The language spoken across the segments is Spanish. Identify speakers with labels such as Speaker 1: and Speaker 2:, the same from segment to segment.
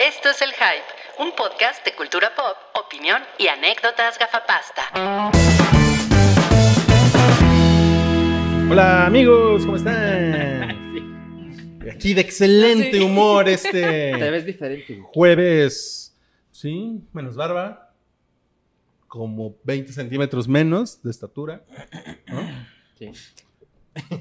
Speaker 1: Esto es El Hype, un podcast de cultura pop, opinión y anécdotas gafapasta.
Speaker 2: Hola amigos, ¿cómo están?
Speaker 3: Sí,
Speaker 2: Aquí de
Speaker 4: Ah,
Speaker 2: excelente
Speaker 3: Sí.
Speaker 2: humor
Speaker 3: Te
Speaker 2: este
Speaker 3: ves diferente. güey.
Speaker 2: jueves. Sí, menos barba. Como 20 centímetros menos de estatura.
Speaker 3: Sí.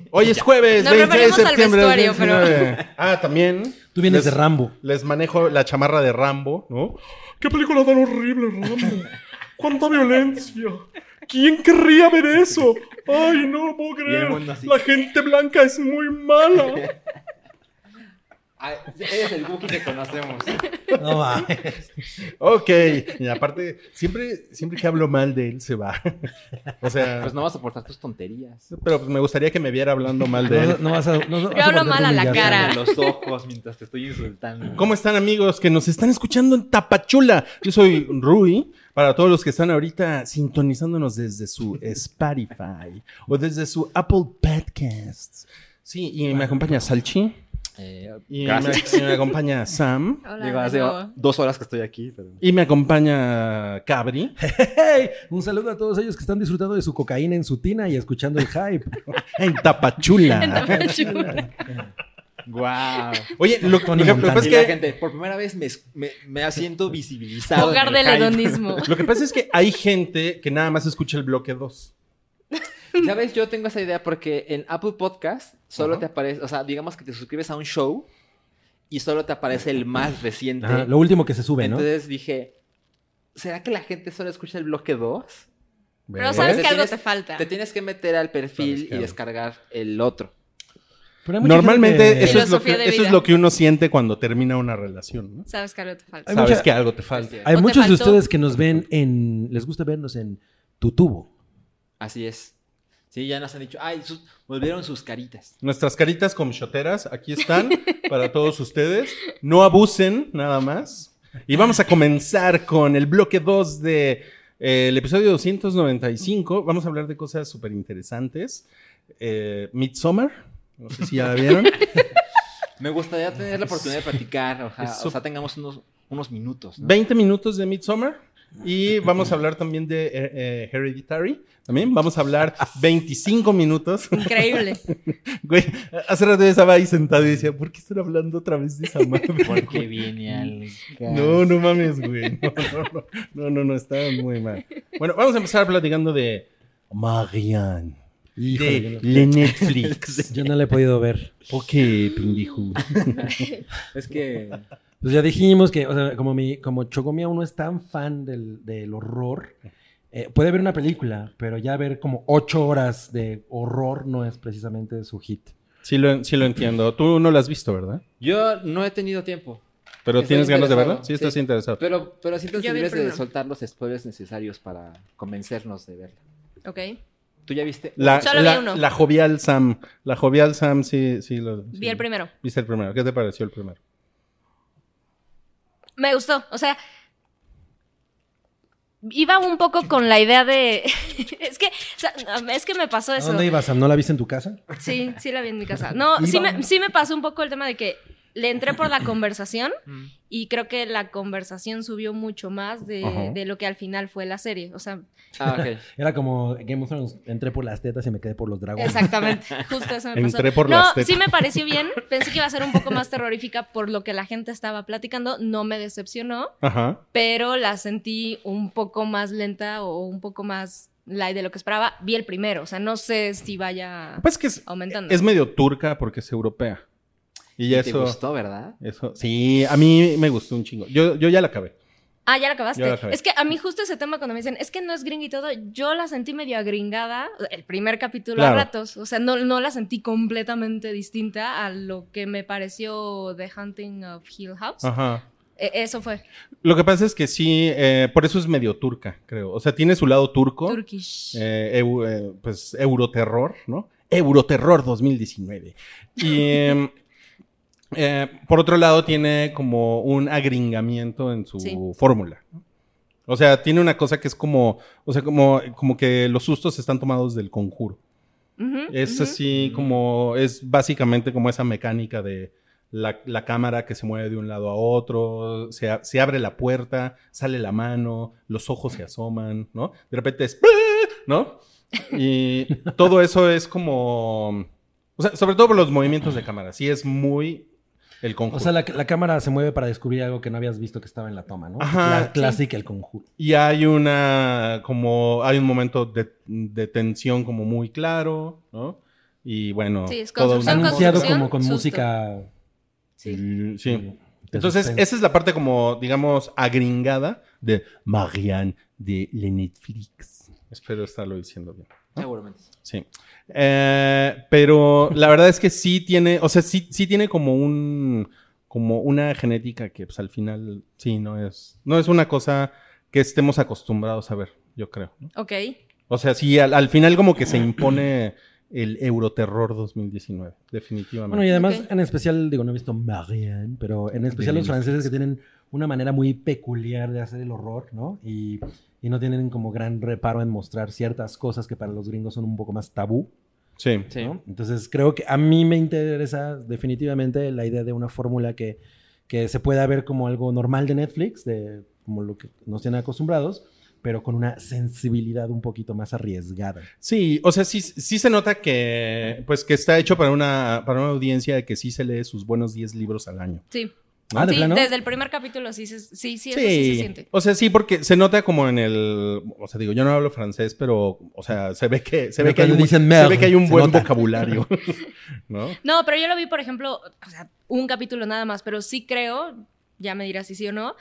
Speaker 2: Hoy es jueves,
Speaker 4: Nos
Speaker 2: 26 de
Speaker 4: referimos al
Speaker 2: septiembre del
Speaker 4: vestuario, pero-
Speaker 2: 2019. Ah, también.
Speaker 5: Tú
Speaker 2: Les-
Speaker 5: vienes de Rambo.
Speaker 2: Les manejo la chamarra de Rambo, ¿no?
Speaker 5: ¡Qué película tan horrible, Rambo! ¡Cuánta violencia! ¿Quién querría ver eso? ¡Ay, no puedo
Speaker 2: creer! mundo así.
Speaker 5: La gente blanca es muy mala.
Speaker 3: Ay, eres el Wookiee que conocemos.
Speaker 5: No va.
Speaker 2: Ok. Y aparte, siempre, siempre que hablo mal de él se va. O sea,
Speaker 3: Pues no vas a soportar tus tonterías.
Speaker 2: pero pues me gustaría que me viera hablando mal de él.
Speaker 5: No vas a. no vas
Speaker 4: Yo hablo
Speaker 5: poder
Speaker 4: mal a la
Speaker 5: humillarse.
Speaker 4: cara.
Speaker 3: los ojos mientras te estoy insultando.
Speaker 2: ¿Cómo están amigos que nos están escuchando en Tapachula? Yo soy Rui, para todos los que están ahorita sintonizándonos desde su Spotify o desde su Apple Podcasts. Sí, y me acompaña Salchi
Speaker 3: Eh,
Speaker 2: y me,
Speaker 3: gracias.
Speaker 2: y me acompaña Sam
Speaker 4: Hola,
Speaker 3: Digo, oh.
Speaker 4: de
Speaker 3: hace
Speaker 4: nuevo.
Speaker 3: dos horas que estoy aquí. pero-
Speaker 2: y me acompaña Cabri.
Speaker 5: ¡Hey! Un saludo a todos ellos que están disfrutando de su cocaína en su tina y escuchando el hype.
Speaker 2: En Tapachula.
Speaker 3: Guau.
Speaker 2: Oye, lo, lo
Speaker 5: Tony
Speaker 2: que- lo que
Speaker 5: Montana.
Speaker 2: pasa es
Speaker 3: Y la
Speaker 2: que,
Speaker 3: gente, por primera vez me, me, me siento visibilizado. en
Speaker 4: Hogar
Speaker 3: el
Speaker 4: del
Speaker 3: hype.
Speaker 4: hedonismo.
Speaker 2: lo que pasa es que hay gente que nada más escucha el bloque 2.
Speaker 3: ¿Sabes? Yo tengo esa idea porque en Apple Podcast solo te aparece, o sea, digamos que te suscribes a un show y solo te aparece el más reciente.
Speaker 5: Ajá, Eh, lo último que se sube, ¿no?
Speaker 3: Entonces dije, ¿será que la gente solo escucha el bloque 2?
Speaker 4: Pero
Speaker 3: ¿sabes
Speaker 4: sabes
Speaker 2: ¿Eh?
Speaker 3: Te
Speaker 4: que algo
Speaker 3: tienes-
Speaker 4: te falta.
Speaker 3: Te tienes que meter al perfil y
Speaker 2: Claro.
Speaker 3: descargar el otro.
Speaker 5: Pero hay mucha
Speaker 2: Normalmente
Speaker 5: gente que-
Speaker 2: eso es, lo que,
Speaker 4: Filosofía de
Speaker 2: eso es
Speaker 4: vida.
Speaker 2: lo que uno siente cuando termina una relación, ¿no?
Speaker 4: Sabes que algo te falta.
Speaker 5: Hay
Speaker 2: Sabes
Speaker 5: mucha-
Speaker 2: que algo te falta.
Speaker 3: Así es.
Speaker 5: Hay
Speaker 4: ¿O te
Speaker 5: muchos de
Speaker 4: faltó?
Speaker 5: ustedes que nos ven en. Les gusta vernos en tu tubo.
Speaker 3: Así es. Sí, ya nos han dicho, ay, sus- volvieron sus caritas.
Speaker 2: Nuestras caritas comichoteras aquí están para todos ustedes. No abusen nada más. Y vamos a comenzar con el bloque 2 del episodio 295. Vamos a hablar de cosas súper interesantes. Eh, Midsommar, no sé si ya la vieron.
Speaker 3: Me gustaría tener la oportunidad de platicar, oja-
Speaker 2: es
Speaker 3: o
Speaker 2: su-
Speaker 3: sea, tengamos unos, unos minutos. ¿no?
Speaker 2: 20 minutos de Midsommar. Y vamos a hablar también de eh, eh, Hereditary. También vamos a hablar 25 minutos.
Speaker 4: Increíble.
Speaker 2: Güey, hace rato yo estaba ahí sentado y decía, ¿por qué están hablando otra vez de esa madre?
Speaker 3: Porque viene al...
Speaker 2: No, no mames, güey. No, no, no, no, no, no, está muy mal. Bueno, vamos a empezar platicando de Marianne.
Speaker 5: Híjole,
Speaker 2: de
Speaker 5: yo no-
Speaker 2: le Netflix.
Speaker 5: Yo no la he podido ver.
Speaker 2: ¿Por qué, pendejo?
Speaker 3: Es que...
Speaker 5: Pues ya dijimos que, o sea, como, mi, como Chocomía uno es tan fan del, del horror, eh, puede ver una película, pero ya ver como ocho horas de horror no es precisamente su hit.
Speaker 2: Sí lo, sí lo entiendo. Tú no lo has visto, ¿verdad?
Speaker 3: Yo no he tenido tiempo,
Speaker 2: Pero
Speaker 3: Estoy
Speaker 2: tienes ganas de
Speaker 3: interesado,
Speaker 2: verla. Sí, estás
Speaker 3: sí.
Speaker 2: interesado.
Speaker 3: pero, pero siento
Speaker 4: Yo vi el
Speaker 3: libres de
Speaker 4: primero.
Speaker 3: soltar los spoilers necesarios para convencernos de verla.
Speaker 4: Ok.
Speaker 3: ¿Tú ya viste?
Speaker 2: La,
Speaker 4: Solo vi
Speaker 2: la-
Speaker 4: uno.
Speaker 2: la jovial Sam. La jovial Sam, sí, sí lo. sí
Speaker 4: Vi el
Speaker 2: lo-
Speaker 4: primero.
Speaker 2: Viste el primero. ¿Qué te pareció el primero?
Speaker 4: Me gustó. O sea, iba un poco con la idea de. es que o sea, es que me pasó
Speaker 5: ¿A
Speaker 4: eso.
Speaker 5: dónde ibas, Sam? ¿No la viste en tu casa?
Speaker 4: Sí, sí la vi en mi casa. No, sí me, sí me pasó un poco el tema de que le entré por la conversación
Speaker 3: Mm.
Speaker 4: y creo que la conversación subió mucho más de,
Speaker 2: Ajá.
Speaker 4: de lo que al final fue la serie. O sea,
Speaker 3: Ah, ok.
Speaker 5: Era como Game of Thrones, entré por las tetas y me quedé por los dragones.
Speaker 4: Exactamente, justo eso me pasó.
Speaker 2: Entré por
Speaker 4: no,
Speaker 2: las tetas.
Speaker 4: sí me pareció bien. Pensé que iba a ser un poco más terrorífica por lo que la gente estaba platicando. No me decepcionó,
Speaker 2: Ajá.
Speaker 4: pero la sentí un poco más lenta o un poco más light de lo que esperaba. Vi el primero, o sea, no sé si vaya
Speaker 2: Pues que es,
Speaker 4: aumentando.
Speaker 2: es medio turca porque es europea. Y,
Speaker 3: ¿Y
Speaker 2: eso.
Speaker 3: ¿Te gustó, verdad?
Speaker 2: Eso, sí, a mí me gustó un chingo. Yo, yo ya la acabé.
Speaker 4: Ah, ya la
Speaker 2: Ya
Speaker 4: acabaste.
Speaker 2: la acabé.
Speaker 4: es que a mí justo ese tema cuando me dicen, es que no es gringa y todo, yo la sentí medio agringada el primer capítulo
Speaker 2: Claro.
Speaker 4: a ratos. O sea, no, no la sentí completamente distinta a lo que me pareció The Hunting of Hill House.
Speaker 2: Ajá.
Speaker 4: E- eso fue.
Speaker 2: Lo que pasa es que sí, eh, por eso es medio turca, creo. O sea, tiene su lado turco,
Speaker 4: Turkish.
Speaker 2: eh, eu- eh, pues euroterror, ¿no? Euroterror 2019. Y eh, eh, por otro lado tiene como un agringamiento en su
Speaker 4: Sí.
Speaker 2: fórmula. ¿no? O sea, tiene una cosa que es como, o sea, como, como que los sustos están tomados del conjuro.
Speaker 4: Ujú,
Speaker 2: Es
Speaker 4: ujú.
Speaker 2: así como, es básicamente como esa mecánica de la, la cámara que se mueve de un lado a otro, se, a- se abre la puerta, sale la mano, los ojos se asoman, ¿no? De repente es, ¿no? Y todo eso es como, o sea, sobre todo por los movimientos de cámara, sí es muy el conjuro.
Speaker 5: O sea, la, la cámara se mueve para descubrir algo que no habías visto que estaba en la toma, ¿no?
Speaker 2: Ajá.
Speaker 5: La clásica, el conjuro.
Speaker 2: Y hay una, como, hay un momento de, de tensión como muy claro, ¿no? Y bueno,
Speaker 4: Sí, es
Speaker 2: toda
Speaker 4: construcción,
Speaker 2: una-
Speaker 5: Anunciado
Speaker 4: construcción,
Speaker 5: como con
Speaker 4: susto.
Speaker 5: música. eh,
Speaker 4: Sí.
Speaker 2: Sí.
Speaker 5: de
Speaker 2: Entonces,
Speaker 5: suspense.
Speaker 2: esa es la parte como, digamos, agringada de Marianne de la Netflix. Espero estarlo diciendo bien.
Speaker 3: Seguramente.
Speaker 2: Sí. Eh, pero la verdad es que sí tiene, o sea, sí, sí tiene como un, como una genética que pues al final sí no es, no es una cosa que estemos acostumbrados a ver, yo creo. ¿no?
Speaker 4: Ok.
Speaker 2: O sea, sí, al, al final como que se impone el Euroterror 2019, definitivamente.
Speaker 5: Bueno, y además,
Speaker 4: Ok.
Speaker 5: en especial, digo, no he visto Marianne, pero en especial los
Speaker 2: Bien.
Speaker 5: franceses que tienen una manera muy peculiar de hacer el horror, ¿no? Y, y no tienen como gran reparo en mostrar ciertas cosas que para los gringos son un poco más tabú,
Speaker 2: Sí.
Speaker 3: Sí.
Speaker 5: ¿no? Entonces, creo que a mí me interesa definitivamente la idea de una fórmula que, que se pueda ver como algo normal de Netflix, de como lo que nos tienen acostumbrados, pero con una sensibilidad un poquito más arriesgada.
Speaker 2: Sí, o sea, sí, sí se nota que, pues, que está hecho para una, para una audiencia que sí se lee sus buenos 10 libros al año.
Speaker 4: Sí.
Speaker 5: Ah, ¿de
Speaker 4: sí,
Speaker 5: plano?
Speaker 4: desde el primer capítulo sí, se- sí, sí, eso sí se siente.
Speaker 2: o sea, sí, porque se nota como en el, o sea, digo, yo no hablo francés, pero, o sea, se ve que, se
Speaker 5: Pero
Speaker 2: ve que, hay
Speaker 5: cuando
Speaker 2: un,
Speaker 5: dicen
Speaker 2: se ve
Speaker 5: merde,
Speaker 2: que hay un
Speaker 5: se
Speaker 2: buen
Speaker 5: nota.
Speaker 2: vocabulario, ¿no?
Speaker 4: No, pero yo lo vi, por ejemplo, o sea, un capítulo nada más, pero sí creo, ya me dirás si sí o no,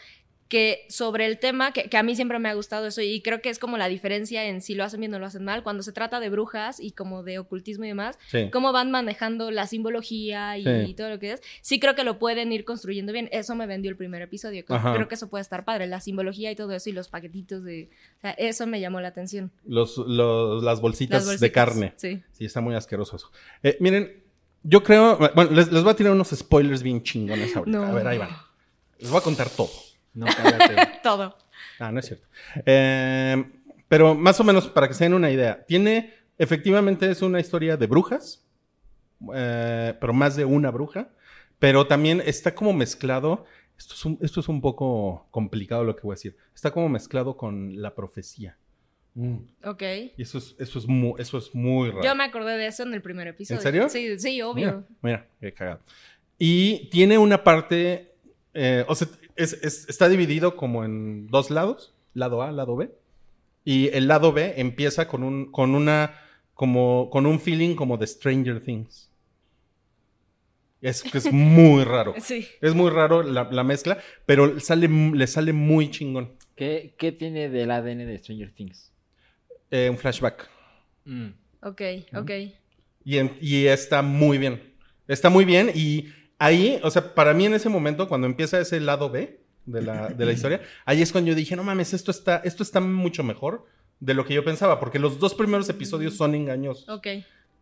Speaker 4: que sobre el tema, que, que a mí siempre me ha gustado eso y creo que es como la diferencia en si lo hacen bien o lo hacen mal, cuando se trata de brujas y como de ocultismo y demás,
Speaker 2: Sí.
Speaker 4: cómo van manejando la simbología y,
Speaker 2: Sí.
Speaker 4: y todo lo que es, sí creo que lo pueden ir construyendo bien. Eso me vendió el primer episodio. Creo,
Speaker 2: Ajá.
Speaker 4: creo que eso puede estar padre, la simbología y todo eso y los paquetitos de... O sea, eso me llamó la atención.
Speaker 2: Los, los- las
Speaker 4: Las
Speaker 2: bolsitas de
Speaker 4: bolsitas,
Speaker 2: carne.
Speaker 4: Sí.
Speaker 2: Sí, está muy asqueroso eso. Eh, miren, yo creo, bueno, les, les voy a tirar unos spoilers bien chingones ahorita.
Speaker 4: No.
Speaker 2: A ver, ahí van. Les voy a contar todo.
Speaker 3: No, cállate.
Speaker 4: Todo.
Speaker 2: Ah, no es cierto. Eh, pero más o menos para que se den una idea, tiene, efectivamente es una historia de brujas, eh, pero más de una bruja, pero también está como mezclado, esto es, un, esto es un poco complicado lo que voy a decir, está como mezclado con la profecía.
Speaker 5: Mm.
Speaker 4: Ok.
Speaker 2: Y eso es, eso es, mu- eso es muy raro.
Speaker 4: Yo me acordé de eso en el primer episodio.
Speaker 2: ¿En serio?
Speaker 4: Sí, sí,
Speaker 2: Mira,
Speaker 4: obvio.
Speaker 2: mira, qué cagado. Y tiene una parte, eh, o sea, es- es- está dividido como en dos lados, lado A, lado B. Y el lado B empieza con un, con una, como, con un feeling como de Stranger Things. Es que es muy raro.
Speaker 4: Sí.
Speaker 2: Es muy raro la, la mezcla, pero sale, m- le sale muy chingón.
Speaker 3: ¿Qué, ¿Qué tiene del ADN de Stranger Things?
Speaker 2: Eh, un flashback.
Speaker 3: Mm.
Speaker 4: Ok, ok.
Speaker 2: Y, en- y está muy bien. Está muy bien. Y ahí, o sea, para mí en ese momento, cuando empieza ese lado B de la, de la historia, ahí es cuando yo dije, no mames, esto está, esto está mucho mejor de lo que yo pensaba, porque los dos primeros episodios son engañosos.
Speaker 4: Ok.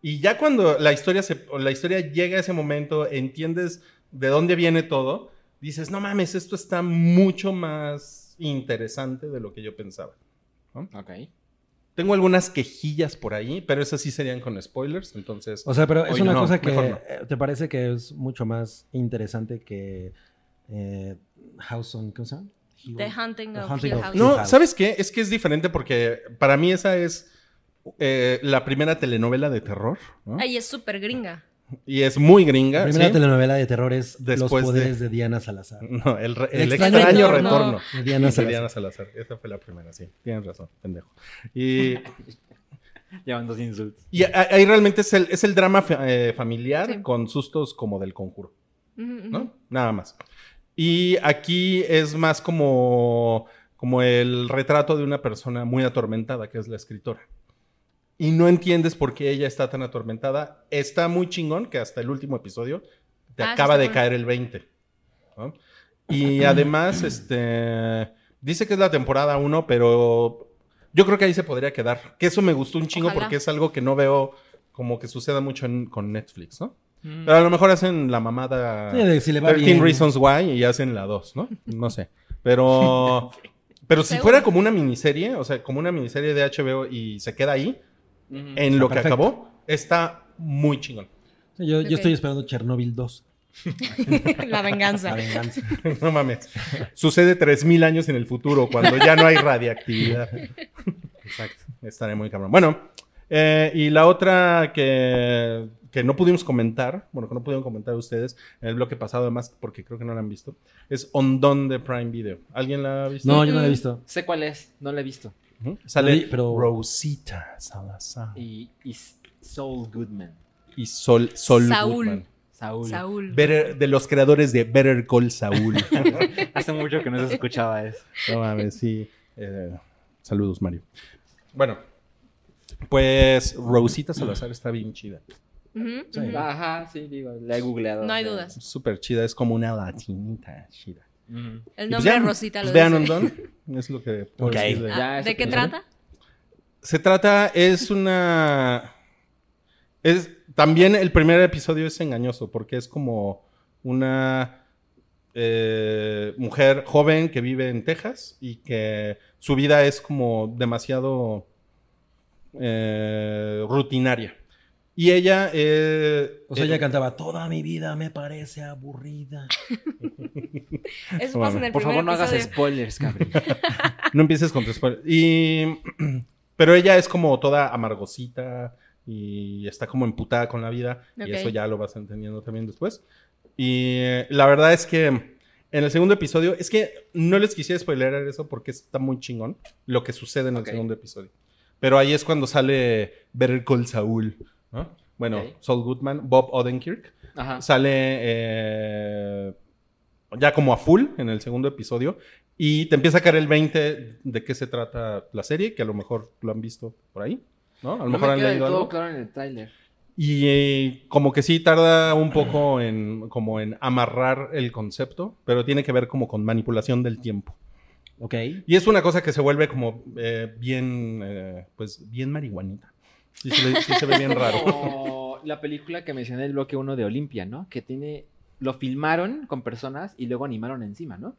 Speaker 2: Y ya cuando la historia, se, o la historia llega a ese momento, entiendes de dónde viene todo, dices, no mames, esto está mucho más interesante de lo que yo pensaba.
Speaker 3: Ok.
Speaker 2: Tengo algunas quejillas por ahí, pero esas sí serían con spoilers, entonces...
Speaker 5: O sea, pero es
Speaker 2: Oye,
Speaker 5: una
Speaker 2: no,
Speaker 5: cosa que
Speaker 2: mejor no.
Speaker 5: eh, te parece que es mucho más interesante que eh, House on ¿cómo se llama?
Speaker 4: The Hunting
Speaker 5: The
Speaker 4: of
Speaker 5: Hunting
Speaker 4: Hill
Speaker 5: of-
Speaker 4: House.
Speaker 5: Hill
Speaker 2: No,
Speaker 5: House.
Speaker 2: ¿sabes qué? Es que es diferente porque para mí esa es eh, la primera telenovela de terror. ¿no?
Speaker 4: Ay, es súper gringa.
Speaker 2: Y es muy
Speaker 5: La
Speaker 2: gringa.
Speaker 5: primera
Speaker 2: ¿sí?
Speaker 5: telenovela de terror es
Speaker 2: Después Mm,
Speaker 5: Los poderes de... Diana Salazar.
Speaker 2: No, el, re-
Speaker 5: El
Speaker 2: el
Speaker 5: extraño
Speaker 2: extraño,
Speaker 4: retorno.
Speaker 2: retorno.
Speaker 5: De Diana
Speaker 2: de
Speaker 5: Salazar.
Speaker 2: Diana Salazar. Esa fue la primera, sí. Tienes razón, pendejo. Y,
Speaker 3: Llevan dos insultos.
Speaker 2: y a- ahí realmente es el, es el drama fa- eh, familiar
Speaker 4: Sí.
Speaker 2: con sustos como del conjuro,
Speaker 4: Ujú,
Speaker 2: ¿no?
Speaker 4: ujú.
Speaker 2: Nada más. Y aquí es más como, como el retrato de una persona muy atormentada, que es la escritora. y no entiendes por qué ella está tan atormentada. Está muy chingón que hasta el último episodio te
Speaker 4: Ah, eso
Speaker 2: acaba
Speaker 4: está
Speaker 2: de
Speaker 4: bueno.
Speaker 2: caer el 20. ¿no? Y además, este dice que es la temporada 1, pero yo creo que ahí se podría quedar. Que eso me gustó un chingo
Speaker 4: Ojalá.
Speaker 2: porque es algo que no veo como que suceda mucho en- con Netflix, ¿no?
Speaker 3: Mm,
Speaker 2: Pero a lo mejor hacen la mamada
Speaker 5: Sí, de- si le va
Speaker 2: 13
Speaker 5: bien.
Speaker 2: Reasons Why y hacen la 2, ¿no? No sé. Pero, pero si
Speaker 4: Seguro.
Speaker 2: fuera como una miniserie, o sea, como una miniserie de HBO y se queda ahí, en lo que
Speaker 5: Mm. perfecto.
Speaker 2: acabó, está muy chingón.
Speaker 5: Sí, Yo, yo
Speaker 4: Ok.
Speaker 5: estoy esperando Chernobyl 2.
Speaker 4: la venganza.
Speaker 5: La venganza.
Speaker 2: No mames. Sucede 3000 años en el futuro, cuando ya no hay radiactividad. Exacto. Estaré muy cabrón. Bueno, eh, y la otra que, que no pudimos comentar, bueno, que no pudieron comentar ustedes en el bloque pasado, además, porque creo que no la han visto, es Ondón de Prime Video. ¿Alguien la ha visto?
Speaker 5: No, yo no la he visto.
Speaker 3: Sé cuál es, no la he visto.
Speaker 2: Ujú. Sale
Speaker 5: Sí, pero-
Speaker 2: Rosita Salazar
Speaker 3: Y, y Saul Goodman.
Speaker 2: y Sol, Sol
Speaker 4: Saúl.
Speaker 2: Goodman.
Speaker 3: Saul.
Speaker 4: Saúl.
Speaker 2: Better- de los creadores de Better Call Saúl.
Speaker 3: Hace mucho que no se escuchaba eso.
Speaker 2: No mames, sí. Eh, saludos, Mario. Bueno, pues Rosita Salazar está bien chida.
Speaker 4: Ujú,
Speaker 5: Sí.
Speaker 4: ujú.
Speaker 3: Ajá, sí, digo, la he googleado.
Speaker 4: No hay
Speaker 3: O sea,
Speaker 4: dudas.
Speaker 2: Súper chida, es como una latinita chida.
Speaker 3: ujú.
Speaker 4: El
Speaker 2: Y pues
Speaker 4: nombre
Speaker 2: ya,
Speaker 4: de Rosita lo
Speaker 2: pues vean
Speaker 4: dice.
Speaker 2: Ondón, es lo que puedo
Speaker 5: Ok.
Speaker 2: decir de-
Speaker 4: Ah,
Speaker 3: Ya,
Speaker 4: ¿De
Speaker 3: eso
Speaker 4: qué
Speaker 3: pensé.
Speaker 4: trata?
Speaker 2: Se trata, es una... Es, también el primer episodio es engañoso porque es como una eh, mujer joven que vive en Texas y que su vida es como demasiado eh, rutinaria. Y ella... eh,
Speaker 5: O sea,
Speaker 2: eh,
Speaker 5: ella cantaba, toda mi vida me parece aburrida.
Speaker 4: Eso
Speaker 2: Bueno,
Speaker 4: pasa en el
Speaker 3: Por
Speaker 4: primer
Speaker 3: favor, no hagas
Speaker 4: episodio.
Speaker 3: spoilers, cabrón.
Speaker 2: No empieces con tu spoiler. Y... Pero ella es como toda amargosita y está como emputada con la vida.
Speaker 4: Ok.
Speaker 2: Y eso ya lo vas entendiendo también después. Y eh, la verdad es que en el segundo episodio... Es que no les quisiera spoilerar eso porque está muy chingón lo que sucede en el
Speaker 3: Ok.
Speaker 2: segundo episodio. Pero ahí es cuando sale Better Call Saul, ¿no? Bueno,
Speaker 3: Ok.
Speaker 2: Saul Goodman, Bob Odenkirk.
Speaker 3: Ajá.
Speaker 2: Sale eh, ya como a full en el segundo episodio y te empieza a caer el 20 de qué se trata la serie, que a lo mejor lo han visto por ahí, ¿no? A lo
Speaker 3: No
Speaker 2: mejor
Speaker 3: me
Speaker 2: han
Speaker 3: queda del
Speaker 2: leído
Speaker 3: todo
Speaker 2: algo.
Speaker 3: claro en el tráiler.
Speaker 2: Y eh, como que sí tarda un poco en, como en amarrar el concepto, pero tiene que ver como con manipulación del tiempo.
Speaker 5: Ok.
Speaker 2: Y es una cosa que se vuelve como eh, bien, eh, pues bien marihuanita. Sí se, le- sí se ve bien raro.
Speaker 3: Como la película que mencioné en el bloque 1 de Olimpia, ¿no? Que tiene. Lo filmaron con personas y luego animaron encima, ¿no?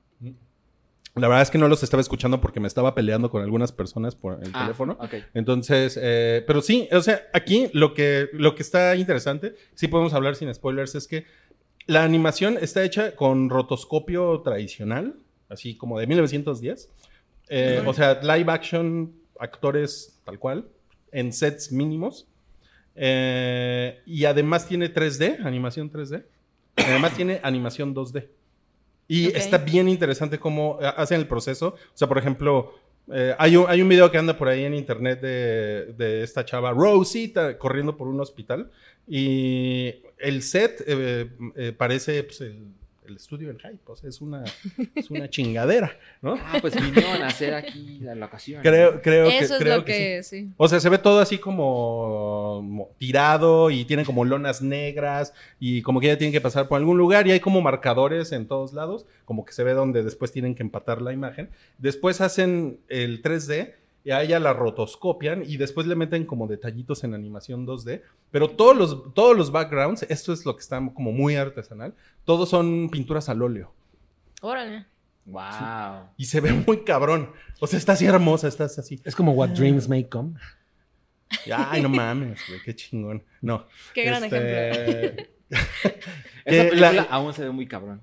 Speaker 2: La verdad es que no los estaba escuchando porque me estaba peleando con algunas personas por el
Speaker 3: Ah,
Speaker 2: teléfono.
Speaker 3: Ok.
Speaker 2: Entonces, eh, pero sí, o sea, aquí lo que, lo que está interesante, sí podemos hablar sin spoilers, es que la animación está hecha con rotoscopio tradicional, así como de 1910. Eh, o sea, live action, actores tal cual, en sets mínimos. Eh, y además tiene 3D, animación 3D. Y Además tiene animación 2D. Y
Speaker 4: Ok.
Speaker 2: está bien interesante cómo eh, hacen el proceso. O sea, por ejemplo, eh, hay, un, hay un video que anda por ahí en internet de, de esta chava, Rosita, corriendo por un hospital. Y el set eh, eh, parece pues, el, el estudio del hype. O sea, es una, es una chingadera, ¿no?
Speaker 3: Ah, pues vinieron a hacer aquí la locación.
Speaker 2: Creo, creo que,
Speaker 4: Eso es
Speaker 2: creo
Speaker 4: lo
Speaker 2: que sí.
Speaker 4: que, sí.
Speaker 2: O sea, se ve todo así como mo- tirado y tiene como lonas negras y como que ya tienen que pasar por algún lugar y hay como marcadores en todos lados, como que se ve donde después tienen que empatar la imagen. Después hacen el 3D y a ella la rotoscopian y después le meten como detallitos en animación 2D, pero todos los, todos los backgrounds, esto es lo que está como muy artesanal, todos son pinturas al óleo.
Speaker 4: Órale.
Speaker 3: Wow.
Speaker 2: Y se ve muy cabrón. O sea, está así hermosa, está así.
Speaker 5: Es como
Speaker 4: Ah.
Speaker 5: What Dreams May Come.
Speaker 2: Ay, no mames, güey, qué chingón. No.
Speaker 4: Qué gran
Speaker 2: Este,
Speaker 4: ejemplo.
Speaker 2: ejemplo. Que
Speaker 3: Esa película
Speaker 2: la-
Speaker 3: aún se ve muy cabrón.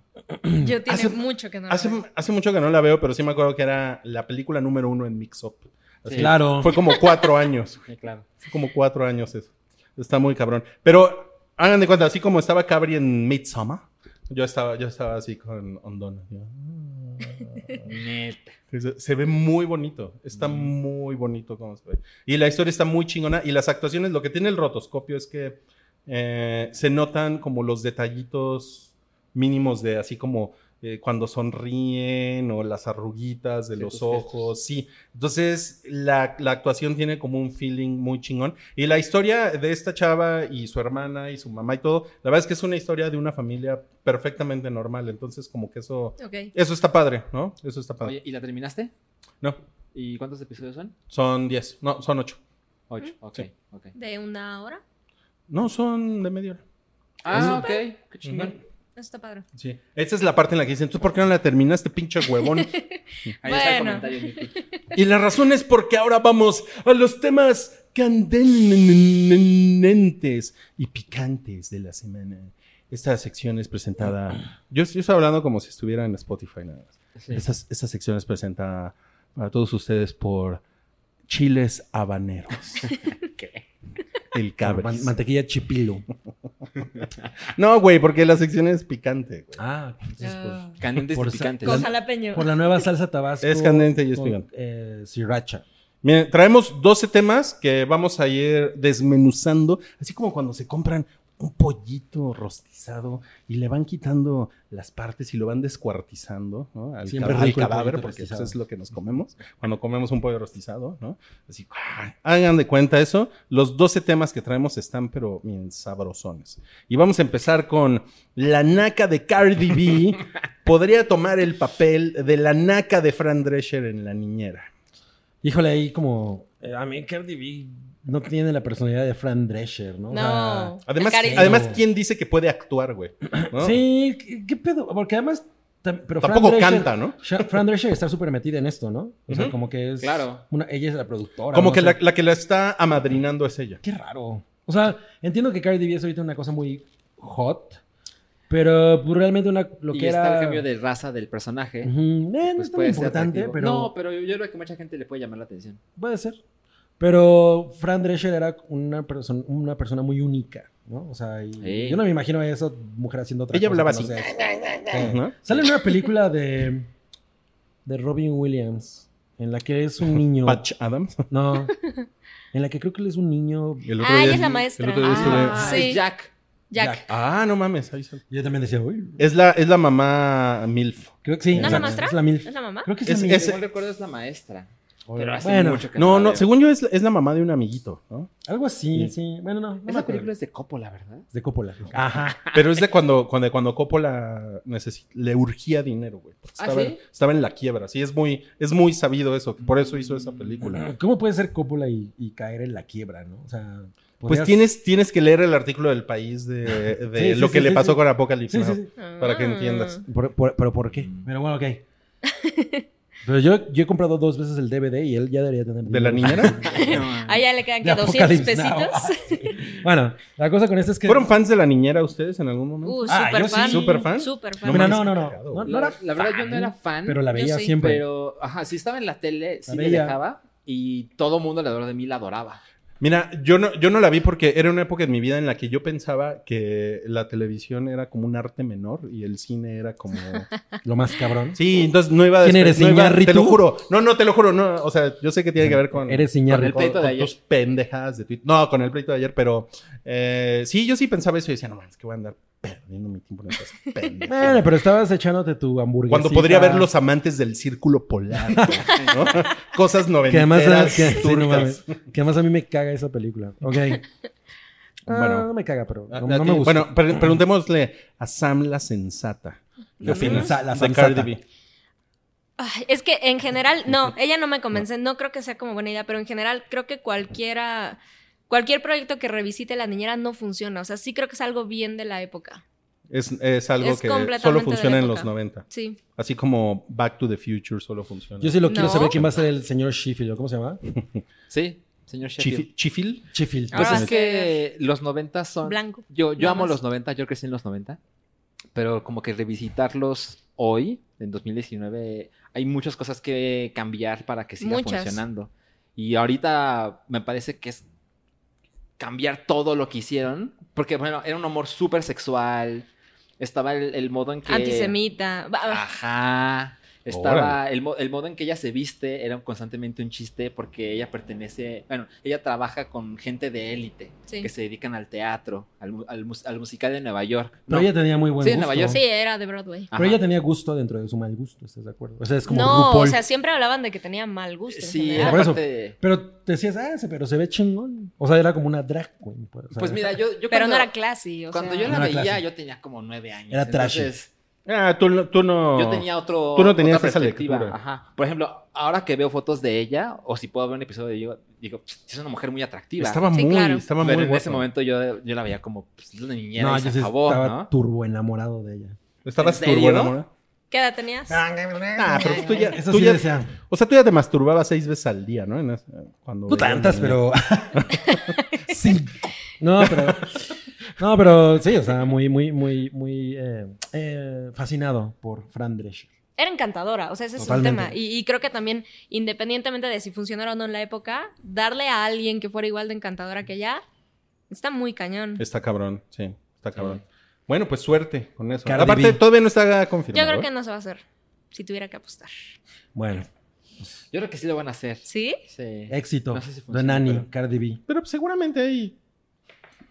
Speaker 4: Yo tiene
Speaker 2: hace-
Speaker 4: mucho que no. lo
Speaker 2: Hace,
Speaker 4: veo.
Speaker 2: hace mucho que no la veo, pero sí me acuerdo que era la película número uno en Mix Up. Así,
Speaker 3: Sí.
Speaker 5: Claro.
Speaker 2: Fue como cuatro años.
Speaker 3: Sí, claro.
Speaker 2: Fue como cuatro años eso. Está muy cabrón. Pero hagan de cuenta, así como estaba Cabri en Midsommar, yo estaba, yo estaba así con Ondona. así, ah.
Speaker 3: Neta.
Speaker 2: Se, se ve muy bonito, está muy bonito como se ve. Y la historia está muy chingona y las actuaciones, lo que tiene el rotoscopio es que eh, se notan como los detallitos mínimos de así como eh, cuando sonríen o las arruguitas de los
Speaker 3: Ciertos
Speaker 2: ojos, sí. Entonces la, la actuación tiene como un feeling muy chingón. Y la historia de esta chava y su hermana y su mamá y todo, la verdad es que es una historia de una familia perfectamente normal, entonces como que eso...
Speaker 4: Ok.
Speaker 2: Eso está padre, ¿no? Eso está
Speaker 5: Ah.
Speaker 2: padre.
Speaker 3: Oye, ¿y la terminaste?
Speaker 2: No,
Speaker 3: ¿Y cuántos episodios son?
Speaker 2: son 10. No, son 8.
Speaker 3: Ocho. Ok,
Speaker 2: Sí.
Speaker 3: ok.
Speaker 4: De una hora.
Speaker 2: No, son de media hora.
Speaker 3: Ah, ok. Qué chingón.
Speaker 2: Ujú.
Speaker 4: Eso está padre.
Speaker 2: Sí. Esa es la parte en la que dicen, ¿tú por qué no la terminaste, pinche huevón?
Speaker 3: Ahí está el
Speaker 4: Bueno.
Speaker 3: comentario. Nicky.
Speaker 2: y la razón es porque ahora vamos a los temas candentes y picantes de la semana. Esta sección es presentada. Yo, yo estoy hablando como si estuviera en Spotify nada más. Esta, esta sección es presentada para todos ustedes por Chiles Habaneros. El
Speaker 5: Man-
Speaker 2: cabris.
Speaker 5: mantequilla chipilo.
Speaker 2: No, güey, porque la sección es picante. güey.
Speaker 5: Ah, entonces,
Speaker 4: Ah.
Speaker 5: por-
Speaker 3: Candentes
Speaker 5: Por
Speaker 3: y
Speaker 5: sa-
Speaker 3: picantes.
Speaker 4: Con jalapeño.
Speaker 5: por la nueva salsa tabasco.
Speaker 2: pues. Es candente y es
Speaker 5: con,
Speaker 2: picante.
Speaker 5: eh, sriracha.
Speaker 2: Miren, traemos 12 temas que vamos a ir desmenuzando, así como cuando se compran un pollito rostizado y le van quitando las partes y lo van descuartizando ¿no? al,
Speaker 5: Siempre
Speaker 2: ca- al
Speaker 5: rico el
Speaker 2: cadáver,
Speaker 5: pollito
Speaker 2: porque eso
Speaker 5: rostizado.
Speaker 2: es lo que nos comemos cuando comemos un pollo rostizado, ¿no? Así, ¡ah! hagan de cuenta eso. Los 12 temas que traemos están, pero bien sabrosones. Y vamos a empezar con la naca de Cardi B. Podría tomar el papel de la naca de Fran Drescher en La Niñera.
Speaker 5: Híjole, ahí como. eh, a mí Cardi B no tiene la personalidad de Fran Drescher, ¿no? O sea,
Speaker 4: No.
Speaker 2: Además,
Speaker 4: El cari-
Speaker 2: además, ¿quién dice que puede actuar, güey? ¿No?
Speaker 5: Sí, ¿qué, qué pedo? Porque además. tam- Pero
Speaker 2: Tampoco canta, ¿no?
Speaker 5: Sha- Fran Drescher está súper metida en esto, ¿no? O sea,
Speaker 2: Ujú.
Speaker 5: como que es.
Speaker 3: Claro.
Speaker 5: Una, ella es la productora.
Speaker 2: Como
Speaker 5: ¿no?
Speaker 2: que
Speaker 5: O sea,
Speaker 2: la, la que la está amadrinando es ella.
Speaker 5: Qué raro. O sea, entiendo que Cardi B es ahorita una cosa muy hot. Pero pues, realmente una, lo que
Speaker 3: y
Speaker 5: era.
Speaker 3: está el cambio de raza del personaje.
Speaker 5: Ujú, eh, no
Speaker 3: pues
Speaker 5: es tan
Speaker 3: ser
Speaker 5: importante,
Speaker 3: atractivo.
Speaker 5: pero.
Speaker 3: No, pero yo, yo creo que mucha gente le puede llamar la atención.
Speaker 5: Puede ser. Pero Fran Drescher era una, persona una persona muy única, ¿no? O sea, y-
Speaker 3: Sí.
Speaker 5: yo no me imagino a esa mujer haciendo otra
Speaker 2: Ella
Speaker 5: cosa
Speaker 2: hablaba
Speaker 5: que no
Speaker 2: así.
Speaker 5: sea eso. Sí.
Speaker 2: Ajá.
Speaker 5: Sale en una película de, de Robin Williams, en la que es un niño.
Speaker 2: Patch Adams.
Speaker 5: No. En la que creo que él es un niño.
Speaker 2: El
Speaker 4: Ah, ella es la maestra.
Speaker 2: el otro día estuve-
Speaker 4: Ah.
Speaker 2: ah.
Speaker 4: Sí.
Speaker 3: es Jack.
Speaker 4: Jack.
Speaker 5: Jack.
Speaker 2: no mames. ahí sale.
Speaker 5: Yo también decía, uy.
Speaker 2: Es la, es la mamá Milf.
Speaker 5: Creo que sí.
Speaker 2: ¿No es la
Speaker 5: exacto,
Speaker 4: maestra?
Speaker 5: Es la MILF.
Speaker 4: ¿Es la mamá?
Speaker 5: Creo que sí.
Speaker 2: Es-
Speaker 5: la MILF.
Speaker 2: Ese-
Speaker 3: Según recuerdo es la maestra. Pero hace
Speaker 5: bueno,
Speaker 3: mucho que
Speaker 2: No,
Speaker 3: la
Speaker 2: no,
Speaker 3: veo.
Speaker 2: según yo es, es la mamá de un amiguito, ¿no?
Speaker 5: algo así,
Speaker 2: Sí.
Speaker 5: sí. Bueno, no. no me
Speaker 3: Esa
Speaker 5: acuerdo.
Speaker 3: película es de Coppola, ¿verdad?
Speaker 5: Es de Coppola. Ah, Ajá.
Speaker 2: Pero es de cuando, cuando, cuando Coppola necesi- le urgía dinero, güey. porque
Speaker 3: ¿Ah,
Speaker 2: Estaba,
Speaker 3: sí?
Speaker 2: estaba en la quiebra. Sí, es muy, es muy sabido eso. Por eso hizo esa película.
Speaker 5: ¿Cómo puede ser Coppola y, y caer en la quiebra, no? O sea.
Speaker 2: Pues
Speaker 5: podrías-
Speaker 2: tienes, tienes que leer el artículo del país de, de
Speaker 5: Sí, sí,
Speaker 2: lo que
Speaker 5: sí,
Speaker 2: le
Speaker 5: sí,
Speaker 2: pasó
Speaker 5: sí.
Speaker 2: con Apocalipsis.
Speaker 5: Sí, sí,
Speaker 2: Now.
Speaker 5: sí.
Speaker 2: Para
Speaker 3: Mm.
Speaker 2: que entiendas.
Speaker 5: Por- por- ¿Pero por qué? Pero bueno, ok. Pero yo, yo he comprado dos veces el DVD y él ya debería tener.
Speaker 2: ¿De la
Speaker 5: dinero.
Speaker 2: niñera?
Speaker 4: Ah, ya le quedan
Speaker 5: De
Speaker 4: que 200
Speaker 5: Apocalypse Now.
Speaker 4: pesitos.
Speaker 5: Bueno, la cosa con esto es que.
Speaker 2: ¿Fueron fans de la niñera ustedes en algún momento?
Speaker 4: Uh,
Speaker 5: Ah,
Speaker 4: super
Speaker 5: yo sí.
Speaker 4: fan.
Speaker 2: ¿Súper fan?
Speaker 4: Super
Speaker 5: No,
Speaker 4: fan.
Speaker 5: mira,
Speaker 2: mames,
Speaker 5: no, no,
Speaker 2: qué
Speaker 5: no.
Speaker 2: cagado,
Speaker 5: No,
Speaker 2: güey.
Speaker 5: no
Speaker 3: la,
Speaker 5: era
Speaker 3: la verdad, yo
Speaker 5: fan,
Speaker 3: no era fan.
Speaker 5: Pero la
Speaker 4: Yo
Speaker 5: veía
Speaker 4: sí,
Speaker 5: siempre.
Speaker 3: Pero, ajá, sí estaba en la tele, sí
Speaker 5: La
Speaker 3: me
Speaker 5: veía.
Speaker 3: dejaba. Y todo mundo alrededor de mí la adoraba.
Speaker 2: Mira, yo no, yo no la vi porque era una época en mi vida en la que yo pensaba que la televisión era como un arte menor y el cine era como...
Speaker 5: Lo más cabrón.
Speaker 2: Sí, entonces no iba a...
Speaker 5: ¿Quién eres,
Speaker 2: no iba-
Speaker 5: Iñárritu?
Speaker 2: Te lo juro. No, no, te lo juro. No, o sea, yo sé que tiene que ver con...
Speaker 5: Eres
Speaker 2: con,
Speaker 5: Iñárritu.
Speaker 3: el pleito
Speaker 2: con
Speaker 3: de ayer.
Speaker 2: tus pendejadas de Twitter. No, con el pleito de ayer, pero... eh, sí, yo sí pensaba eso y decía, no mames, que voy a andar perdiendo mi tiempo en esas pendejadas.
Speaker 5: Bueno, pero estabas echándote tu hamburguesa.
Speaker 2: Cuando podría ver los amantes del círculo polar. ¿no? Cosas
Speaker 5: Que además,
Speaker 2: noventeras,
Speaker 5: que, sí, no
Speaker 2: turcas.
Speaker 5: mames. que además a mí me caga esa película. Ok. Ah,
Speaker 2: Bueno.
Speaker 5: no me caga, pero no,
Speaker 2: Ah,
Speaker 5: no
Speaker 2: ah,
Speaker 5: me
Speaker 2: tiene-
Speaker 5: gusta.
Speaker 2: Bueno, pre- preguntémosle a Sam la sensata.
Speaker 5: La
Speaker 2: ¿Qué opinas
Speaker 5: sensa- la
Speaker 2: de
Speaker 5: sensata.
Speaker 2: Cardi B?
Speaker 4: Ay, es que en general, no, ella no me convence. No creo que sea como buena idea, pero en general creo que cualquiera. Cualquier proyecto que revisite la niñera no funciona. O sea, sí creo que es algo bien de la época.
Speaker 2: Es, es algo
Speaker 4: Es
Speaker 2: que
Speaker 4: completamente
Speaker 2: solo
Speaker 4: de
Speaker 2: funciona
Speaker 4: la
Speaker 2: en
Speaker 4: época.
Speaker 2: los 90.
Speaker 4: Sí.
Speaker 2: Así como Back to the Future solo funciona.
Speaker 5: yo sí lo quiero
Speaker 4: No.
Speaker 5: saber quién va a ser el señor Sheffield. ¿o ¿Cómo se llama?
Speaker 3: Sí, señor Sheffield.
Speaker 2: Chifi- ¿Chifil?
Speaker 5: Sheffield.
Speaker 4: Ahora
Speaker 3: Pues
Speaker 4: va
Speaker 3: es
Speaker 4: a ser
Speaker 3: que los 90 son.
Speaker 4: Blanco.
Speaker 3: Yo, yo
Speaker 4: Nada
Speaker 3: amo
Speaker 4: más.
Speaker 3: los 90, yo crecí en los 90. Pero como que revisitarlos hoy, en 2019, hay muchas cosas que cambiar para que siga
Speaker 4: Muchas.
Speaker 3: funcionando. Y ahorita me parece que es cambiar todo lo que hicieron. Porque, bueno, era un humor súper sexual. Estaba el, el modo en que. Ah,
Speaker 4: Antisemita. Bah, bah.
Speaker 3: Ajá. Estaba el, mo- el modo en que ella se viste era constantemente un chiste porque ella pertenece, bueno, ella trabaja con gente de élite
Speaker 4: Sí.
Speaker 3: que se dedican al teatro, al, mu- al mus- al musical de Nueva York.
Speaker 5: Pero
Speaker 3: No,
Speaker 5: ella tenía muy buen
Speaker 3: Sí, en
Speaker 5: gusto.
Speaker 3: Nueva York.
Speaker 4: Sí, era de Broadway.
Speaker 3: ajá.
Speaker 5: Pero ella tenía gusto dentro de su mal gusto, ¿estás de acuerdo? O sea, es como
Speaker 4: No,
Speaker 5: RuPaul.
Speaker 4: o sea, siempre hablaban de que tenía mal gusto. en
Speaker 3: Sí,
Speaker 4: general.
Speaker 3: era
Speaker 5: Por eso.
Speaker 3: parte de-
Speaker 5: Pero decías, ah, se- pero se ve chingón. O sea, era como una drag queen. Pues, o sea,
Speaker 3: Pues mira, yo, yo
Speaker 4: Pero no
Speaker 3: cuando,
Speaker 4: era classy. O
Speaker 3: cuando
Speaker 4: sea,
Speaker 3: yo
Speaker 5: No
Speaker 3: la
Speaker 5: era
Speaker 3: veía,
Speaker 5: clase.
Speaker 3: yo tenía como nueve años.
Speaker 5: Era trashy.
Speaker 3: entonces,
Speaker 2: Ah, tú, no- tú no.
Speaker 3: Yo tenía otro.
Speaker 2: Tú no tenías
Speaker 3: otra
Speaker 2: esa
Speaker 3: perspectiva,
Speaker 2: lectura.
Speaker 3: Ajá. Por ejemplo, ahora que veo fotos de ella, o si puedo ver un episodio, yo digo, "Pss, es una mujer muy atractiva.
Speaker 2: Estaba
Speaker 4: Sí,
Speaker 2: muy.
Speaker 4: claro.
Speaker 2: Estaba
Speaker 3: pero
Speaker 2: muy
Speaker 3: en
Speaker 2: guapa.
Speaker 3: ese momento yo, yo la veía como pues, es una niñera
Speaker 5: no,
Speaker 3: y
Speaker 5: yo
Speaker 3: se
Speaker 5: sí
Speaker 3: acabó,
Speaker 5: estaba
Speaker 3: ¿no?
Speaker 5: turbo enamorado de ella.
Speaker 2: Estabas
Speaker 3: ¿En serio?
Speaker 2: turbo enamorada.
Speaker 4: ¿Qué edad tenías?
Speaker 2: Ah, pero tú ya.
Speaker 5: Eso
Speaker 2: tú
Speaker 5: sí
Speaker 2: ya-
Speaker 5: decía.
Speaker 2: o sea, tú ya te masturbabas seis veces al día, ¿no? En esa- cuando
Speaker 5: No
Speaker 2: veías
Speaker 5: tantas,
Speaker 2: la niña.
Speaker 5: pero. sí. No, pero. No, pero sí, o sea, muy, muy, muy, muy eh, eh, fascinado por Fran Drescher.
Speaker 4: Era encantadora, o sea, ese
Speaker 5: Totalmente.
Speaker 4: es un tema. Y, y creo que también, independientemente de si funcionara o no en la época, darle a alguien que fuera igual de encantadora que ella, está muy cañón.
Speaker 2: Está cabrón, sí, está cabrón. Bueno, pues suerte con eso.
Speaker 5: Cardi
Speaker 2: Aparte,
Speaker 5: B.
Speaker 2: todavía no está
Speaker 4: Yo
Speaker 2: confirmado.
Speaker 4: creo que
Speaker 2: ¿eh?
Speaker 4: no se va a hacer, si tuviera que apostar.
Speaker 5: Bueno,
Speaker 3: Yo creo que sí lo van a hacer.
Speaker 4: ¿Sí?
Speaker 3: Sí.
Speaker 5: éxito.
Speaker 3: No sé si funciona,
Speaker 5: de Nani,
Speaker 3: pero-
Speaker 5: Cardi B.
Speaker 2: Pero pues, seguramente hay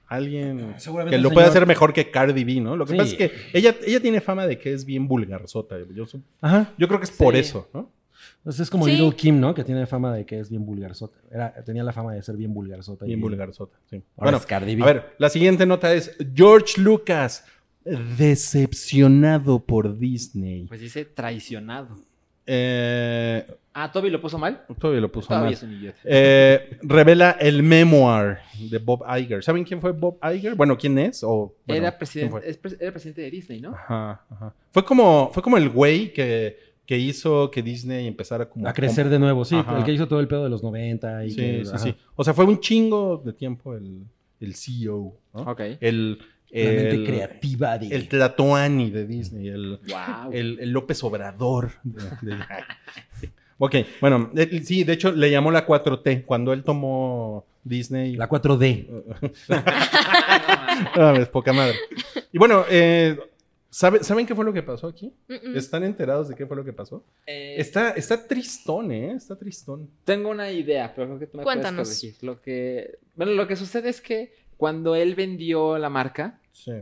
Speaker 2: alguien
Speaker 5: Ah, Seguramente
Speaker 2: que
Speaker 5: un
Speaker 2: lo puede
Speaker 5: señor-
Speaker 2: hacer mejor que Cardi B, ¿no? Lo que
Speaker 5: Sí.
Speaker 2: pasa es que ella, ella tiene fama de que es bien vulgarzota. Yo, sup-
Speaker 5: Ajá.
Speaker 2: yo creo que es por
Speaker 3: Sí.
Speaker 2: eso, ¿no?
Speaker 5: Entonces es como
Speaker 4: Sí.
Speaker 5: Little Kim, ¿no? Que tiene fama de que es bien vulgarzota. Era, tenía la fama de ser bien vulgarzota. y
Speaker 2: Bien vulgarzota, sí.
Speaker 5: Ahora
Speaker 2: Bueno,
Speaker 5: es Cardi B.
Speaker 2: a ver, la siguiente nota es George Lucas decepcionado por Disney.
Speaker 3: Pues dice traicionado.
Speaker 2: Eh,
Speaker 3: Ah, Toby lo puso mal.
Speaker 2: todavía lo puso
Speaker 3: Toby
Speaker 2: mal.
Speaker 3: es un idiota.
Speaker 2: Eh, revela el memoir de Bob Iger. ¿Saben quién fue Bob Iger? Bueno, ¿quién es? O, bueno,
Speaker 3: era,
Speaker 2: ¿quién
Speaker 3: presidente,
Speaker 2: fue?
Speaker 3: es pre- era presidente de Disney, ¿no?
Speaker 2: Ajá, ajá. Fue como, fue como el güey que, que hizo que Disney empezara como
Speaker 5: A crecer de nuevo, sí.
Speaker 2: Ajá.
Speaker 5: El que hizo todo el pedo de los 90 y
Speaker 2: Sí,
Speaker 5: que-
Speaker 2: sí,
Speaker 5: ajá.
Speaker 2: sí. O sea, fue un chingo de tiempo el, el CEO, ¿no?
Speaker 3: Ok.
Speaker 2: El,
Speaker 5: La mente
Speaker 2: el,
Speaker 5: creativa de...
Speaker 2: el Tlatoani de Disney, el,
Speaker 3: Wow.
Speaker 2: el, el López Obrador. de- de- ok, bueno, el- sí, de hecho le llamó la 4T cuando él tomó Disney.
Speaker 5: La 4D.
Speaker 2: No mames, poca madre. Y bueno, eh, ¿sabe- ¿saben qué fue lo que pasó aquí?
Speaker 4: Mm-mm.
Speaker 2: ¿Están enterados de qué fue lo que pasó?
Speaker 3: Eh,
Speaker 2: Está, está tristón, ¿eh? Está tristón.
Speaker 3: Tengo una idea, pero creo que tú me
Speaker 4: Cuéntanos.
Speaker 3: puedes corregir. Lo que, bueno, lo que sucede es que cuando él vendió la marca,
Speaker 2: Sí.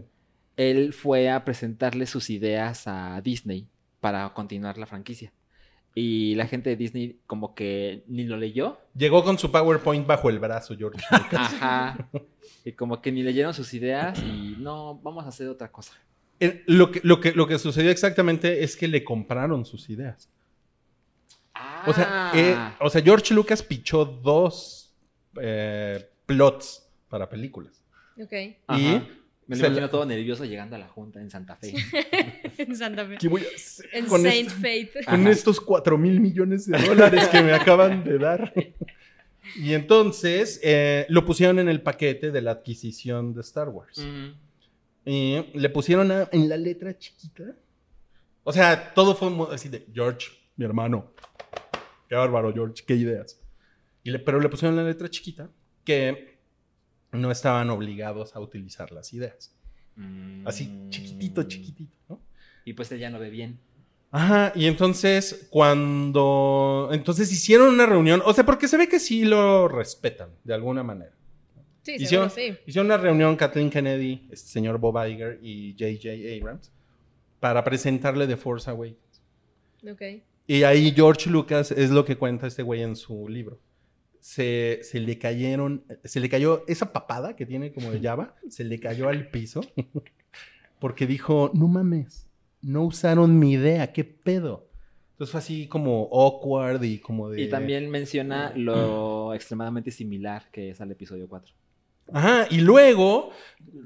Speaker 3: él fue a presentarle sus ideas a Disney para continuar la franquicia. Y la gente de Disney como que ni lo leyó.
Speaker 2: Llegó con su PowerPoint bajo el brazo, George.
Speaker 3: Ajá. Y como que ni leyeron sus ideas y no, vamos a hacer otra cosa.
Speaker 2: Eh, lo, que, lo, que, lo que sucedió exactamente es que le compraron sus ideas. O sea, eh,
Speaker 3: Ah.
Speaker 2: o sea George Lucas pichó dos eh, plots para películas.
Speaker 4: Ok.
Speaker 2: Y
Speaker 3: Ajá. me lo
Speaker 2: se
Speaker 3: imagino
Speaker 2: la-
Speaker 3: todo nervioso llegando a la junta en Santa Fe.
Speaker 4: en Santa Fe.
Speaker 2: ¿Qué voy a hacer
Speaker 4: En
Speaker 2: con
Speaker 4: Saint
Speaker 2: esto?
Speaker 4: Fate.
Speaker 2: con
Speaker 3: Ajá.
Speaker 2: estos 4 mil millones de dólares que me acaban de dar. Y entonces eh, lo pusieron en el paquete de la adquisición de Star Wars.
Speaker 3: Mm.
Speaker 2: Y le pusieron a- en la letra chiquita. O sea, todo fue mu- así de George, mi hermano. Qué bárbaro, George, qué ideas. Y le- pero le pusieron la letra chiquita que no estaban obligados a utilizar las ideas.
Speaker 3: Mm.
Speaker 2: Así, chiquitito, chiquitito, ¿no?
Speaker 3: Y pues él ya no ve bien.
Speaker 2: Ajá, y entonces cuando... Entonces hicieron una reunión, o sea, porque se ve que sí lo respetan, de alguna manera.
Speaker 4: Sí, seguro,
Speaker 2: Hicieron,
Speaker 4: sí.
Speaker 2: hicieron una reunión Kathleen Kennedy, este señor Bob Iger y J.J. Abrams para presentarle The Force Awakens.
Speaker 4: Ok.
Speaker 2: Y ahí George Lucas es lo que cuenta este güey en su libro. Se, se le cayeron, se le cayó esa papada que tiene como de Java, se le cayó al piso porque dijo, no mames, no usaron mi idea, qué pedo. Entonces fue así como awkward y como de...
Speaker 3: Y también
Speaker 2: Mm.
Speaker 3: menciona lo extremadamente similar que es al episodio 4.
Speaker 2: Ajá, y luego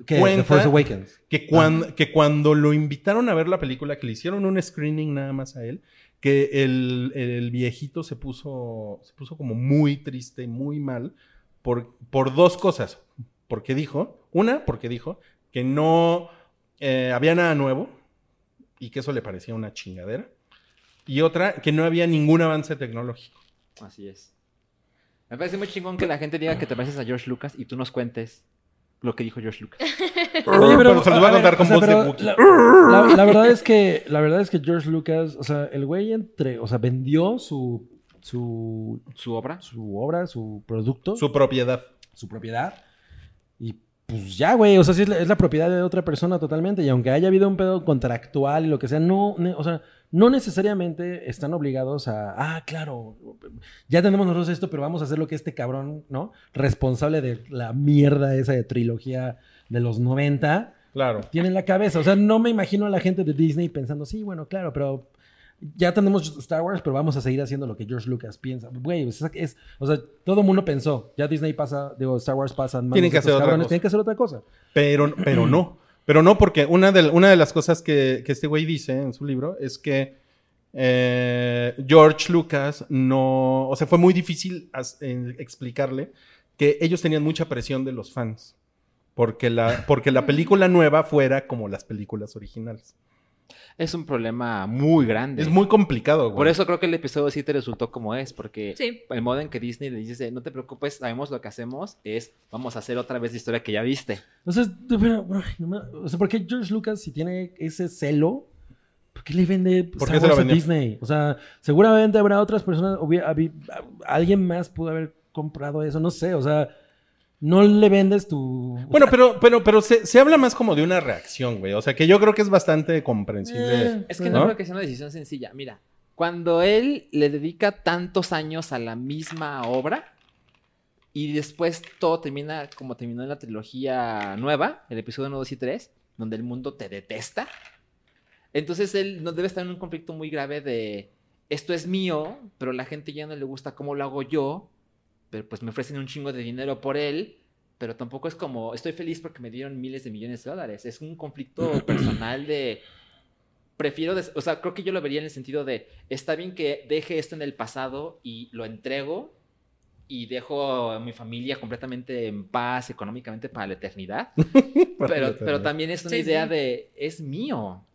Speaker 5: ¿Qué?
Speaker 2: Cuenta-
Speaker 5: The Force Awakens.
Speaker 2: Que, cuan- que cuando lo invitaron a ver la película, que le hicieron un screening nada más a él, que el, el viejito se puso, se puso como muy triste, muy mal, por, por dos cosas. Porque dijo, una, porque dijo que no eh, había nada nuevo y que eso le parecía una chingadera. Y otra, que no había ningún avance tecnológico.
Speaker 3: Así es. Me parece muy chingón que la gente diga que te pareces a George Lucas y tú nos cuentes lo que dijo George Lucas.
Speaker 2: Pero, se los voy a
Speaker 5: ver,
Speaker 2: contar con
Speaker 5: o sea,
Speaker 2: voz de
Speaker 5: pero
Speaker 2: Wookiee.
Speaker 5: la, la- la verdad es que la verdad es que George Lucas, o sea, el güey entre, o sea, vendió su su
Speaker 3: Su obra.
Speaker 5: su obra, su producto,
Speaker 2: Su propiedad.
Speaker 5: su propiedad. Y pues ya, güey, o sea, sí es la, es la propiedad de otra persona totalmente. Y aunque haya habido un pedo contractual y lo que sea, no, ne- o sea, no necesariamente están obligados a, ah, claro, ya tenemos nosotros esto, pero vamos a hacer lo que este cabrón, ¿no? Responsable de la mierda esa de trilogía de los 90
Speaker 2: Claro.
Speaker 5: tiene en la cabeza. O sea, no me imagino a la gente de Disney pensando, sí, bueno, claro, pero ya tenemos Star Wars, pero vamos a seguir haciendo lo que George Lucas piensa. Güey, pues, es, es- o sea, todo el mundo pensó, ya Disney pasa, digo, Star Wars pasa, en manos
Speaker 2: Tienen que
Speaker 5: de estos
Speaker 2: hacer otra
Speaker 5: cabrones,
Speaker 2: cosa.
Speaker 5: tienen que hacer otra cosa.
Speaker 2: Pero, pero no. Pero no, porque una de, una de las cosas que, que este güey dice en su libro es que eh, George Lucas no. O sea, eh, fue muy difícil as- en explicarle que ellos tenían mucha presión de los fans. Porque la, porque la película nueva fuera como las películas originales.
Speaker 3: Es un problema muy grande.
Speaker 2: Es muy complicado, güey.
Speaker 3: Por eso creo que el episodio 7 resultó como es, porque
Speaker 4: Sí.
Speaker 3: el modo en que Disney le dice, no te preocupes, sabemos lo que hacemos, es vamos a hacer otra vez la historia que ya viste.
Speaker 5: Entonces, pero, ay, no ma- o sea, ¿por qué George Lucas, si tiene ese celo, por qué le vende
Speaker 2: ¿Por
Speaker 5: ¿Por
Speaker 2: qué se lo
Speaker 5: a
Speaker 2: vendió?
Speaker 5: Disney? O sea, seguramente habrá otras personas, hubi- habi- alguien más pudo haber comprado eso, no sé, o sea, no le vendes tu...
Speaker 2: Bueno, pero, pero, pero se, se habla más como de una reacción, güey. O sea, que yo creo que es bastante comprensible.
Speaker 5: Eh,
Speaker 3: Es que no,
Speaker 2: ¿No?
Speaker 3: creo que sea una decisión sencilla. Mira, cuando él le dedica tantos años a la misma obra y después todo termina como terminó en la trilogía nueva, el episodio 1, 2 y 3, donde el mundo te detesta, entonces él no debe estar en un conflicto muy grave de esto es mío, pero la gente ya no le gusta cómo lo hago yo, pero pues me ofrecen un chingo de dinero por él. Pero tampoco es como, estoy feliz porque me dieron miles de millones de dólares. Es un conflicto personal de, prefiero, des- o sea, creo que yo lo vería en el sentido de, está bien que deje esto en el pasado y lo entrego y dejo a mi familia completamente en paz económicamente para la eternidad,
Speaker 2: para la
Speaker 3: Eh, pero, pero
Speaker 2: eternidad.
Speaker 3: también es una
Speaker 4: Sí,
Speaker 3: idea
Speaker 4: sí.
Speaker 3: de, es mío.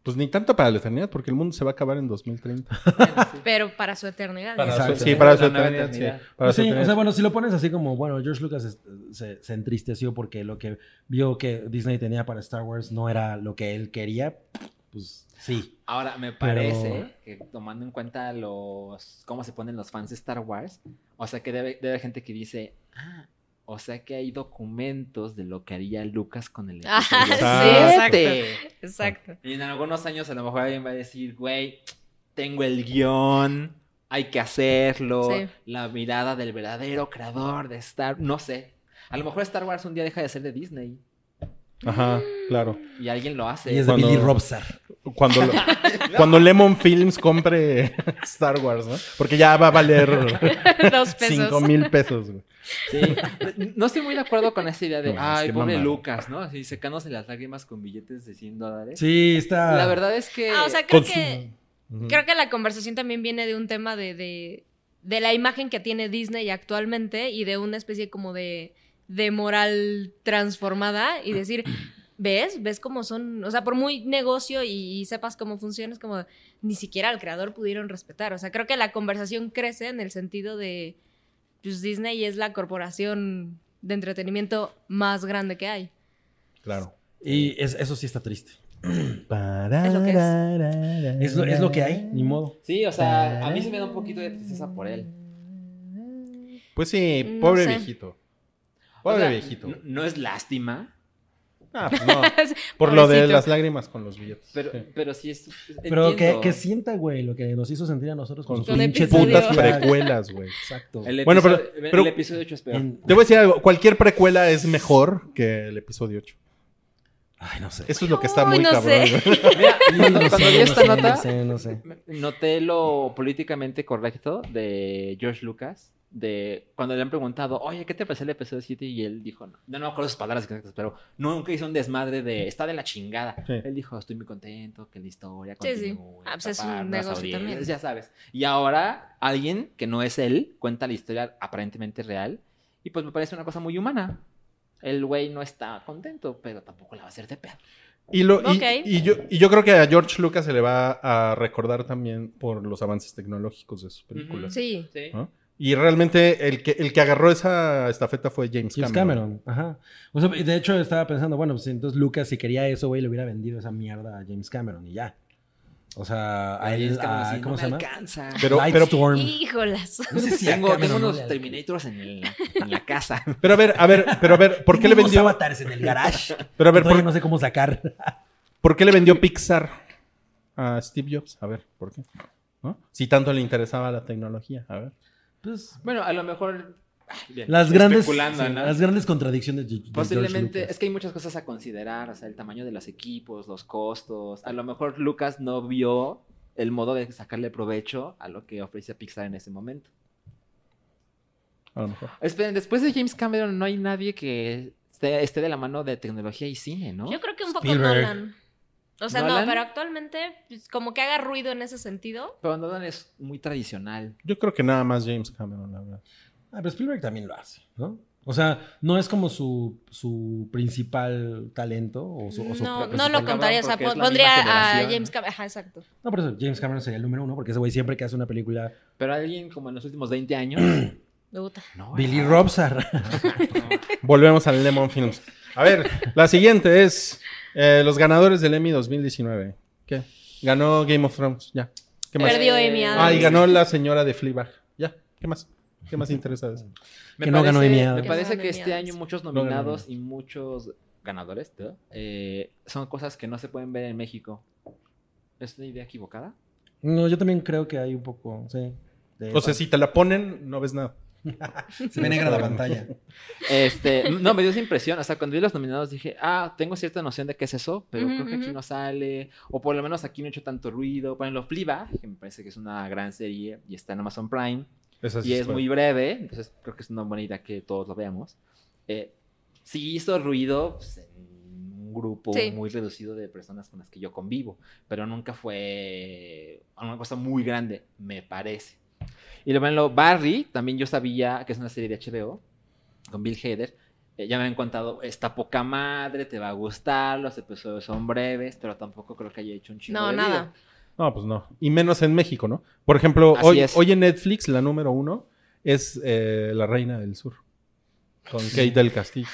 Speaker 2: Pues ni tanto para la eternidad, porque el mundo se va a acabar en 2030.
Speaker 3: Bueno, sí.
Speaker 4: pero para su eternidad.
Speaker 2: Para
Speaker 4: digamos.
Speaker 2: su-
Speaker 5: Exacto.
Speaker 2: sí, para su
Speaker 3: La nueva
Speaker 2: eternidad, sí.
Speaker 3: eternidad.
Speaker 2: Para su
Speaker 5: sí, o
Speaker 2: eternidad.
Speaker 5: sea, bueno, si lo pones así como, bueno, George Lucas es- se, se entristeció porque lo que vio que Disney tenía para Star Wars no era lo que él quería, pues sí.
Speaker 3: Ahora, me parece que tomando en cuenta los cómo se ponen los fans de Star Wars, o sea que debe, debe haber gente que dice, ah, o sea que hay documentos de lo que haría Lucas con el
Speaker 4: Ah,
Speaker 3: episodio
Speaker 2: sí,
Speaker 4: exacto.
Speaker 3: siete".
Speaker 4: Exacto.
Speaker 3: Y en algunos años a lo mejor alguien va a decir, güey, tengo el guión, hay que hacerlo,
Speaker 4: Sí.
Speaker 3: la mirada del verdadero creador de Star no sé. A lo mejor Star Wars un día deja de ser de Disney
Speaker 2: Ajá, claro.
Speaker 3: y alguien lo hace.
Speaker 5: Y es de
Speaker 2: Cuando-
Speaker 5: Billy Robsar.
Speaker 2: Cuando, lo- cuando Lemon Films compre Star Wars, ¿no? Porque ya va a valer
Speaker 4: Dos pesos.
Speaker 2: 5 mil pesos, güey.
Speaker 3: Sí. No estoy muy de acuerdo con esa idea de,
Speaker 2: No, es
Speaker 3: ay,
Speaker 2: que
Speaker 3: pobre
Speaker 2: mamada".
Speaker 3: Lucas, ¿no? Así secándose las lágrimas con billetes de 100 dólares.
Speaker 5: Sí, está...
Speaker 3: La verdad es que...
Speaker 4: Ah, o sea, creo
Speaker 2: Con su-
Speaker 4: que,
Speaker 2: Ujú.
Speaker 4: creo que la conversación también viene de un tema de, de, de la imagen que tiene Disney actualmente y de una especie como de, de moral transformada y decir, ¿ves? ¿Ves cómo son? O sea, por muy negocio y, y sepas cómo funciona, es como ni siquiera al creador pudieron respetar. O sea, creo que la conversación crece en el sentido de, pues Disney es la corporación de entretenimiento más grande que hay.
Speaker 2: Claro.
Speaker 5: Y es- eso sí está triste.
Speaker 4: Es lo que es.
Speaker 5: Es lo, es lo que hay, ni modo.
Speaker 3: Sí, o sea, a mí se me da un poquito de tristeza por él.
Speaker 2: Pues sí,
Speaker 4: No
Speaker 2: pobre
Speaker 4: sé.
Speaker 2: viejito. Pobre
Speaker 3: O sea,
Speaker 2: viejito.
Speaker 3: No, no es lástima,
Speaker 2: Ah, pues no. Por lo de
Speaker 4: Pobrecito.
Speaker 2: las lágrimas con los billetes.
Speaker 3: pero,
Speaker 2: Sí.
Speaker 3: pero sí es...
Speaker 5: Pero que,
Speaker 3: entiendo.
Speaker 5: que sienta, güey, lo que nos hizo sentir a nosotros con,
Speaker 2: Con sus
Speaker 5: sus
Speaker 4: Con
Speaker 5: pinches
Speaker 4: episodio.
Speaker 2: putas
Speaker 5: ideas.
Speaker 2: precuelas, güey.
Speaker 5: Exacto.
Speaker 3: El
Speaker 2: Bueno, pero-
Speaker 3: episodio-
Speaker 2: pero-
Speaker 3: el episodio 8 es peor.
Speaker 5: En-
Speaker 2: Te voy a decir algo. Cualquier precuela es mejor que el episodio 8.
Speaker 5: Ay, no sé.
Speaker 2: Eso es lo que está
Speaker 4: Uy,
Speaker 2: muy
Speaker 4: no
Speaker 2: cabrón,
Speaker 4: sé.
Speaker 2: güey.
Speaker 3: Mira, cuando,
Speaker 5: No
Speaker 3: cuando
Speaker 5: sé,
Speaker 3: vi
Speaker 5: no
Speaker 3: esta
Speaker 5: sé,
Speaker 3: nota,
Speaker 5: No sé, no sé.
Speaker 3: noté lo políticamente correcto de George Lucas. De cuando le han preguntado, oye, ¿qué te pareció el episodio 7? Y él dijo, no, no, no me acuerdo sus palabras exactas, pero nunca hizo un desmadre de, está de la chingada.
Speaker 2: Sí.
Speaker 3: Él dijo, estoy muy contento, que la historia
Speaker 4: Sí, sí.
Speaker 3: continúe,
Speaker 4: Ah, pues es un
Speaker 3: papá, nuevas
Speaker 4: negocio
Speaker 3: audiencias",
Speaker 4: también.
Speaker 3: Ya sabes. Y ahora alguien que no es él cuenta la historia aparentemente real y pues me parece una cosa muy humana. El güey no está contento, pero tampoco la va a hacer de pedo.
Speaker 2: Y, lo, y,
Speaker 4: Ok.
Speaker 2: y yo, y yo creo que a George Lucas se le va a recordar también por los avances tecnológicos de sus películas.
Speaker 4: Sí.
Speaker 3: Sí.
Speaker 2: ¿No? Y realmente el que, el que agarró esa estafeta fue James
Speaker 5: James
Speaker 2: Cameron.
Speaker 5: Cameron. Ajá. O sea, de hecho, estaba pensando, bueno, pues entonces Lucas, si quería eso, güey, le hubiera vendido esa mierda a James Cameron y ya. O sea, a él,
Speaker 3: Es como
Speaker 5: a-
Speaker 3: así,
Speaker 5: ¿cómo
Speaker 3: no
Speaker 5: se
Speaker 3: me
Speaker 5: llama?
Speaker 3: alcanza.
Speaker 2: Pero, pero,
Speaker 5: Lightstorm.
Speaker 4: Híjolas.
Speaker 5: No sé si a
Speaker 3: tengo,
Speaker 5: Cameron
Speaker 3: tengo
Speaker 5: no
Speaker 3: unos
Speaker 5: le alcanza.
Speaker 3: Terminators en, el- en la casa.
Speaker 2: pero a ver, a ver, pero a ver, ¿por qué le
Speaker 5: Tengo unos
Speaker 2: vendió?
Speaker 5: avatares en el garage.
Speaker 2: Pero a ver,
Speaker 5: Todavía
Speaker 2: ¿por,
Speaker 5: no sé cómo sacar.
Speaker 2: por qué le vendió Pixar a Steve Jobs? A ver, ¿por qué? ¿No? Si tanto le interesaba la tecnología, a ver.
Speaker 5: Pues,
Speaker 3: Bueno, a lo mejor. ay, bien,
Speaker 5: las
Speaker 3: estoy
Speaker 5: grandes,
Speaker 3: especulando,
Speaker 5: sí,
Speaker 3: ¿no?
Speaker 5: las grandes contradicciones de, de George
Speaker 3: Posiblemente,
Speaker 5: Lucas.
Speaker 3: es que hay muchas cosas a considerar, o sea, el tamaño de los equipos, los costos. A lo mejor Lucas no vio el modo de sacarle provecho a lo que ofrecía Pixar en ese momento.
Speaker 2: A lo mejor.
Speaker 3: Esperen, después de James Cameron no hay nadie que esté, esté de la mano de tecnología y cine, ¿no?
Speaker 4: Yo creo que un poco
Speaker 5: Spielberg.
Speaker 4: Nolan. O sea,
Speaker 3: ¿Nolan?
Speaker 4: no, pero actualmente pues, como que haga ruido en ese sentido.
Speaker 3: Pero Nolan es muy tradicional.
Speaker 2: Yo creo que nada más James Cameron, la verdad.
Speaker 5: Ah, pero Spielberg también lo hace, ¿no? O O sea, no es como su, su principal talento o su, o su
Speaker 4: no,
Speaker 5: pre-
Speaker 4: no lo
Speaker 5: principal-
Speaker 4: contaría. O sea,
Speaker 3: porque es la
Speaker 4: pondría
Speaker 3: misma
Speaker 4: a
Speaker 3: generación.
Speaker 4: James Cameron. Ajá, exacto.
Speaker 5: No, por eso James Cameron sería el número uno, porque ese güey siempre que hace una película.
Speaker 3: Pero alguien como en los últimos 20 años.
Speaker 4: Me gusta.
Speaker 3: no,
Speaker 5: Billy
Speaker 3: era-
Speaker 5: Robsar.
Speaker 2: Volvemos al Lemon Films. A ver, la siguiente es eh, los ganadores del Emmy 2019. ¿Qué? Ganó Game of Thrones, ya. ¿Qué más?
Speaker 3: Eh,
Speaker 4: Perdió Emmy Adams.
Speaker 2: Ah, y ganó la señora de Fleabag. Ya, ¿qué más? ¿Qué más interesa de eso?
Speaker 3: Me
Speaker 5: Que no ganó
Speaker 3: parece-
Speaker 5: Emmy Adams.
Speaker 3: Me
Speaker 4: Que no
Speaker 3: parece
Speaker 4: ganó
Speaker 3: que
Speaker 4: Emmy
Speaker 3: este
Speaker 4: Adams.
Speaker 3: año muchos
Speaker 2: ganó Emmy
Speaker 3: nominados y muchos ganadores ¿no? Eh, son cosas que no se pueden ver en México. ¿Es una idea equivocada?
Speaker 5: No, yo también creo que hay un poco, sí. de-
Speaker 2: O sea, si te la ponen, no ves nada.
Speaker 5: se ve negra la pantalla.
Speaker 3: Este, no, me dio esa impresión. Hasta cuando vi los nominados dije, ah, tengo cierta noción de qué es eso, pero
Speaker 4: Ujú,
Speaker 3: creo que aquí
Speaker 4: ujú.
Speaker 3: no sale. O por lo menos aquí no he hecho tanto ruido. Por ejemplo, Fleabag, que me parece que es una gran serie y está en Amazon Prime.
Speaker 2: Esa sí
Speaker 3: y es
Speaker 2: está.
Speaker 3: muy breve, entonces creo que es una buena idea que todos lo veamos. Eh, sí hizo ruido pues, en un grupo
Speaker 4: Sí.
Speaker 3: muy reducido de personas con las que yo convivo, pero nunca fue una cosa muy grande, me parece. Y lo lo Barry, también yo sabía que es una serie de HBO con Bill Hader. eh, ya me han contado, está poca madre, te va a gustar, los episodios son breves, pero tampoco creo que haya hecho un chingo
Speaker 4: No,
Speaker 3: de ruido.
Speaker 4: nada.
Speaker 2: No, pues no. Y menos en México, ¿no? Por ejemplo,
Speaker 3: Así
Speaker 2: hoy,
Speaker 3: es.
Speaker 2: hoy en Netflix, la número uno es eh, La Reina del Sur. Con Kate del Castillo.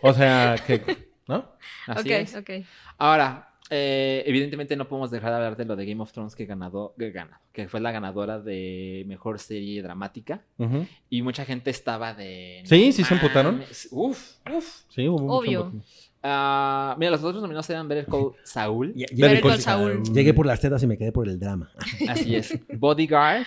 Speaker 2: O sea, que. ¿No?
Speaker 3: Así
Speaker 4: ok,
Speaker 3: es.
Speaker 4: ok.
Speaker 3: Ahora, eh, evidentemente no podemos dejar de hablar de lo de Game of Thrones que ganado, que ganado, que fue la ganadora de mejor serie dramática.
Speaker 2: Ujú.
Speaker 3: Y mucha gente estaba de.
Speaker 2: Sí,
Speaker 3: "No
Speaker 2: sí se emputaron".
Speaker 3: mames, Uf, uf.
Speaker 2: Sí, hubo mucho
Speaker 4: Obvio.
Speaker 2: botín.
Speaker 3: Ah, mira, los otros nominados eran Better Call Saul.
Speaker 5: Ya-
Speaker 4: Pero
Speaker 5: ya-
Speaker 4: con Saúl.
Speaker 5: Llegué por las tetas y me quedé por el drama.
Speaker 3: Así es. Bodyguard,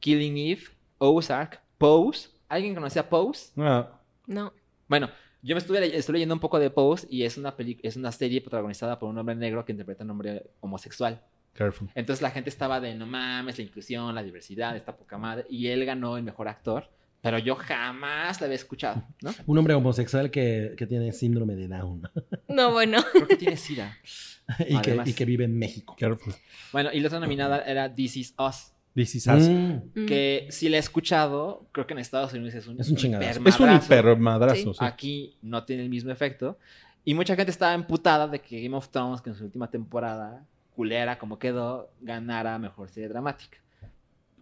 Speaker 3: Killing Eve, Ozark, Pose. ¿Alguien conocía Pose?
Speaker 2: Ah,
Speaker 4: No.
Speaker 3: Bueno, yo me estuve, le- estuve leyendo un poco de Pose y es una, peli- es una serie protagonizada por un hombre negro que interpreta a un hombre homosexual.
Speaker 2: careful.
Speaker 3: Entonces la gente estaba de no mames, la inclusión, la diversidad, esta poca madre. Y él ganó el mejor actor, pero yo jamás la había escuchado, ¿no?
Speaker 5: Un hombre homosexual que, que tiene síndrome de Down
Speaker 4: No, bueno.
Speaker 3: Creo que tiene SIDA.
Speaker 5: y, que,
Speaker 3: Además.
Speaker 5: y que vive en México.
Speaker 2: Careful.
Speaker 3: Bueno, y la otra nominada era This Is Us,
Speaker 2: This is us.
Speaker 5: Mm.
Speaker 4: Mm.
Speaker 3: que si la he escuchado, creo que en Estados Unidos es un,
Speaker 5: Es un chingadazo.
Speaker 2: Es un
Speaker 3: hipermadrazo.
Speaker 2: hipermadrazo. sí.
Speaker 3: Aquí no tiene el mismo efecto. Y mucha gente estaba emputada de que Game of Thrones, que en su última temporada, culera como quedó, ganara mejor serie dramática.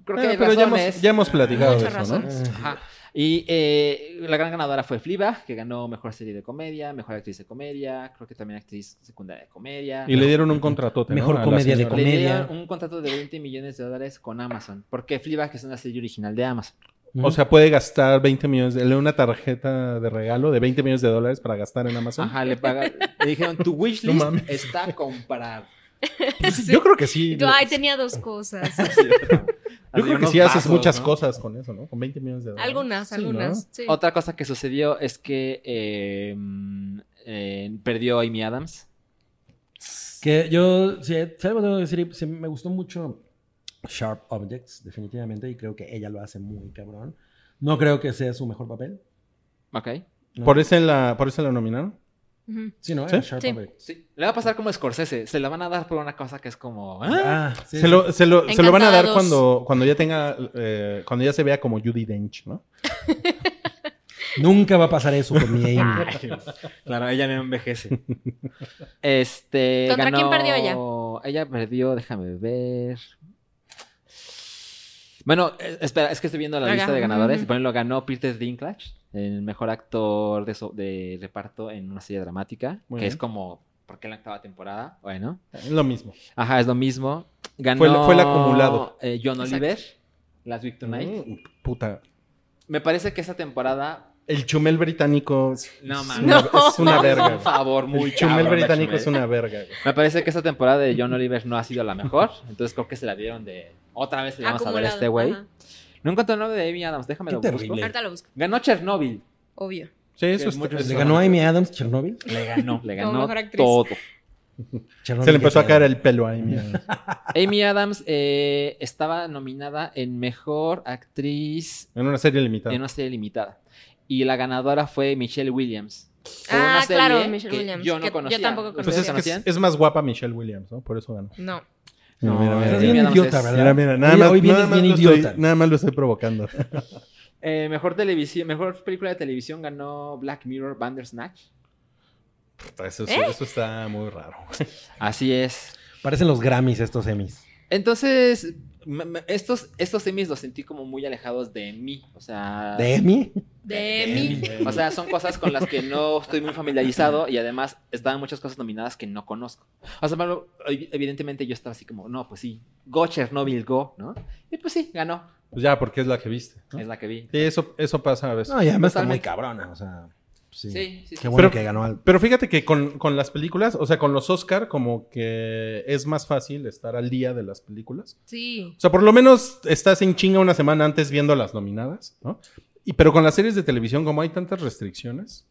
Speaker 3: Creo que
Speaker 2: Ah,
Speaker 3: hay
Speaker 2: pero ya hemos,
Speaker 3: razones.
Speaker 2: ya hemos platicado de
Speaker 4: Muchas
Speaker 2: eso,
Speaker 4: razones.
Speaker 3: Ajá. Y eh, la gran ganadora fue Fleabag, que ganó Mejor Serie de Comedia, Mejor Actriz de Comedia, creo que también Actriz Secundaria de Comedia.
Speaker 2: ¿no? Y le dieron un contratote. ¿no?
Speaker 5: Mejor
Speaker 2: A la
Speaker 5: comedia de
Speaker 2: señora.
Speaker 5: comedia.
Speaker 3: Le dieron un contrato de 20 millones de dólares con Amazon, porque Fleabag es una serie original de Amazon.
Speaker 2: O sea, puede gastar 20 millones. De, le una tarjeta de regalo de 20 millones de dólares para gastar en Amazon.
Speaker 3: Ajá, le, paga- le dijeron, tu
Speaker 2: No
Speaker 3: wishlist
Speaker 2: mames.
Speaker 3: está comprado.
Speaker 4: Sí.
Speaker 2: pues, Yo creo que sí.
Speaker 4: Yo, ay, tenía dos cosas.
Speaker 2: Yo creo que sí
Speaker 3: Algunos
Speaker 2: haces
Speaker 3: pasos,
Speaker 2: muchas
Speaker 3: ¿no?
Speaker 2: cosas con eso, ¿no? Con 20 millones de dólares.
Speaker 4: Algunas,
Speaker 2: Sí, ¿no?
Speaker 4: algunas. Sí.
Speaker 3: Otra cosa que sucedió es que eh, mm, eh, perdió Amy Adams.
Speaker 5: Que yo, si, si algo tengo que decir, sí me gustó mucho Sharp Objects, definitivamente, y creo que ella lo hace muy cabrón. No creo que sea su mejor papel.
Speaker 3: Ok.
Speaker 5: ¿no?
Speaker 2: ¿Por, eso la, ¿Por eso la nominaron?
Speaker 4: Ujú.
Speaker 5: Sí, ¿no?
Speaker 2: ¿Sí?
Speaker 5: Era Sharp
Speaker 4: Sí.
Speaker 5: Objects.
Speaker 3: Sí, le va a pasar como Scorsese. Se la van a dar por una cosa que es como. ¿ah?
Speaker 5: Ah, sí,
Speaker 2: se,
Speaker 5: sí.
Speaker 2: Lo, se, lo, se lo van a dar
Speaker 4: Encantados.
Speaker 2: cuando, cuando ya tenga, eh, cuando ya se vea como Judy Dench, ¿no?
Speaker 5: Nunca va a pasar eso con mi Amy.
Speaker 3: Claro, ella no envejece. Este.
Speaker 4: ¿Contra
Speaker 3: ganó-
Speaker 4: quién perdió ella?
Speaker 3: Ella perdió, déjame ver. Bueno, eh, espera, es que estoy viendo la
Speaker 4: Acá,
Speaker 3: lista de ganadores.
Speaker 4: ujú.
Speaker 3: Y por ejemplo, ganó Peter Dinklage, el mejor actor de, so- de reparto en una serie dramática,
Speaker 2: Muy
Speaker 3: que
Speaker 2: bien.
Speaker 3: es como, ¿por qué en la octava temporada? Bueno,
Speaker 2: Es lo mismo.
Speaker 3: ajá, es lo mismo. Ganó
Speaker 2: Fue el- fue el acumulado.
Speaker 3: eh, John
Speaker 4: Exacto.
Speaker 3: Oliver, Last Week Tonight.
Speaker 2: Mm, Puta.
Speaker 3: Me parece que esta temporada.
Speaker 2: El chumel británico es,
Speaker 3: No
Speaker 2: es
Speaker 3: mames.
Speaker 2: una, es una
Speaker 3: No,
Speaker 2: verga.
Speaker 3: es un favor, muy
Speaker 2: el chumel
Speaker 3: cabrón, la
Speaker 2: británico
Speaker 3: Chumel.
Speaker 2: es una verga. güey.
Speaker 3: Me parece que esta temporada de John Oliver no ha sido la mejor. Entonces creo que se la dieron de. Otra vez le vamos a
Speaker 4: Acumulado,
Speaker 3: dar a este güey.
Speaker 4: ajá.
Speaker 3: No encuentro el nombre de Amy Adams, déjame
Speaker 5: Qué
Speaker 3: lo busco.
Speaker 5: terrible.
Speaker 4: Ahorita lo busco,
Speaker 3: Ganó Chernobyl.
Speaker 4: obvio.
Speaker 2: Sí, eso
Speaker 3: Que
Speaker 2: está-
Speaker 3: muchos
Speaker 2: eso-
Speaker 5: Le ganó a Amy Adams Chernobyl.
Speaker 3: Le ganó. Le ganó
Speaker 4: mejor actriz.
Speaker 3: todo.
Speaker 5: Chernobyl,
Speaker 2: Se le empezó
Speaker 5: qué
Speaker 2: a caer
Speaker 5: pedo.
Speaker 2: el pelo a Amy.
Speaker 3: Amy Adams eh, estaba nominada en mejor actriz
Speaker 2: en una serie limitada.
Speaker 3: en una serie limitada. Y la ganadora fue Michelle Williams. Por
Speaker 4: Ah,
Speaker 3: una serie
Speaker 4: claro, Michelle
Speaker 3: que
Speaker 4: Williams,
Speaker 3: Yo
Speaker 4: que
Speaker 3: no
Speaker 4: yo
Speaker 3: conocía.
Speaker 4: tampoco
Speaker 3: ¿Ustedes
Speaker 2: Pues es, que
Speaker 3: conocían?
Speaker 2: es, es más guapa Michelle Williams, ¿no? Por eso ganó.
Speaker 4: No.
Speaker 3: No,
Speaker 5: Estás
Speaker 3: Amy
Speaker 5: bien
Speaker 3: Adams
Speaker 5: idiota,
Speaker 3: es-
Speaker 5: ¿verdad?
Speaker 2: Mira, mira, nada
Speaker 5: Hoy-
Speaker 2: más,
Speaker 5: hoy vienes
Speaker 2: nada más
Speaker 5: bien
Speaker 2: lo estoy-
Speaker 5: idiota.
Speaker 2: nada más lo estoy provocando.
Speaker 3: Eh, mejor, televisión, mejor película de televisión ganó Black Mirror Bandersnatch.
Speaker 2: Eso,
Speaker 4: ¿Eh?
Speaker 2: eso está muy raro.
Speaker 3: Así es.
Speaker 5: Parecen los Grammys estos Emmys.
Speaker 3: Entonces, me- me- estos, estos semis los sentí como muy alejados de mí. O sea.
Speaker 5: ¿De Emmy?
Speaker 3: pues,
Speaker 4: De
Speaker 5: Emmy.
Speaker 4: mí.
Speaker 3: O sea, son cosas con las que no estoy muy familiarizado y además estaban muchas cosas nominadas que no conozco. O sea, Pablo, ev- evidentemente yo estaba así como, no, pues sí, Go Chernobyl Go, ¿no? Y pues sí, ganó.
Speaker 2: Pues ya, porque es la que viste. ¿no?
Speaker 3: Es la que vi.
Speaker 2: Sí, eso, eso pasa a veces.
Speaker 5: No, y además está
Speaker 3: Totalmente.
Speaker 5: muy cabrona, o sea. Sí.
Speaker 3: Sí, sí, sí.
Speaker 5: Qué bueno
Speaker 2: Pero-
Speaker 5: que ganó al.
Speaker 2: Pero fíjate que con, con las películas, o sea, con los Oscar, como que es más fácil estar al día de las películas.
Speaker 4: Sí.
Speaker 2: O sea, por lo menos estás en chinga una semana antes viendo las nominadas, ¿no? Y, pero con las series de televisión, como hay tantas restricciones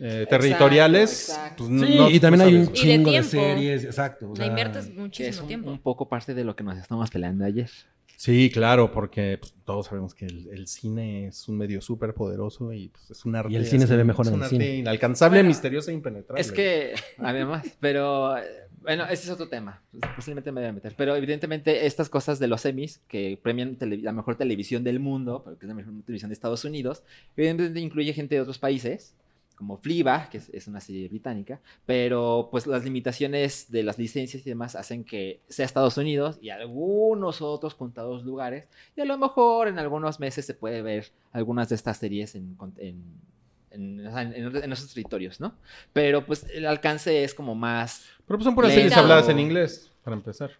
Speaker 2: eh, territoriales,
Speaker 3: exacto.
Speaker 2: pues,
Speaker 5: Sí,
Speaker 2: no-
Speaker 5: y
Speaker 2: no
Speaker 5: también
Speaker 2: sabes,
Speaker 5: hay un
Speaker 2: ¿no?
Speaker 4: de
Speaker 5: chingo de,
Speaker 4: tiempo.
Speaker 5: series, exacto. o sea,
Speaker 4: Le inviertes
Speaker 3: Que es
Speaker 4: muchísimo
Speaker 3: un,
Speaker 4: tiempo.
Speaker 3: un poco parte de lo que nos estamos peleando ayer.
Speaker 2: Sí, claro, porque pues, todos sabemos que el, el cine es un medio súper poderoso y pues, es un arte.
Speaker 5: Y el cine se ve mejor
Speaker 2: es
Speaker 5: en
Speaker 2: un
Speaker 5: el
Speaker 2: arte
Speaker 5: cine.
Speaker 2: inalcanzable,
Speaker 3: Bueno,
Speaker 2: misterioso e impenetrable.
Speaker 3: Es que, además, pero eh, bueno, ese es otro tema. pues, Posiblemente me voy a meter. Pero evidentemente, estas cosas de los semis que premian tele- la mejor televisión del mundo, porque es la mejor televisión de Estados Unidos, evidentemente incluye gente de otros países, como Fleabag, que es, es una serie británica, pero pues las limitaciones de las licencias y demás hacen que sea Estados Unidos y algunos otros contados lugares, y a lo mejor en algunos meses se puede ver algunas de estas series en. con- en en, o sea, en- en otros- en otros territorios, ¿no? Pero pues el alcance es como más.
Speaker 2: Pero pues son puras
Speaker 3: Lento.
Speaker 2: series habladas en inglés, para empezar.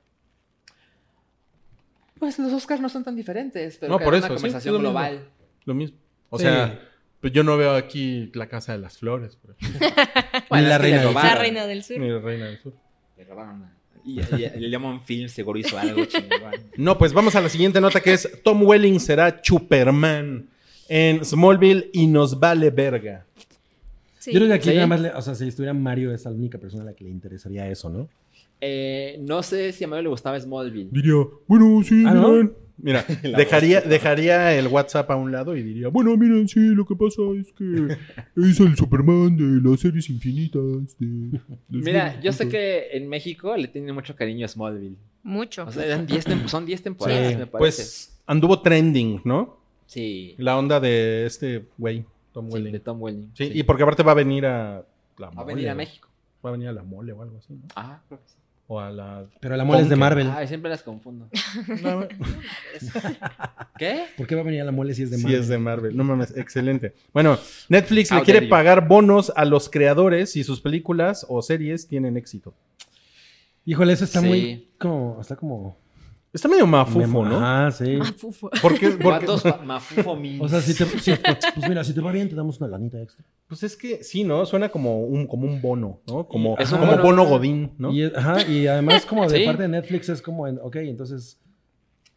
Speaker 3: Pues los Oscars no son tan diferentes, pero
Speaker 2: No,
Speaker 3: que
Speaker 2: por
Speaker 3: era
Speaker 2: eso,
Speaker 3: una
Speaker 2: sí,
Speaker 3: conversación
Speaker 2: es lo mismo.
Speaker 3: global.
Speaker 2: Lo mismo. O
Speaker 5: Sí.
Speaker 2: sea, pues yo no veo aquí la Casa de las Flores, por ejemplo,
Speaker 5: Ni la
Speaker 3: es que
Speaker 5: reina
Speaker 3: le
Speaker 5: del
Speaker 3: robaron,
Speaker 4: La reina del sur.
Speaker 2: ni la Reina del Sur.
Speaker 3: Le robaron. a- Y, y- y le llaman film, seguro hizo algo chingón.
Speaker 2: No, pues vamos a la siguiente nota que es Tom Welling será Superman en Smallville y nos vale verga.
Speaker 4: Sí.
Speaker 5: Yo creo que aquí
Speaker 3: Sí.
Speaker 5: nada más, le- o sea, si estuviera Mario es la única persona a la que le interesaría eso, ¿no?
Speaker 3: Eh, no sé si a Mario le gustaba Smallville.
Speaker 2: Diría, bueno, sí,
Speaker 5: Ah, ¿no?
Speaker 2: miren. Mira, dejaría, dejaría el WhatsApp a un lado y diría, bueno, miren, sí, lo que pasa es que es el Superman de las series infinitas. de- de
Speaker 3: Mira,
Speaker 2: series
Speaker 3: yo sé
Speaker 2: infinitas".
Speaker 3: que en México le tienen mucho cariño a Smallville.
Speaker 4: Mucho.
Speaker 3: O sea, eran 10 tem- son 10 temporadas,
Speaker 5: Sí,
Speaker 3: me parece.
Speaker 2: Pues anduvo trending, ¿no?
Speaker 3: sí,
Speaker 2: La onda de este güey, Tom
Speaker 3: sí,
Speaker 2: Welling.
Speaker 3: de Tom Welling.
Speaker 2: Sí, y porque aparte va a venir a la
Speaker 3: Va a
Speaker 2: mole,
Speaker 3: venir a
Speaker 2: ¿no?
Speaker 3: México.
Speaker 2: Va a venir a la mole o algo así, ¿no?
Speaker 3: Ah, creo que sí.
Speaker 2: O a la...
Speaker 5: Pero la mole es de
Speaker 2: Conker.
Speaker 5: Marvel.
Speaker 3: Ay, siempre las confundo. ¿Qué?
Speaker 5: ¿Por qué va a venir a la mole si es de
Speaker 2: Sí,
Speaker 5: Marvel?
Speaker 2: es de Marvel. No mames, excelente. Bueno, Netflix le
Speaker 3: How
Speaker 2: quiere
Speaker 3: dare you.
Speaker 2: pagar bonos a los creadores si sus películas o series tienen éxito.
Speaker 5: Híjole, eso está
Speaker 3: Sí.
Speaker 5: muy. Como, está como.
Speaker 2: Está medio mafufo,
Speaker 5: Memo-
Speaker 2: ¿no?
Speaker 5: Ah, sí.
Speaker 4: Mafufo.
Speaker 2: Porque, porque
Speaker 3: Patos fa- mafufo min.
Speaker 5: O sea, si te, si- pues mira, si te va bien, te damos una lanita extra.
Speaker 2: pues es que sí, ¿no? Suena como un, como un bono, ¿no? Como,
Speaker 5: Es un
Speaker 2: como
Speaker 3: bono.
Speaker 2: bono Godín, ¿no?
Speaker 5: Y, es- ajá, y además, como de
Speaker 3: Sí.
Speaker 5: parte de Netflix, es como, en, ok, entonces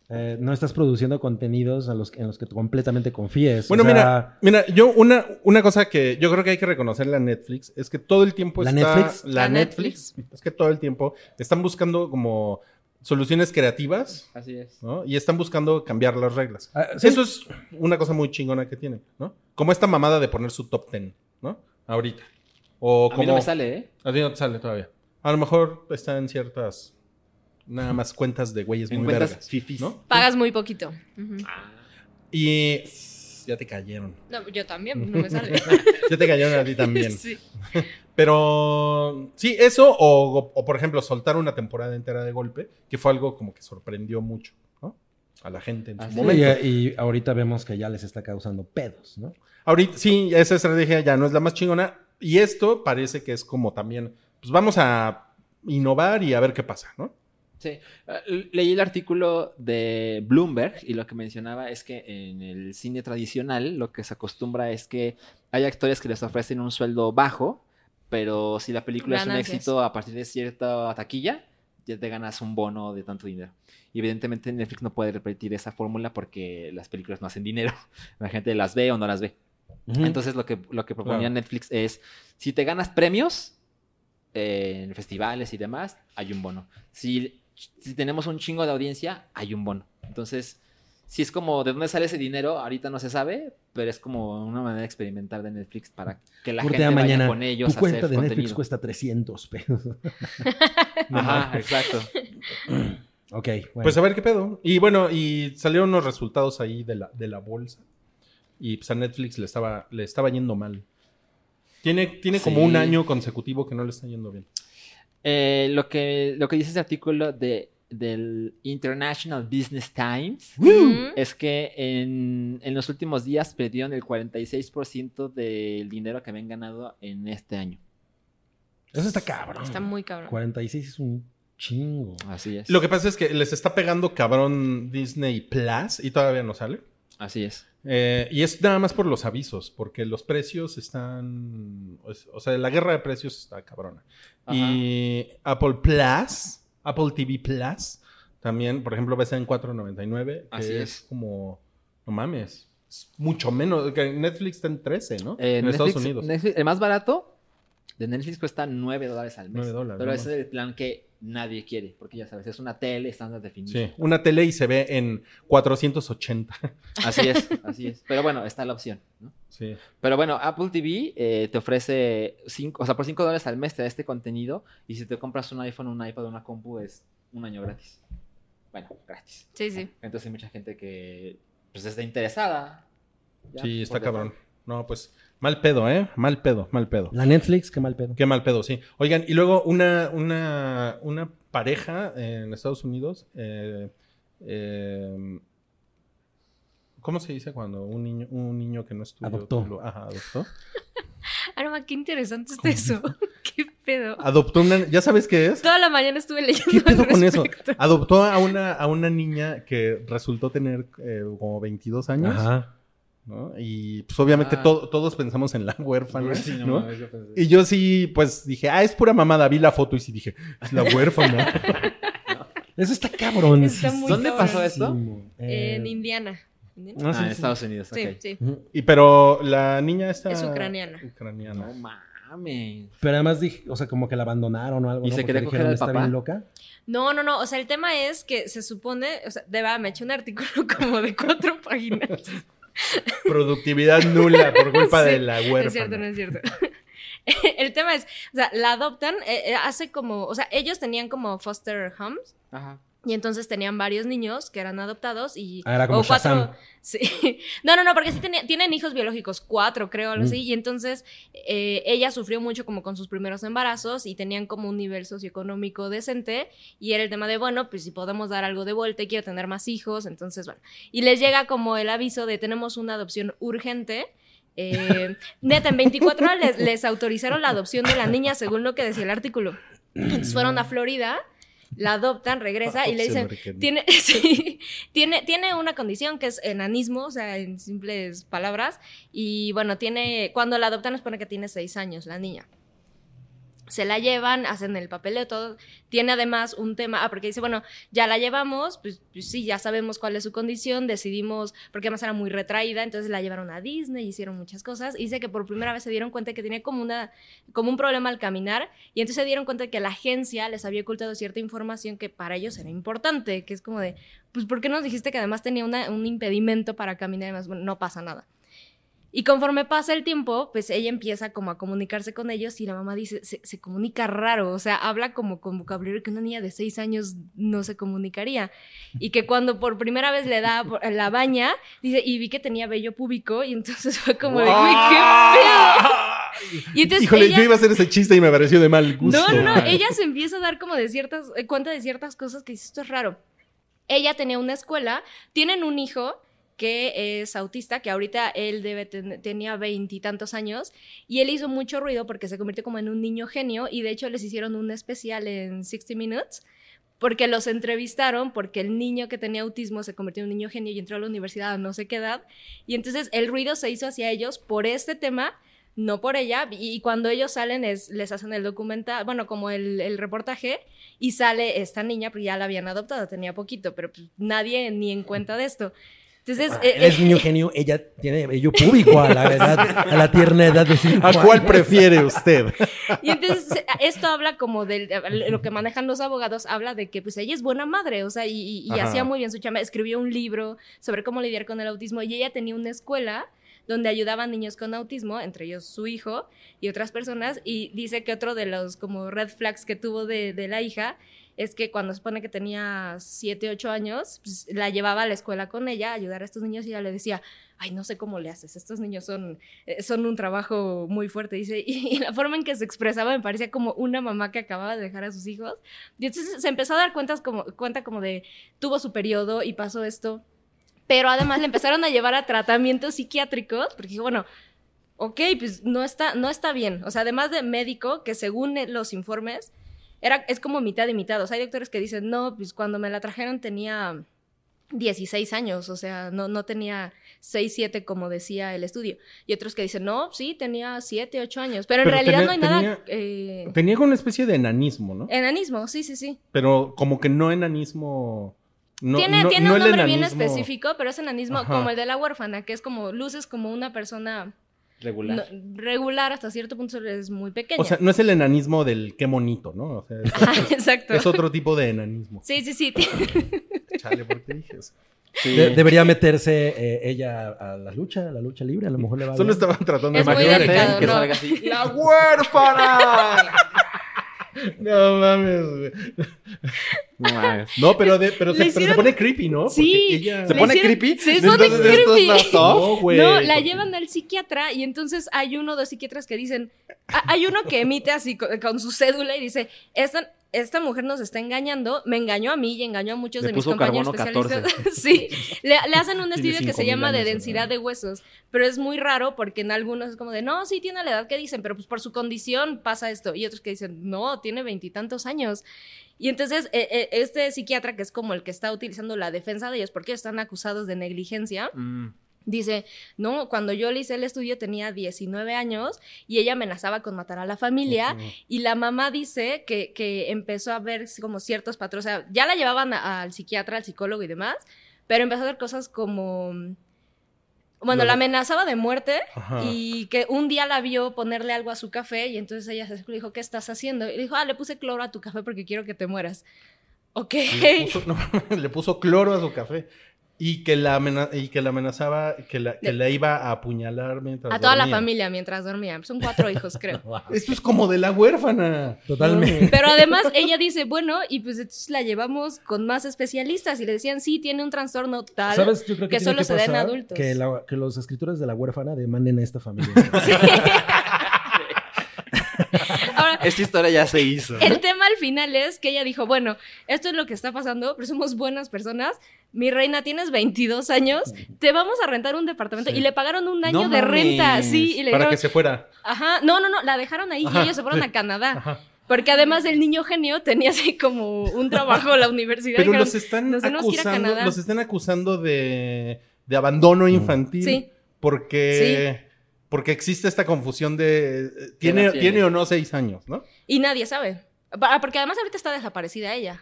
Speaker 5: eh, no estás produciendo contenidos a los, en los que tú completamente confíes.
Speaker 2: Bueno,
Speaker 5: O sea,
Speaker 2: mira, mira, yo una, una cosa que yo creo que hay que reconocerle a Netflix es que todo el tiempo
Speaker 5: ¿La
Speaker 2: está
Speaker 5: Netflix?
Speaker 2: la
Speaker 4: La
Speaker 2: Netflix.
Speaker 4: Netflix.
Speaker 2: es que todo el tiempo están buscando como soluciones creativas,
Speaker 3: Así es.
Speaker 2: ¿no? Y están buscando cambiar las reglas.
Speaker 5: ah, sí,
Speaker 2: Eso es una cosa muy chingona que tienen, ¿no? Como esta mamada de poner su top ten, ¿no? Ahorita. O
Speaker 3: A
Speaker 2: como
Speaker 3: mí no me sale, ¿eh?
Speaker 2: A ti no te sale todavía. A lo mejor está en ciertas nada más cuentas de güeyes
Speaker 3: En
Speaker 2: muy
Speaker 3: cuentas
Speaker 2: vergas,
Speaker 3: fifís.
Speaker 2: ¿no?
Speaker 4: Pagas muy poquito. Ujú.
Speaker 2: Y ya te cayeron.
Speaker 4: No, yo también, no me sale.
Speaker 2: Ya te cayeron a ti también.
Speaker 4: Sí.
Speaker 2: Pero sí, eso o, o, por ejemplo soltar una temporada entera de golpe, que fue algo como que sorprendió mucho, ¿no? A la gente en su
Speaker 3: Así es.
Speaker 2: momento.
Speaker 5: y, y ahorita vemos que ya les está causando pedos, ¿no?
Speaker 2: Ahorita sí, esa estrategia ya no es la más chingona y esto parece que es como también, pues vamos a innovar y a ver qué pasa, ¿no?
Speaker 3: Sí. Eh, Leí el artículo de Bloomberg y lo que mencionaba es que en el cine tradicional lo que se acostumbra es que hay actores que les ofrecen un sueldo bajo, pero si la película es un
Speaker 4: Ganancias.
Speaker 3: éxito a partir de cierta taquilla, ya te ganas un bono de tanto dinero. Y evidentemente Netflix no puede repetir esa fórmula porque las películas no hacen dinero. La gente las ve o no las ve. Entonces lo que, lo que proponía
Speaker 2: Claro.
Speaker 3: Netflix es, si te ganas premios eh, en festivales y demás, hay un bono. Si, si tenemos un chingo de audiencia, hay un bono. Entonces, si es como, ¿de dónde sale ese dinero? Ahorita no se sabe, pero es como una manera experimental de Netflix para que la
Speaker 5: Corte
Speaker 3: gente
Speaker 5: a
Speaker 3: vaya
Speaker 5: mañana.
Speaker 3: con ellos
Speaker 5: tu
Speaker 3: a
Speaker 5: cuenta
Speaker 3: hacer
Speaker 5: de Netflix
Speaker 3: contenido.
Speaker 5: cuesta 300 pesos.
Speaker 3: Ajá, exacto.
Speaker 5: ok, bueno.
Speaker 2: Pues a ver qué pedo. Y bueno, y salieron unos resultados ahí de la, de la bolsa. y pues a Netflix le estaba, le estaba yendo mal. Tiene, tiene como un
Speaker 3: Sí.
Speaker 2: año consecutivo que no le está yendo bien.
Speaker 3: Eh, lo, que, lo que dice ese artículo de, del International Business Times
Speaker 4: Ujú.
Speaker 3: es que en, en los últimos días perdieron el 46% del dinero que habían ganado en este año.
Speaker 5: Eso está cabrón.
Speaker 4: Está muy cabrón.
Speaker 5: 46 es un chingo.
Speaker 3: Así es.
Speaker 2: Lo que pasa es que les está pegando cabrón Disney Plus y todavía no sale.
Speaker 3: Así es.
Speaker 2: Eh, y es nada más por los avisos, porque los precios están. es- O sea, la guerra de precios está cabrona.
Speaker 3: Ajá.
Speaker 2: Y Apple Plus, Apple TV Plus, también, por ejemplo, va a estar en 4.99. que
Speaker 3: Así
Speaker 2: es.
Speaker 3: es.
Speaker 2: como. No mames. es mucho menos. que Netflix está en 13, ¿no?
Speaker 3: Eh,
Speaker 2: en
Speaker 3: Netflix-
Speaker 2: Estados Unidos.
Speaker 3: Netflix- el más barato de Netflix cuesta 9 dólares al mes.
Speaker 2: 9 dólares,
Speaker 3: Pero
Speaker 2: no
Speaker 3: ese
Speaker 2: más.
Speaker 3: es el plan que nadie quiere, porque ya sabes, es una tele estándar definida.
Speaker 2: Sí, una tele y se ve en 480.
Speaker 3: Así es, así es. Pero bueno, está la opción, ¿no?
Speaker 2: Sí.
Speaker 3: Pero bueno, Apple TV eh, te ofrece, cinco, o sea, por 5 dólares al mes te da este contenido y si te compras un iPhone, un iPad, una compu es un año gratis. Bueno, gratis.
Speaker 4: Sí, sí.
Speaker 3: Entonces hay mucha gente que pues está interesada. ya,
Speaker 2: Sí, está
Speaker 3: por default.
Speaker 2: cabrón. No, pues mal pedo, ¿eh? Mal pedo, mal pedo.
Speaker 5: La Netflix, qué mal pedo.
Speaker 2: Qué mal pedo, sí. Oigan, y luego una, una, una pareja en Estados Unidos. eh, eh, ¿Cómo se dice cuando un niño, un niño que no estudió?
Speaker 5: Adoptó.
Speaker 2: lo- ajá, adoptó.
Speaker 4: Aroma, qué interesante está eso. qué pedo.
Speaker 2: Adoptó una. ¿Ya sabes qué es?
Speaker 4: Toda la mañana estuve leyendo.
Speaker 2: ¿Qué
Speaker 4: al
Speaker 2: pedo con eso?
Speaker 4: respecto.
Speaker 2: Adoptó a una, a una niña que resultó tener eh, como 22 años.
Speaker 5: Ajá.
Speaker 2: ¿no? Y pues obviamente
Speaker 3: Ah.
Speaker 2: to- todos pensamos en la huérfana,
Speaker 3: Sí, no
Speaker 2: ¿no?
Speaker 3: mames, yo pensé.
Speaker 2: Y yo sí, pues dije, ah, es pura mamada. Vi la foto y sí dije, es la huérfana.
Speaker 5: Eso está cabrón.
Speaker 4: Está muy
Speaker 3: ¿Dónde
Speaker 4: cabrón.
Speaker 3: pasó esto?
Speaker 5: Eh,
Speaker 4: En Indiana. ¿Indiana?
Speaker 5: no sé
Speaker 3: Ah, en
Speaker 5: si-
Speaker 3: Estados Unidos, ok.
Speaker 4: Sí, sí.
Speaker 2: Y pero la niña está...
Speaker 4: Es ucraniana.
Speaker 2: ucraniana.
Speaker 3: No mames.
Speaker 5: Pero además dije, o sea, como que la abandonaron o algo.
Speaker 3: Y
Speaker 5: ¿no?
Speaker 3: se
Speaker 5: Porque
Speaker 3: quería
Speaker 5: dijeron,
Speaker 3: coger al
Speaker 5: "Está
Speaker 3: papá".
Speaker 5: bien loca.
Speaker 4: No, no, no. O sea, el tema es que se supone, o sea, de verdad, me eché un artículo como de cuatro páginas.
Speaker 2: Productividad nula por culpa
Speaker 4: Sí,
Speaker 2: de la
Speaker 4: No es cierto, no
Speaker 2: huérfana.
Speaker 4: es cierto. el tema es, o sea, la adoptan, eh, eh, hace como, o sea, ellos tenían como foster homes
Speaker 3: Ajá.
Speaker 4: y entonces tenían varios niños que eran adoptados y...
Speaker 5: Ah, era como
Speaker 4: o cuatro-
Speaker 5: Shazam.
Speaker 4: Sí. No, no, no, porque sí tenía- tienen hijos biológicos, cuatro creo, algo
Speaker 5: Mm.
Speaker 4: así. Y entonces eh, ella sufrió mucho como con sus primeros embarazos y tenían como un nivel socioeconómico decente. Y era el tema de, bueno, pues si podemos dar algo de vuelta, y quiero tener más hijos, entonces bueno. Y les llega como el aviso de tenemos una adopción urgente. Eh, neta, en 24 horas les, les autorizaron la adopción de la niña según lo que decía el artículo. Entonces fueron a Florida, la adoptan,
Speaker 2: Ah,
Speaker 4: regresa y le dicen, tiene, sí, tiene, tiene una condición que es enanismo, o sea, en simples palabras. Y bueno, tiene, cuando la adoptan, nos pone que tiene seis años la niña. Se la llevan, hacen el papeleo, todo. Tiene además un tema, ah, porque dice, bueno, ya la llevamos, pues, pues sí, ya sabemos cuál es su condición, decidimos, porque además era muy retraída, entonces la llevaron a Disney, hicieron muchas cosas. Y dice que por primera vez se dieron cuenta que tenía como, una, como un problema al caminar, y entonces se dieron cuenta que la agencia les había ocultado cierta información que para ellos era importante, que es como de, pues, ¿por qué nos dijiste que además tenía una- un impedimento para caminar? Además, bueno, no pasa nada. Y conforme pasa el tiempo, pues ella empieza como a comunicarse con ellos y la mamá dice, se, se comunica raro, o sea, habla como con vocabulario que una niña de seis años no se comunicaría. Y que cuando por primera vez le da por- la baña, dice, y vi que tenía vello púbico y entonces fue como de, "Güey, qué pedo". Y entonces
Speaker 2: ¡Ah! Híjole,
Speaker 4: ella-
Speaker 2: yo iba a hacer ese chiste y me pareció de mal gusto.
Speaker 4: no, no, no, ella se empieza a dar como de ciertas, eh, cuenta de ciertas cosas que dice, esto es raro. Ella tenía una escuela, tienen un hijo que es autista, que ahorita él debe ten- tenía veintitantos años, y él hizo mucho ruido porque se convirtió como en un niño genio, y de hecho les hicieron un especial en 60 Minutes, porque los entrevistaron, porque el niño que tenía autismo se convirtió en un niño genio y entró a la universidad a no sé qué edad, y entonces el ruido se hizo hacia ellos por este tema, no por ella. Y, y cuando ellos salen, es, les hacen el documental, bueno, como el, el reportaje, y sale esta niña, pues ya la habían adoptado, tenía poquito, pero pues, nadie ni en cuenta de esto. Entonces,
Speaker 5: Ah,
Speaker 4: eh,
Speaker 5: él es niño genio, ella tiene bello público a la edad, a la tierna edad de cinco
Speaker 2: ¿A cuál
Speaker 5: años.
Speaker 2: prefiere usted?
Speaker 4: Y entonces se- esto habla como de lo que manejan los abogados, habla de que pues ella es buena madre, o sea, y, y- y
Speaker 2: Ajá.
Speaker 4: hacía muy bien su chamba, escribió un libro sobre cómo lidiar con el autismo y ella tenía una escuela donde ayudaban niños con autismo, entre ellos su hijo y otras personas, y dice que otro de los como red flags que tuvo de, de la hija es que cuando se pone que tenía 7, 8 años, pues, la llevaba a la escuela con ella a ayudar a estos niños y ella le decía, ay, no sé cómo le haces, estos niños son, eh, son un trabajo muy fuerte, dice, y, y la forma en que se expresaba me parecía como una mamá que acababa de dejar a sus hijos. Y entonces se empezó a dar cuentas como, cuenta como de, tuvo su periodo y pasó esto, pero además le empezaron a llevar a tratamientos psiquiátricos, porque dije, bueno, ok, pues no está, no está bien. O sea, además de médico, que según e, los informes, era, es como mitad y mitad. O sea, hay doctores que dicen, no, pues cuando me la trajeron tenía 16 años, o sea, no, no tenía 6, 7 como decía el estudio. Y otros que dicen, no, sí, tenía 7, 8 años, pero en
Speaker 2: Pero
Speaker 4: realidad
Speaker 2: tenía-
Speaker 4: no hay nada...
Speaker 2: tenía-
Speaker 4: eh,
Speaker 2: Tenía como una especie de enanismo, ¿no?
Speaker 4: enanismo, sí, sí, sí.
Speaker 2: Pero como que no enanismo. No,
Speaker 4: tiene
Speaker 2: no-
Speaker 4: tiene
Speaker 2: no
Speaker 4: un
Speaker 2: el
Speaker 4: nombre bien
Speaker 2: enanismo
Speaker 4: específico, pero es enanismo
Speaker 2: Ajá.
Speaker 4: como el de la huérfana, que es como luces como una persona
Speaker 3: Regular.
Speaker 4: no- regular hasta cierto punto, es muy pequeña.
Speaker 2: O sea, no es el enanismo del qué monito, ¿no? O sea, es,
Speaker 4: Ajá, Exacto.
Speaker 2: es otro tipo de enanismo.
Speaker 4: Sí, sí, sí. ti-
Speaker 2: Chale, ¿por qué dije eso?
Speaker 3: Sí.
Speaker 5: De- debería meterse eh, ella a la lucha, a la lucha libre, a lo mejor le va
Speaker 2: Solo
Speaker 5: bien.
Speaker 2: estaba tratando de
Speaker 4: Es muy
Speaker 2: imaginar
Speaker 4: delicado,
Speaker 3: que
Speaker 4: ¿no?
Speaker 3: salga así.
Speaker 2: ¡La huérfana! no mames, güey.
Speaker 3: No mames.
Speaker 2: No, pero, de, pero, se, pero
Speaker 4: Le
Speaker 2: se
Speaker 4: hicieron-
Speaker 2: pone creepy, ¿no? Porque eh,
Speaker 4: Sí,
Speaker 2: ella-
Speaker 4: ¿Se le pone hicieron- creepy? se pone Entonces, ¿esto es creepy. más soft?
Speaker 2: No, güey.
Speaker 4: no, la
Speaker 2: porque-
Speaker 4: llevan al psiquiatra y entonces hay uno o dos psiquiatras que dicen, a- hay uno que emite así co- con, su cédula y dice, esta, esta mujer nos está engañando, me engañó a mí y engañó a muchos
Speaker 3: Le
Speaker 4: de mis
Speaker 3: puso
Speaker 4: compañeros
Speaker 3: carbono 14.
Speaker 4: especialistas. sí, le, le hacen un
Speaker 2: Tiene
Speaker 4: estudio que se
Speaker 2: 5,000
Speaker 4: llama de
Speaker 2: años,
Speaker 4: densidad
Speaker 2: ¿no?
Speaker 4: de huesos, pero es muy raro porque en algunos es como de, no, sí tiene la edad que dicen, pero pues por su condición pasa esto. Y otros que dicen, no, tiene veintitantos años. Y entonces eh, eh, este psiquiatra, que es como el que está utilizando la defensa de ellos porque ellos están acusados de negligencia,
Speaker 3: Mm.
Speaker 4: Dice, no, cuando yo le hice el estudio tenía 19 años y ella amenazaba con matar a la familia
Speaker 2: Ujú.
Speaker 4: y la mamá dice que, que empezó a ver como ciertos patrones, o sea, ya la llevaban a- al psiquiatra, al psicólogo y demás, pero empezó a hacer cosas como, mm, bueno,
Speaker 2: Lo-
Speaker 4: la amenazaba de muerte
Speaker 2: Ajá.
Speaker 4: y que un día la vio ponerle algo a su café y entonces ella se acercó y le dijo, ¿qué estás haciendo? Y le dijo, ah, le puse cloro a tu café porque quiero que te mueras. Ok.
Speaker 2: Le puso, no, le puso cloro a su café. Y que la, amena- y que la amenazaba, que la, que
Speaker 4: De-
Speaker 2: la iba a apuñalar mientras
Speaker 4: A toda la
Speaker 2: dormía.
Speaker 4: familia mientras dormía. Son cuatro hijos, creo.
Speaker 2: Esto es como de la huérfana.
Speaker 5: Totalmente.
Speaker 4: Pero además ella dice, bueno, y pues entonces la llevamos con más especialistas y le decían, sí, tiene un trastorno tal.
Speaker 5: ¿Sabes? Yo creo que,
Speaker 4: que solo
Speaker 5: tiene
Speaker 4: se da en
Speaker 5: pasar
Speaker 4: adultos.
Speaker 5: Que, la- que los escritores de La huérfana demanden a esta familia.
Speaker 4: Ahora,
Speaker 3: Esta historia ya se hizo.
Speaker 4: el tema al final es que ella dijo, bueno, esto es lo que está pasando, pero somos buenas personas. Mi reina, tienes 22 años, te vamos a rentar un departamento.
Speaker 2: Sí.
Speaker 4: Y le pagaron un año
Speaker 3: No
Speaker 4: de renta,
Speaker 3: mames,
Speaker 4: sí, y le
Speaker 2: Para
Speaker 4: dijeron,
Speaker 2: que se fuera.
Speaker 4: ajá, no, no, no, la dejaron ahí
Speaker 2: Ajá,
Speaker 4: y ellos se fueron
Speaker 2: sí.
Speaker 4: a Canadá.
Speaker 2: Ajá.
Speaker 4: Porque además el niño genio tenía así como un trabajo en la universidad.
Speaker 2: Pero
Speaker 4: dijeron,
Speaker 2: los están
Speaker 4: nos tenemos que ir a
Speaker 2: acusando,
Speaker 4: Canadá.
Speaker 2: los están acusando de, de abandono Mm. infantil.
Speaker 4: Sí.
Speaker 2: Porque, porque existe esta confusión de eh, tiene,
Speaker 3: edad
Speaker 2: tiene?
Speaker 3: tiene?
Speaker 2: o no seis años, ¿no?
Speaker 4: y nadie sabe. Ah, Porque además ahorita está desaparecida ella.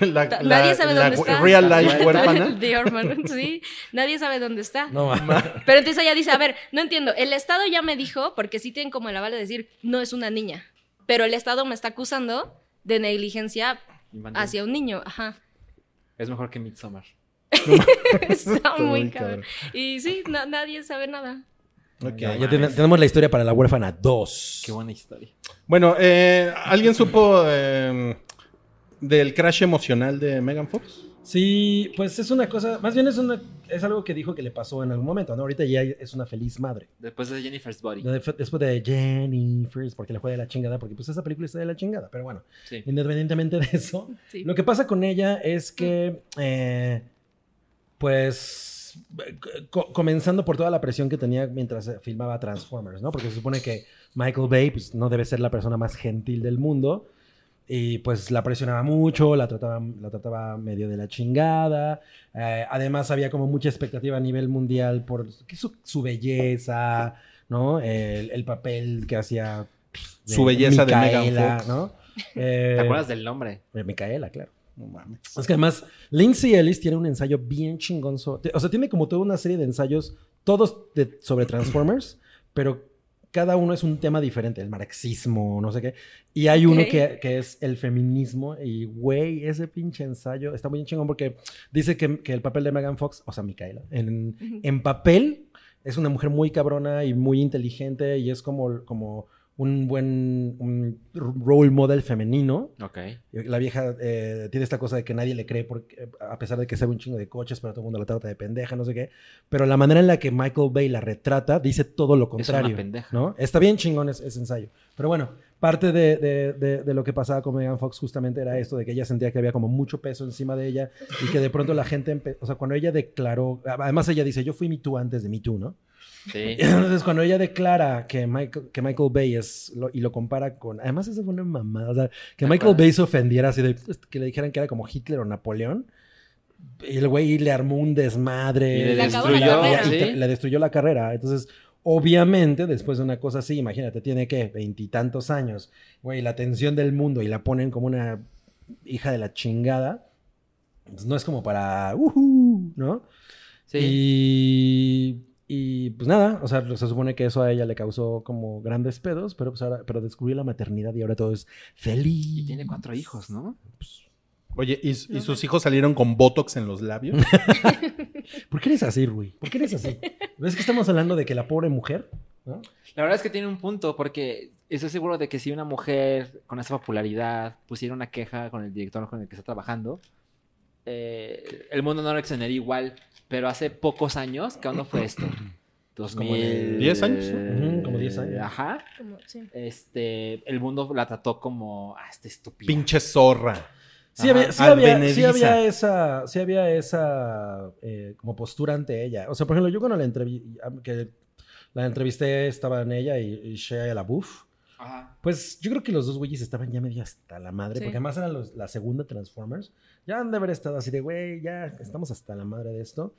Speaker 2: La,
Speaker 4: Ta-
Speaker 2: la-
Speaker 4: nadie sabe
Speaker 2: la
Speaker 4: dónde
Speaker 2: gu-
Speaker 4: está.
Speaker 2: Real life
Speaker 3: La
Speaker 2: huérfana.
Speaker 4: The Orphan, sí. Nadie sabe dónde está.
Speaker 5: No mames.
Speaker 4: Pero entonces ella dice, a ver, no entiendo, el Estado ya me dijo, porque sí tienen como el aval de decir, no es una niña, pero el Estado me está acusando de negligencia
Speaker 3: Infantil.
Speaker 4: hacia un niño, ajá.
Speaker 3: Es mejor que Midsommar.
Speaker 4: Está muy cabrón. Y sí, na- nadie sabe nada.
Speaker 2: Ok.
Speaker 5: Ya, ya ten- tenemos la historia para La huérfana 2.
Speaker 3: Qué buena historia.
Speaker 2: Bueno, eh, ¿alguien supo eh, del crash emocional de Megan Fox?
Speaker 5: Sí, pues es una cosa, más bien es una es algo que dijo que le pasó en algún momento, ¿no? Ahorita ya es una feliz madre.
Speaker 3: Después de Jennifer's Body.
Speaker 5: De- Después de Jennifer, porque le fue de la chingada, porque pues esa película está de la chingada, pero bueno,
Speaker 3: Sí.
Speaker 5: independientemente de eso,
Speaker 4: Sí.
Speaker 5: lo que pasa con ella es que, eh, pues, co- comenzando por toda la presión que tenía mientras eh, filmaba Transformers, ¿no? Porque se supone que Michael Bay pues, no debe ser la persona más gentil del mundo. Y pues la presionaba mucho, la trataba, la trataba medio de la chingada. Eh, además había como mucha expectativa a nivel mundial por su, su belleza, ¿no? El, el papel que hacía... de
Speaker 2: Su belleza de Megan Fox.
Speaker 5: ¿no?
Speaker 3: ¿Te acuerdas del nombre?
Speaker 5: de Micaela, claro.
Speaker 2: No mames.
Speaker 5: Es que además, Lindsay Ellis tiene un ensayo bien chingonzo. Te- O sea, tiene como toda una serie de ensayos, todos de- sobre Transformers, pero cada uno es un tema diferente, el marxismo, no sé qué. Y hay uno
Speaker 4: Ok.
Speaker 5: que, que es el feminismo. Y, güey, ese pinche ensayo está muy chingón porque dice que, que el papel de Megan Fox, o sea, Micaela, en,
Speaker 4: Ujú.
Speaker 5: en papel es una mujer muy cabrona y muy inteligente y es como, como un buen un role model femenino.
Speaker 3: Ok.
Speaker 5: La vieja eh, tiene esta cosa de que nadie le cree, porque, a pesar de que sabe un chingo de coches, pero todo el mundo la trata de pendeja, no sé qué. Pero la manera en la que Michael Bay la retrata dice todo lo contrario.
Speaker 3: pendeja.
Speaker 5: ¿no? Está bien chingón ese, ese ensayo. Pero bueno, parte de, de- de- de lo que pasaba con Megan Fox justamente era esto, de que ella sentía que había como mucho peso encima de ella y que de pronto la gente, empe- o sea, cuando ella declaró, además ella dice, yo fui Me Too antes de Me Too, ¿no?
Speaker 3: Sí.
Speaker 5: Entonces, cuando ella declara que Michael, que Michael Bay es, lo- y lo compara con, además esa fue una mamada, o sea,
Speaker 3: ¿Te
Speaker 5: que Michael
Speaker 3: acuerdas?
Speaker 5: Bay se ofendiera así de, "Pues, que le dijeran que era como Hitler o Napoleón, y el güey le armó un desmadre.
Speaker 3: Y le
Speaker 4: Le acabó la
Speaker 5: destruyó-
Speaker 4: carrera.
Speaker 5: y te-
Speaker 3: Sí.
Speaker 5: le destruyó la carrera. Entonces, obviamente, después de una cosa así, imagínate, tiene que veintitantos años, güey, la atención del mundo y la ponen como una hija de la chingada. pues, no es como para, uhu, ¿no?
Speaker 3: Sí.
Speaker 5: Y, y, pues nada, o sea, se supone que eso a ella le causó como grandes pedos, pero pues ahora, pero descubrí la maternidad y ahora todo es feliz.
Speaker 3: Y tiene cuatro hijos, ¿no?
Speaker 2: Oye, ¿y, y sus hijos salieron con Botox en los labios?
Speaker 5: ¿Por qué eres así, Rui? ¿Por qué eres así? ¿Ves que estamos hablando de que la pobre mujer? ¿no?
Speaker 3: La verdad es que tiene un punto, porque estoy seguro de que si una mujer con esa popularidad pusiera una queja con el director con el que está trabajando, eh, el mundo no lo exoneraría igual. Pero hace pocos años, ¿cuándo fue esto?
Speaker 5: como de-
Speaker 3: 2000...
Speaker 2: ¿Diez años?
Speaker 5: Ujú, como diez años.
Speaker 3: eh, Ajá.
Speaker 4: Como, sí.
Speaker 3: Este, el mundo la trató como, ah, esta estúpida.
Speaker 2: Pinche zorra.
Speaker 3: Ajá,
Speaker 5: Sí, había, sí, había, sí
Speaker 2: advenediza.
Speaker 5: había esa, sí había esa eh, como postura ante ella. O sea, por ejemplo, yo cuando la, entrevi- que la entrevisté estaba en ella y, y Shia LaBeouf.
Speaker 3: Ajá.
Speaker 5: Pues yo creo que los dos güeyes estaban ya medio hasta la madre,
Speaker 4: Sí.
Speaker 5: porque además eran los- la segunda Transformers. Ya han de haber estado así de, güey, ya estamos hasta la madre de esto.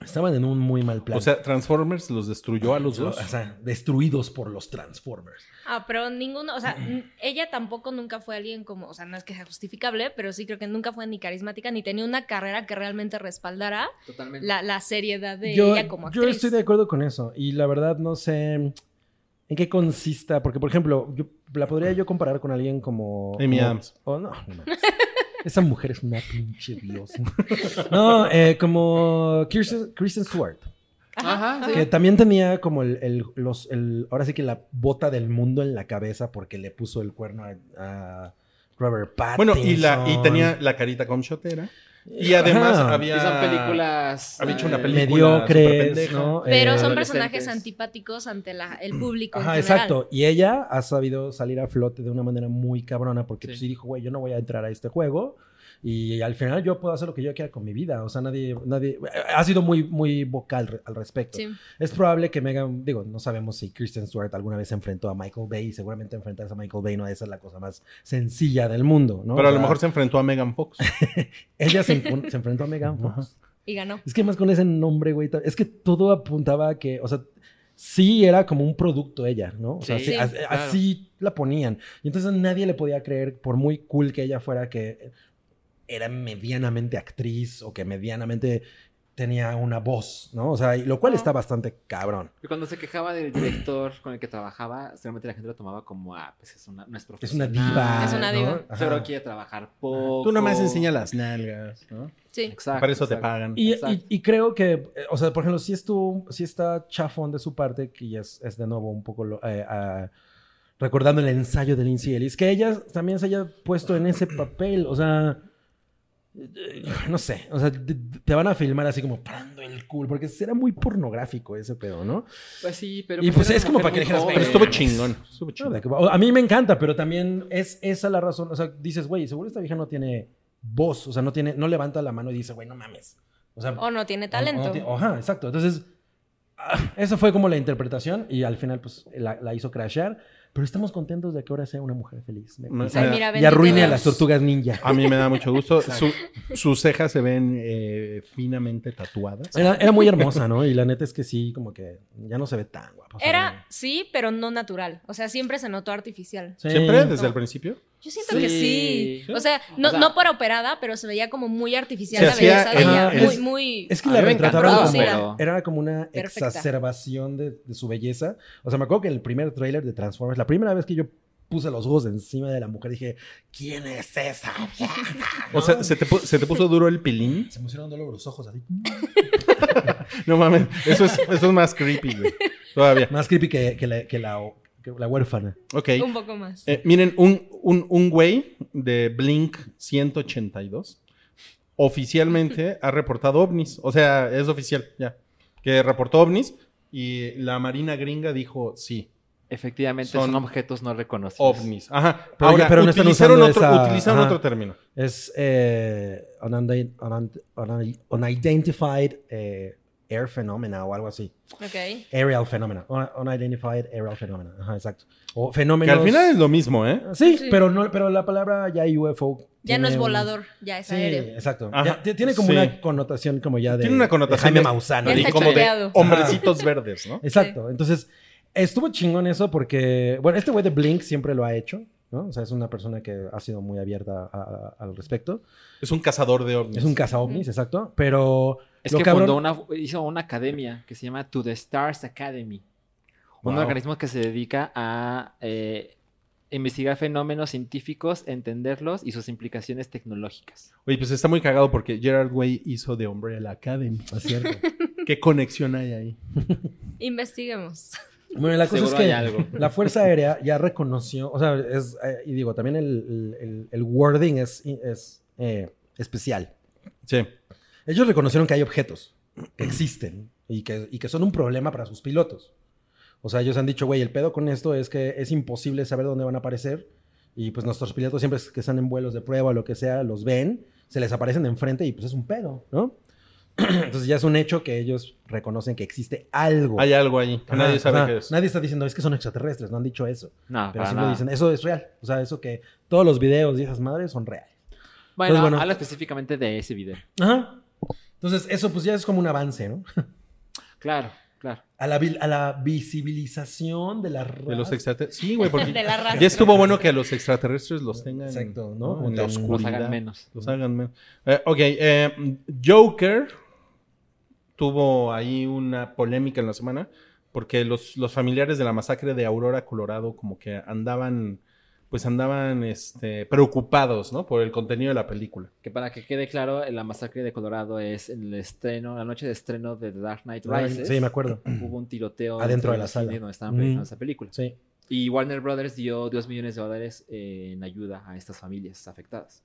Speaker 5: Estaban en un muy mal plan.
Speaker 2: O sea, Transformers los destruyó a los
Speaker 5: O
Speaker 2: dos.
Speaker 5: sea, destruidos por los Transformers.
Speaker 4: Ah, pero ninguno, o sea, n- ella tampoco nunca fue alguien como, o sea, no es que sea justificable, pero sí creo que nunca fue ni carismática ni tenía una carrera que realmente respaldara
Speaker 3: Totalmente.
Speaker 4: la, la seriedad de
Speaker 5: yo,
Speaker 4: ella como actriz.
Speaker 5: yo estoy de acuerdo con eso. Y la verdad no sé en qué consista. Porque, por ejemplo, yo- la podría yo comparar con alguien como...
Speaker 2: Amy
Speaker 5: como-
Speaker 2: Adams.
Speaker 5: Oh, no, no mames. Esa mujer es una pinche diosa. No, eh, como Kirsten, Kristen Stewart.
Speaker 3: Ajá, sí.
Speaker 5: Que también tenía como el, el- los, el- ahora sí que la bota del mundo en la cabeza porque le puso el cuerno a, a Robert Pattinson.
Speaker 2: Bueno, y, la, y tenía la carita con chotera. Y
Speaker 5: Ajá.
Speaker 2: además había...
Speaker 3: Y son películas...
Speaker 2: Había hecho una
Speaker 3: eh,
Speaker 2: película
Speaker 5: mediocres,
Speaker 2: superpendeja.
Speaker 5: ¿no?
Speaker 4: Pero
Speaker 5: Eh,
Speaker 4: son
Speaker 3: adolescentes.
Speaker 4: personajes antipáticos ante la- el público. en
Speaker 5: Ajá,
Speaker 4: general.
Speaker 5: exacto. Y ella ha sabido salir a flote de una manera muy cabrona
Speaker 3: Sí.
Speaker 5: porque pues, sí dijo, güey, yo no voy a entrar a este juego y al final yo puedo hacer lo que yo quiera con mi vida. O sea, nadie, nadie, ha sido muy, muy vocal re- al respecto.
Speaker 4: Sí.
Speaker 5: Es probable que Megan, digo, no sabemos si Kristen Stewart alguna vez se enfrentó a Michael Bay y seguramente enfrentarse a Michael Bay no debe ser la cosa más sencilla del mundo, ¿no?
Speaker 2: Pero a
Speaker 5: O
Speaker 2: lo
Speaker 5: sea,
Speaker 2: mejor se enfrentó a Megan Fox.
Speaker 5: Ella se, encon- se enfrentó a Megan Fox.
Speaker 2: Ajá.
Speaker 4: Y ganó.
Speaker 5: Es que más con ese nombre, güey, ta- es que todo apuntaba a que, o sea, sí era como un producto ella, ¿no? O sea,
Speaker 3: Sí,
Speaker 5: así, as-
Speaker 3: claro.
Speaker 5: así la ponían. Y entonces nadie le podía creer, por muy cool que ella fuera, que era medianamente actriz o que medianamente tenía una voz, ¿no? O sea, y lo cual
Speaker 4: Ajá.
Speaker 5: está bastante cabrón.
Speaker 3: Y cuando se quejaba del director con el que trabajaba, seguramente la gente lo tomaba como, ah, pues es una, no es
Speaker 5: Es una
Speaker 3: profesional.
Speaker 5: diva.
Speaker 4: Ah, Es una
Speaker 5: ¿no?
Speaker 4: diva.
Speaker 5: Ajá.
Speaker 3: Seguro quiere trabajar poco.
Speaker 2: Tú nomás enseñas las nalgas, ¿no?
Speaker 4: Sí.
Speaker 3: Exacto.
Speaker 2: Para eso te
Speaker 3: exacto.
Speaker 2: pagan.
Speaker 5: Y, y,
Speaker 3: Exacto.
Speaker 5: y creo que, eh, o sea, por ejemplo, si estuvo, si está chafón de su parte, que ya es, es de nuevo un poco lo- eh, ah, recordando el ensayo de Lindsay Ellis, que ella también se haya puesto en ese papel, o sea, eh, no sé, o sea, te, te van a filmar así como parando el culo, porque era muy pornográfico ese pedo, ¿no?
Speaker 3: Pues sí, pero.
Speaker 5: Y pues
Speaker 3: era
Speaker 5: es como
Speaker 3: mujer
Speaker 5: para que
Speaker 3: muy
Speaker 5: dijeras,
Speaker 3: joven.
Speaker 2: Pero estuvo chingón. Estuvo chingón.
Speaker 5: O- A mí me encanta, pero también es esa la razón, o sea, dices, güey, seguro esta vieja no tiene voz, o sea, no tiene, no levanta la mano y dice, güey, no mames. O sea,
Speaker 4: O no tiene
Speaker 5: O- o no
Speaker 4: talento.
Speaker 5: tiene- Ajá, exacto. Entonces, ah, esa fue como la interpretación y al final, pues, la, la hizo crashear. Pero estamos contentos de que ahora sea una mujer feliz. Me-
Speaker 2: Me-
Speaker 5: y,
Speaker 4: Ay,
Speaker 2: me-
Speaker 4: mira,
Speaker 5: y
Speaker 4: bendito
Speaker 5: arruine a
Speaker 4: Dios.
Speaker 5: las tortugas ninja.
Speaker 2: A mí me da mucho gusto. Su- sus cejas se ven eh, finamente tatuadas.
Speaker 5: Era, era muy hermosa, ¿no? Y la neta es que sí, como que ya no se ve tan guapa. o sea,
Speaker 4: Era, sí, pero no natural. O sea, siempre se notó artificial.
Speaker 5: sí.
Speaker 2: ¿Siempre? ¿Desde
Speaker 4: No.
Speaker 2: el principio?
Speaker 4: Yo siento
Speaker 3: Sí.
Speaker 4: que sí.
Speaker 2: Sí.
Speaker 4: O sea, no,
Speaker 3: O sea-
Speaker 4: no por operada, pero se veía como muy artificial
Speaker 2: Se
Speaker 4: la
Speaker 2: hacía
Speaker 4: belleza de
Speaker 5: el-
Speaker 4: ella.
Speaker 5: el-
Speaker 4: Muy, muy.
Speaker 5: Es que
Speaker 3: A
Speaker 5: la
Speaker 3: mí me
Speaker 5: retrataron
Speaker 3: encantaba,
Speaker 5: como...
Speaker 3: pero-
Speaker 5: Era como una
Speaker 4: Perfecta.
Speaker 5: exacerbación de, de su belleza. O sea, me acuerdo que en el primer tráiler de Transformers, la primera vez que yo puse los ojos encima de la mujer, dije, ¿quién es esa? vieja?",
Speaker 2: O sea,
Speaker 5: ¿no?
Speaker 2: ¿se te, pu- se te puso duro el pilín?
Speaker 5: se me hicieron dolor los ojos así.
Speaker 2: No mames, eso es, eso es más creepy, güey. Todavía.
Speaker 5: Más creepy que, que la, que la, que- la huérfana.
Speaker 2: Ok.
Speaker 4: Un poco más.
Speaker 2: Eh, miren, un, un- un güey de Blink 182 oficialmente ha reportado ovnis. O sea, es oficial, ya. Que reportó ovnis y la Marina gringa dijo sí,
Speaker 3: Efectivamente,
Speaker 2: Son
Speaker 3: son, objetos no reconocidos.
Speaker 2: ovnis. Ajá.
Speaker 5: Pero
Speaker 2: Ahora,
Speaker 5: ya- pero no están
Speaker 2: utilizaron,
Speaker 5: usando
Speaker 2: otro,
Speaker 5: esa-
Speaker 2: utilizaron
Speaker 5: ajá.
Speaker 2: otro término.
Speaker 5: Es eh, unident- unident- unident- unidentified eh, air phenomena o algo así.
Speaker 4: Ok.
Speaker 5: Aerial phenomena. Un- unidentified aerial phenomena. Ajá, exacto. O
Speaker 2: Que
Speaker 5: fenómenos. Ah,
Speaker 2: al final es lo mismo, ¿eh?
Speaker 5: Sí,
Speaker 4: Sí.
Speaker 5: pero no, pero la palabra ya UFO.
Speaker 4: Ya no
Speaker 5: tiene
Speaker 4: es
Speaker 5: un-
Speaker 4: volador, ya es
Speaker 5: Sí,
Speaker 4: aéreo.
Speaker 5: exacto.
Speaker 2: Ajá,
Speaker 5: Ya- t- tiene como
Speaker 2: sí.
Speaker 5: una connotación como ya de.
Speaker 2: Tiene una
Speaker 5: de
Speaker 2: connotación
Speaker 5: Jaime
Speaker 2: de-
Speaker 5: Maussan.
Speaker 4: Ya
Speaker 2: Y
Speaker 5: ahorita.
Speaker 4: está
Speaker 2: como de
Speaker 4: choteado.
Speaker 2: hombrecitos verdes, ¿no?
Speaker 5: Exacto. Entonces, estuvo chingón eso porque, bueno, este güey de Blink siempre lo ha hecho, ¿no? O sea, es una persona que ha sido muy abierta a- a- al respecto.
Speaker 2: Es un cazador de ovnis.
Speaker 5: Es un caza ovnis, exacto. Pero.
Speaker 3: Es
Speaker 5: lo
Speaker 3: que
Speaker 5: cabrón-
Speaker 3: fundó una, hizo una academia que se llama To the Stars Academy. Un
Speaker 5: Wow.
Speaker 3: organismo que se dedica a eh, investigar fenómenos científicos, entenderlos y sus implicaciones tecnológicas.
Speaker 2: Oye, pues está muy cagado porque Gerard Way hizo de Umbrella Academy.
Speaker 5: Es cierto.
Speaker 2: ¿Qué conexión hay ahí?
Speaker 4: Investiguemos.
Speaker 5: Bueno, la cosa
Speaker 3: Seguro
Speaker 5: es que
Speaker 3: hay algo.
Speaker 5: la Fuerza Aérea ya reconoció, o sea, es, eh, y digo, también el, el- el wording es, es eh, especial.
Speaker 2: Sí.
Speaker 5: Ellos reconocieron que hay objetos que existen y que, y que son un problema para sus pilotos. O sea, ellos han dicho, güey, el pedo con esto es que es imposible saber dónde van a aparecer. Y pues nuestros pilotos siempre que están en vuelos de prueba o lo que sea, los ven, se les aparecen de enfrente y pues es un pedo, ¿no? Entonces ya es un hecho que ellos reconocen que existe algo.
Speaker 2: Hay algo ahí que
Speaker 5: Ajá,
Speaker 2: Ah, nadie sabe
Speaker 5: ajá.
Speaker 2: qué es.
Speaker 5: Nadie está diciendo, es que son extraterrestres, no han dicho eso.
Speaker 3: No,
Speaker 5: Pero
Speaker 3: Ah, para
Speaker 5: siempre
Speaker 3: nada.
Speaker 5: dicen, eso es real. O sea, eso que todos los videos de esas madres son reales.
Speaker 3: Bueno,
Speaker 5: Entonces, bueno.
Speaker 3: habla específicamente de ese video.
Speaker 5: Ajá. Entonces, eso pues ya es como un avance, ¿no?
Speaker 3: Claro, claro.
Speaker 5: A la, vil- a la visibilización de la
Speaker 2: De los
Speaker 5: raza.
Speaker 2: extraterrestres. Sí, güey, porque
Speaker 4: De la raza.
Speaker 2: ya estuvo bueno que a los extraterrestres los tengan.
Speaker 5: Exacto, ¿no?
Speaker 2: En la
Speaker 5: Los hagan
Speaker 2: oscuridad.
Speaker 3: Los hagan menos.
Speaker 2: Los hagan menos. Eh, ok, eh, Joker tuvo ahí una polémica en la semana porque los, los familiares de la masacre de Aurora, Colorado, como que andaban, pues andaban este, preocupados, ¿no? Por el contenido de la película.
Speaker 3: Que para que quede claro, eh, la masacre de Colorado es el estreno, la noche de estreno de The Dark Knight Rises.
Speaker 5: Sí, me acuerdo.
Speaker 3: Hubo un tiroteo
Speaker 5: Adentro
Speaker 3: dentro
Speaker 5: de la
Speaker 3: del
Speaker 5: sala.
Speaker 3: cine donde estaban
Speaker 5: Mm.
Speaker 3: proyectando esa película.
Speaker 5: Sí.
Speaker 3: Y Warner Brothers dio 2 millones de dólares eh, en ayuda a estas familias afectadas.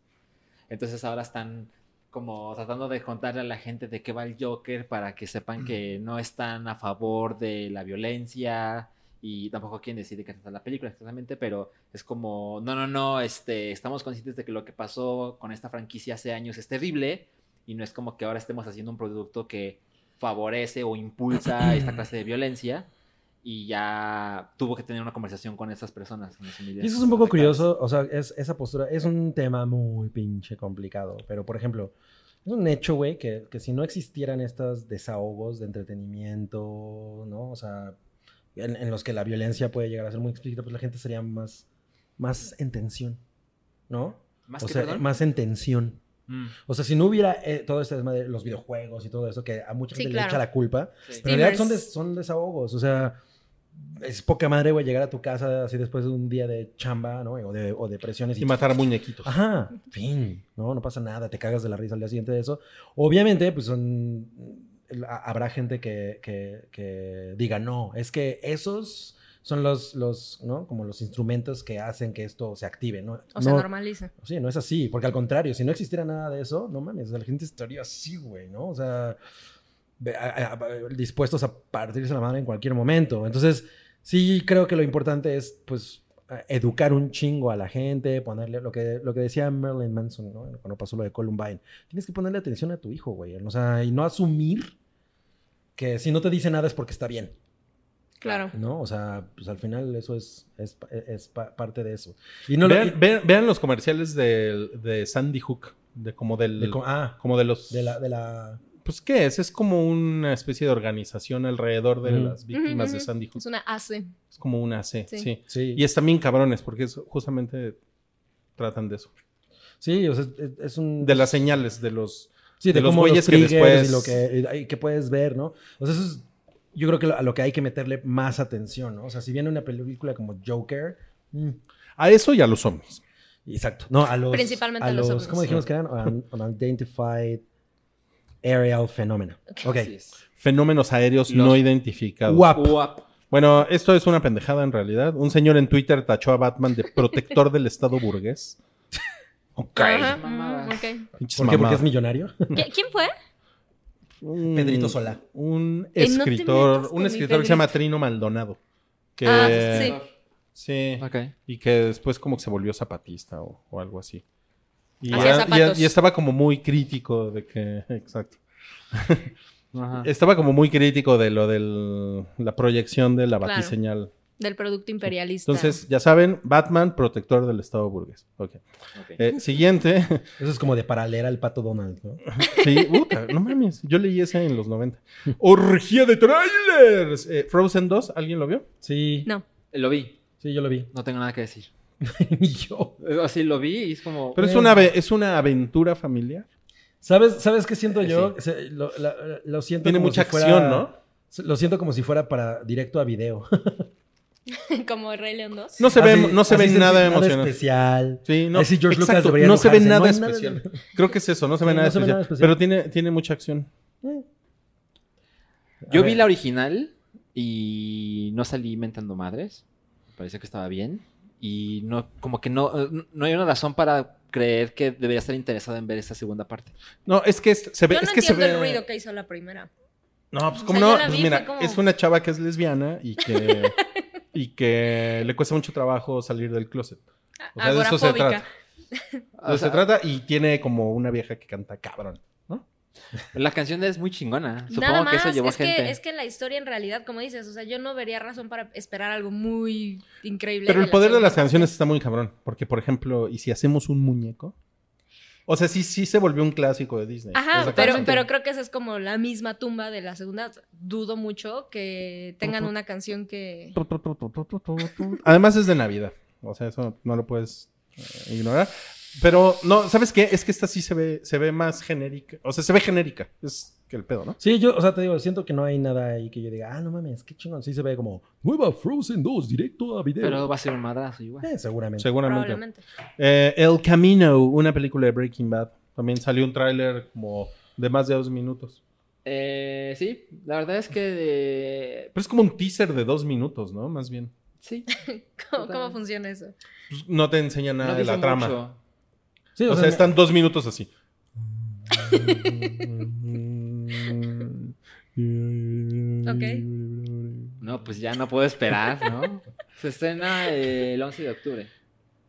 Speaker 3: Entonces ahora están como tratando de contarle a la gente de qué va el Joker para que sepan que no están a favor de la violencia y tampoco quieren decir de qué trata la película exactamente, pero es como, no, no, no, este, estamos conscientes de que lo que pasó con esta franquicia hace años es terrible y no es como que ahora estemos haciendo un producto que favorece o impulsa esta clase de violencia y ya tuvo que tener una conversación con esas personas. con las
Speaker 5: Y
Speaker 3: familias
Speaker 5: eso es un poco
Speaker 3: afectadas.
Speaker 5: curioso, o sea, es, esa postura es un tema muy pinche complicado, pero por ejemplo, es un hecho, güey, que, que si no existieran estos desahogos de entretenimiento, ¿no? O sea, en, en los que la violencia puede llegar a ser muy explícita, pues la gente sería más, más en tensión, ¿no?
Speaker 3: Más
Speaker 5: o
Speaker 3: que
Speaker 5: sea,
Speaker 3: perdón.
Speaker 5: más en tensión.
Speaker 3: Mm,
Speaker 5: O sea, si no hubiera eh, todo este desmadre, los videojuegos y todo eso, que a mucha
Speaker 4: Sí,
Speaker 5: gente le
Speaker 4: claro.
Speaker 5: echa la culpa,
Speaker 3: sí.
Speaker 5: pero en realidad son,
Speaker 4: Streamers.
Speaker 5: des- son desahogos, o sea, es poca madre, güey, llegar a tu casa así después de un día de chamba, ¿no? O de, o de presiones.
Speaker 2: Y matar a muñequitos.
Speaker 5: Ajá, fin, ¿no? No pasa nada, te cagas de la risa al día siguiente de eso. Obviamente, pues son... ha- Habrá gente que, que- que diga, no, es que esos son los, los, ¿no? Como los instrumentos que hacen que esto se active, ¿no?
Speaker 4: O sea,
Speaker 5: No-
Speaker 4: normaliza.
Speaker 5: Sí, no es así, porque al contrario, si no existiera nada de eso, no mames, la gente estaría así, güey, ¿no? O sea, ve- a- a- a- dispuestos a partirse la madre en cualquier momento. Entonces, sí creo que lo importante es, pues, a- educar un chingo a la gente, ponerle lo que, lo que decía Marilyn Manson, ¿no? Cuando pasó lo de Columbine. Tienes que ponerle atención a tu hijo, güey, o sea, y no asumir que si no te dice nada es porque está bien.
Speaker 4: Claro.
Speaker 5: ¿No? O sea, pues al final eso es, es, pa- es pa- parte de eso. Y no lo-
Speaker 2: vean,
Speaker 5: y-
Speaker 2: vean- vean los comerciales del- de, Sandy Hook, de como del...
Speaker 5: de co- ah,
Speaker 2: como de los...
Speaker 5: de la, de la
Speaker 2: Pues, ¿qué es? Es como una especie de organización alrededor de
Speaker 5: Ujú.
Speaker 2: las víctimas de
Speaker 4: Ujú, ujú.
Speaker 2: Sandy Hook.
Speaker 4: Es una AC.
Speaker 2: Es como una C, sí.
Speaker 4: Sí.
Speaker 5: Sí,
Speaker 2: Y están bien cabrones porque es- justamente tratan de eso.
Speaker 5: sí, o sea, es, es un...
Speaker 2: De las señales, de los...
Speaker 5: sí,
Speaker 2: de los
Speaker 5: cómo
Speaker 2: güeyes que
Speaker 5: triggers
Speaker 2: después-
Speaker 5: Y lo que, y- y que puedes ver, ¿no? O sea, eso es... Yo creo que lo- a lo que hay que meterle más atención, ¿no? O sea, si viene una película como Joker... mm,
Speaker 2: A eso y a los hombres.
Speaker 5: exacto. No, a los...
Speaker 4: Principalmente a los ovnis.
Speaker 5: ¿Cómo dijimos que eran? Un- Unidentified Aerial Phenomena. Ok.
Speaker 3: Así es.
Speaker 2: Fenómenos aéreos
Speaker 3: Los-
Speaker 2: no identificados.
Speaker 5: Guap.
Speaker 3: UAP.
Speaker 2: Bueno, esto es una pendejada en realidad. Un señor en Twitter tachó a Batman de protector del Estado burgués. Ok.
Speaker 4: Ajá, mm,
Speaker 3: Eh,
Speaker 4: ok.
Speaker 2: Pinches
Speaker 5: ¿Por qué? Porque
Speaker 2: mamadas.
Speaker 5: es millonario.
Speaker 4: ¿Qui- ¿Quién fue?
Speaker 2: Un-
Speaker 6: Pedrito Solá.
Speaker 2: Un
Speaker 4: Eh, no te
Speaker 2: escritor,
Speaker 4: metas con
Speaker 2: un
Speaker 4: mi
Speaker 2: escritor que se llama Trino Maldonado. Que,
Speaker 4: Ah, sí.
Speaker 2: sí.
Speaker 3: Ok.
Speaker 2: Y que después como que se volvió zapatista o, o algo así. Y,
Speaker 4: Hacía
Speaker 2: a- y a-
Speaker 4: zapatos.
Speaker 2: y estaba como muy crítico de que, exacto.
Speaker 3: Ajá.
Speaker 2: Estaba como muy crítico de lo de la proyección de la
Speaker 4: Claro.
Speaker 2: batiseñal.
Speaker 4: Del producto imperialista.
Speaker 2: Entonces, ya saben, Batman, protector del Estado burgués. Ok. Eh, siguiente.
Speaker 5: Eso es como de paralera al pato Donald, ¿no?
Speaker 2: Sí, puta, no mames. Yo leí esa en los 90. Orgía de trailers. Eh, Frozen 2, ¿alguien lo vio?
Speaker 5: Sí.
Speaker 4: No.
Speaker 3: Eh, Lo vi.
Speaker 5: Sí, yo lo vi.
Speaker 3: No tengo nada que decir.
Speaker 5: Y yo.
Speaker 3: Eh, Así lo vi y es como.
Speaker 2: Pero es
Speaker 5: Eh,
Speaker 2: una, ave- es una aventura familiar.
Speaker 5: ¿Sabes, ¿Sabes qué siento
Speaker 3: Sí.
Speaker 5: yo? Se- lo, la- lo siento
Speaker 2: Tiene
Speaker 5: como
Speaker 2: mucha
Speaker 5: si fuera-
Speaker 2: acción, ¿no?
Speaker 5: Lo siento como si fuera para directo a video.
Speaker 4: Como Rey León 2.
Speaker 2: No se ve,
Speaker 5: Así-
Speaker 2: no se
Speaker 5: así
Speaker 2: ve
Speaker 5: sentí
Speaker 2: nada emocionante.
Speaker 5: especial.
Speaker 2: Sí, no,
Speaker 5: Ahí sí George Lucas
Speaker 2: exacto,
Speaker 5: debería
Speaker 2: no se ve
Speaker 5: enojarse.
Speaker 2: nada
Speaker 5: No hay nada
Speaker 2: especial. Creo que es eso, no se ve,
Speaker 5: Sí,
Speaker 2: nada,
Speaker 5: no se ve
Speaker 2: especial,
Speaker 5: nada especial.
Speaker 2: Pero tiene, tiene mucha acción.
Speaker 3: Yo
Speaker 5: A
Speaker 3: vi
Speaker 5: ver.
Speaker 3: la original y no salí mentando madres. Me Parecía que estaba bien. Y no, como que no, eh, no hay una razón para creer que debería estar interesado en ver esta segunda parte.
Speaker 2: No, es que es- se ve.
Speaker 4: Yo no
Speaker 2: es que se
Speaker 4: entiendo
Speaker 2: ve...
Speaker 4: el ruido que hizo la primera.
Speaker 2: No, pues
Speaker 4: O
Speaker 2: como
Speaker 4: sea,
Speaker 2: no,
Speaker 4: yo la
Speaker 2: Pues
Speaker 4: vi,
Speaker 2: mira,
Speaker 4: fue como-
Speaker 2: es una chava que es lesbiana y que, y que le cuesta mucho trabajo salir del closet. O sea, de eso se
Speaker 4: Agorafóbica.
Speaker 2: trata. De eso
Speaker 3: O sea,
Speaker 2: se trata y tiene como una vieja que canta cabrón.
Speaker 3: La canción es muy chingona. Supongo
Speaker 4: Nada más,
Speaker 3: que eso llevó a
Speaker 4: es,
Speaker 3: gente.
Speaker 4: Que, es que la historia en realidad, como dices, o sea, yo no vería razón para esperar algo muy increíble.
Speaker 2: Pero
Speaker 4: de
Speaker 2: el
Speaker 4: la
Speaker 2: poder de
Speaker 4: segunda
Speaker 2: las canciones está muy cabrón. Porque, por ejemplo, ¿y si hacemos un muñeco? O sea, sí, sí se volvió un clásico de Disney.
Speaker 4: Ajá, pero,
Speaker 2: Exactamente.
Speaker 4: pero creo que esa es como la misma tumba de la segunda. Dudo mucho que tengan una canción que...
Speaker 2: Además es de Navidad. O sea, eso no lo puedes eh, ignorar. Pero, no, ¿sabes qué? Es que esta sí se ve, se ve más genérica. O sea, se ve genérica. Es que el pedo, ¿no?
Speaker 5: Sí, yo, o sea, te digo, siento que no hay nada ahí que yo diga, ah, no mames, qué chingón. Sí se ve como, nueva Frozen 2, directo a video.
Speaker 3: Pero va a ser un madrazo igual.
Speaker 5: Eh, seguramente.
Speaker 2: Seguramente.
Speaker 4: Probablemente.
Speaker 2: Eh, el Camino, una película de Breaking Bad. También salió un tráiler como de más de dos minutos.
Speaker 3: Eh, sí, la verdad es que de-
Speaker 2: Pero es como un teaser de dos minutos, ¿no? Más bien.
Speaker 3: sí,
Speaker 4: ¿Cómo, cómo funciona eso?
Speaker 2: Pues no te enseña nada
Speaker 3: no
Speaker 2: de
Speaker 3: dice
Speaker 2: la trama.
Speaker 3: mucho.
Speaker 5: Sí,
Speaker 2: O sea, están dos minutos así.
Speaker 3: No, pues ya no puedo esperar, ¿no? Se estrena eh, el 11 de octubre.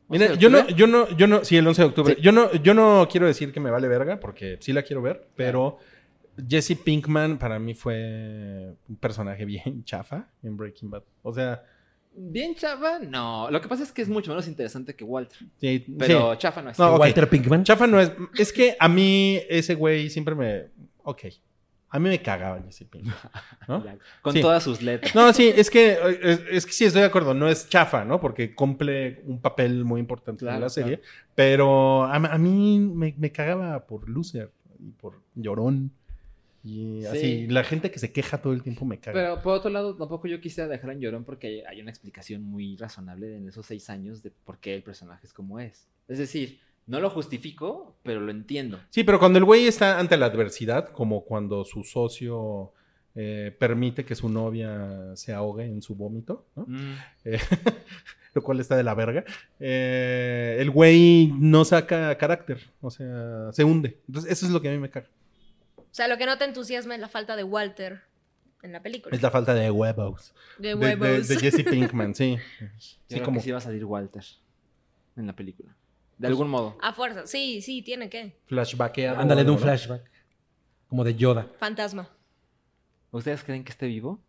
Speaker 2: Mira,
Speaker 3: 11 de
Speaker 2: yo no,
Speaker 3: octubre.
Speaker 2: yo no, yo no, sí, el 11 de octubre.
Speaker 3: Sí.
Speaker 2: Yo no, yo no quiero decir que me vale verga, porque sí la quiero ver, pero Jesse Pinkman para mí fue un personaje bien chafa en Breaking Bad. O sea,
Speaker 3: Bien chafa, no. Lo que pasa es que es mucho menos interesante que Walter.
Speaker 2: sí,
Speaker 3: Pero
Speaker 2: sí.
Speaker 3: chafa no es.
Speaker 2: No, ok.
Speaker 5: Walter Pinkman.
Speaker 2: chafa no es. Es que a mí ese güey siempre me. Ok. A mí me cagaba Jesse Pinkman. ¿no?
Speaker 3: Con
Speaker 2: Sí.
Speaker 3: todas sus letras.
Speaker 2: No, sí, es que, eh, es, es que sí estoy de acuerdo, no es chafa, ¿no? Porque cumple un papel muy importante en
Speaker 3: Claro,
Speaker 2: la serie, pero a, a mí me, me cagaba por loser y por llorón. Y
Speaker 3: Sí.
Speaker 2: así, la gente que se queja todo el tiempo me caga.
Speaker 3: Pero por otro lado, tampoco yo quisiera dejar en llorón porque hay, hay una explicación muy razonable en esos seis años de por qué el personaje es como es. Es decir, no lo justifico, pero lo entiendo.
Speaker 2: Sí, pero cuando el güey está ante la adversidad, como cuando su socio eh, permite que su novia se ahogue en su vómito, ¿no?
Speaker 3: Mm.
Speaker 2: Eh, lo cual está de la verga. Eh, el güey no saca carácter, o sea, se hunde. Entonces, eso es lo que a mí me caga.
Speaker 4: O sea, lo que no te entusiasma es la falta de Walter en la película.
Speaker 2: Es la falta de huevos.
Speaker 4: De
Speaker 2: De, de-
Speaker 4: huevos.
Speaker 2: de Jesse Pinkman, sí.
Speaker 3: Yo
Speaker 2: Sí,
Speaker 3: creo
Speaker 2: como Pues
Speaker 3: que sí va a salir Walter en la película. De algún modo.
Speaker 4: A fuerza. Sí, sí, tiene que.
Speaker 2: flashbackeado.
Speaker 5: Ándale, de un
Speaker 2: ¿no?
Speaker 5: flashback. Como de Yoda.
Speaker 4: Fantasma.
Speaker 3: ¿Ustedes creen que esté vivo?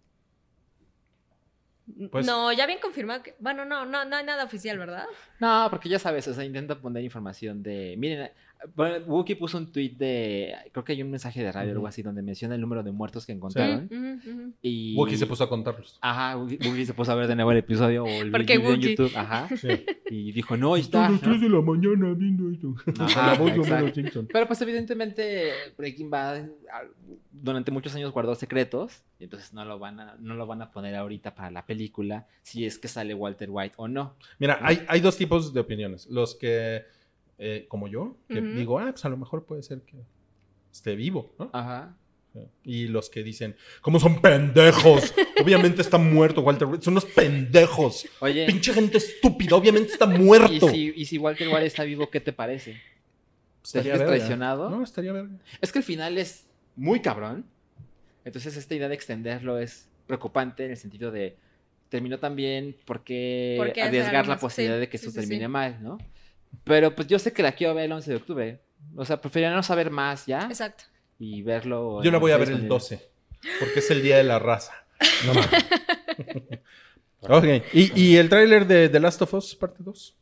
Speaker 2: Pues-
Speaker 4: no, ya bien confirmado que... Bueno, no, no, no hay nada oficial, ¿verdad?
Speaker 3: No, porque ya sabes, o sea, intenta poner información de. Miren, bueno, Wookie puso un tweet de. Creo que hay un mensaje de radio o algo así donde menciona el número de muertos que encontraron.
Speaker 4: Ujú, ujú.
Speaker 3: Y.
Speaker 2: Wookie se puso a contarlos.
Speaker 3: Ajá, Wookie Wookie se puso a ver de nuevo el episodio o el
Speaker 4: Porque
Speaker 3: video en
Speaker 4: Wookie.
Speaker 3: YouTube. Ajá.
Speaker 2: Sí.
Speaker 3: Y dijo, no, ahí está. ¿no?
Speaker 2: de la mañana viendo esto.
Speaker 3: Ajá,
Speaker 2: La voz de
Speaker 3: exacto.
Speaker 2: Homero Simpson.
Speaker 3: Pero pues evidentemente Breaking Bad ah, durante muchos años guardó secretos y entonces no lo van a, no lo van a poner ahorita para la película si es que sale Walter White o no.
Speaker 2: Mira, hay, hay dos tipos de opiniones. Los que, eh, como yo, que
Speaker 4: Ujú.
Speaker 2: digo, ah, pues a lo mejor puede ser que esté vivo, ¿no?
Speaker 3: Ajá.
Speaker 2: Y los que dicen, ¿cómo son pendejos? Obviamente está muerto Walter White. Son unos pendejos.
Speaker 3: Oye,
Speaker 2: Pinche gente estúpida. Obviamente está
Speaker 3: y
Speaker 2: muerto.
Speaker 3: si, y si Walter White está vivo, ¿qué te parece?
Speaker 2: Estaría
Speaker 3: sientes
Speaker 2: verga.
Speaker 3: Pues traicionado?
Speaker 2: No, estaría verga.
Speaker 3: Es que el final es muy cabrón. Entonces esta idea de extenderlo es preocupante en el sentido de terminó tan bien, ¿por qué,
Speaker 4: ¿Por qué hacer
Speaker 3: arriesgar
Speaker 4: algo
Speaker 3: la
Speaker 4: más?
Speaker 3: posibilidad
Speaker 4: Sí,
Speaker 3: de que
Speaker 4: sí,
Speaker 3: esto
Speaker 4: sí, sí.
Speaker 3: termine mal, no? Pero pues yo sé que la quiero ver el 11 de octubre. O sea, preferiría no saber más ya
Speaker 4: Exacto.
Speaker 3: y verlo.
Speaker 2: Yo
Speaker 3: en
Speaker 2: la voy a ver
Speaker 3: disponible.
Speaker 2: el 12, porque es el día de la raza. No mames. ok. ¿Y, y el tráiler de The Last of Us, parte 2?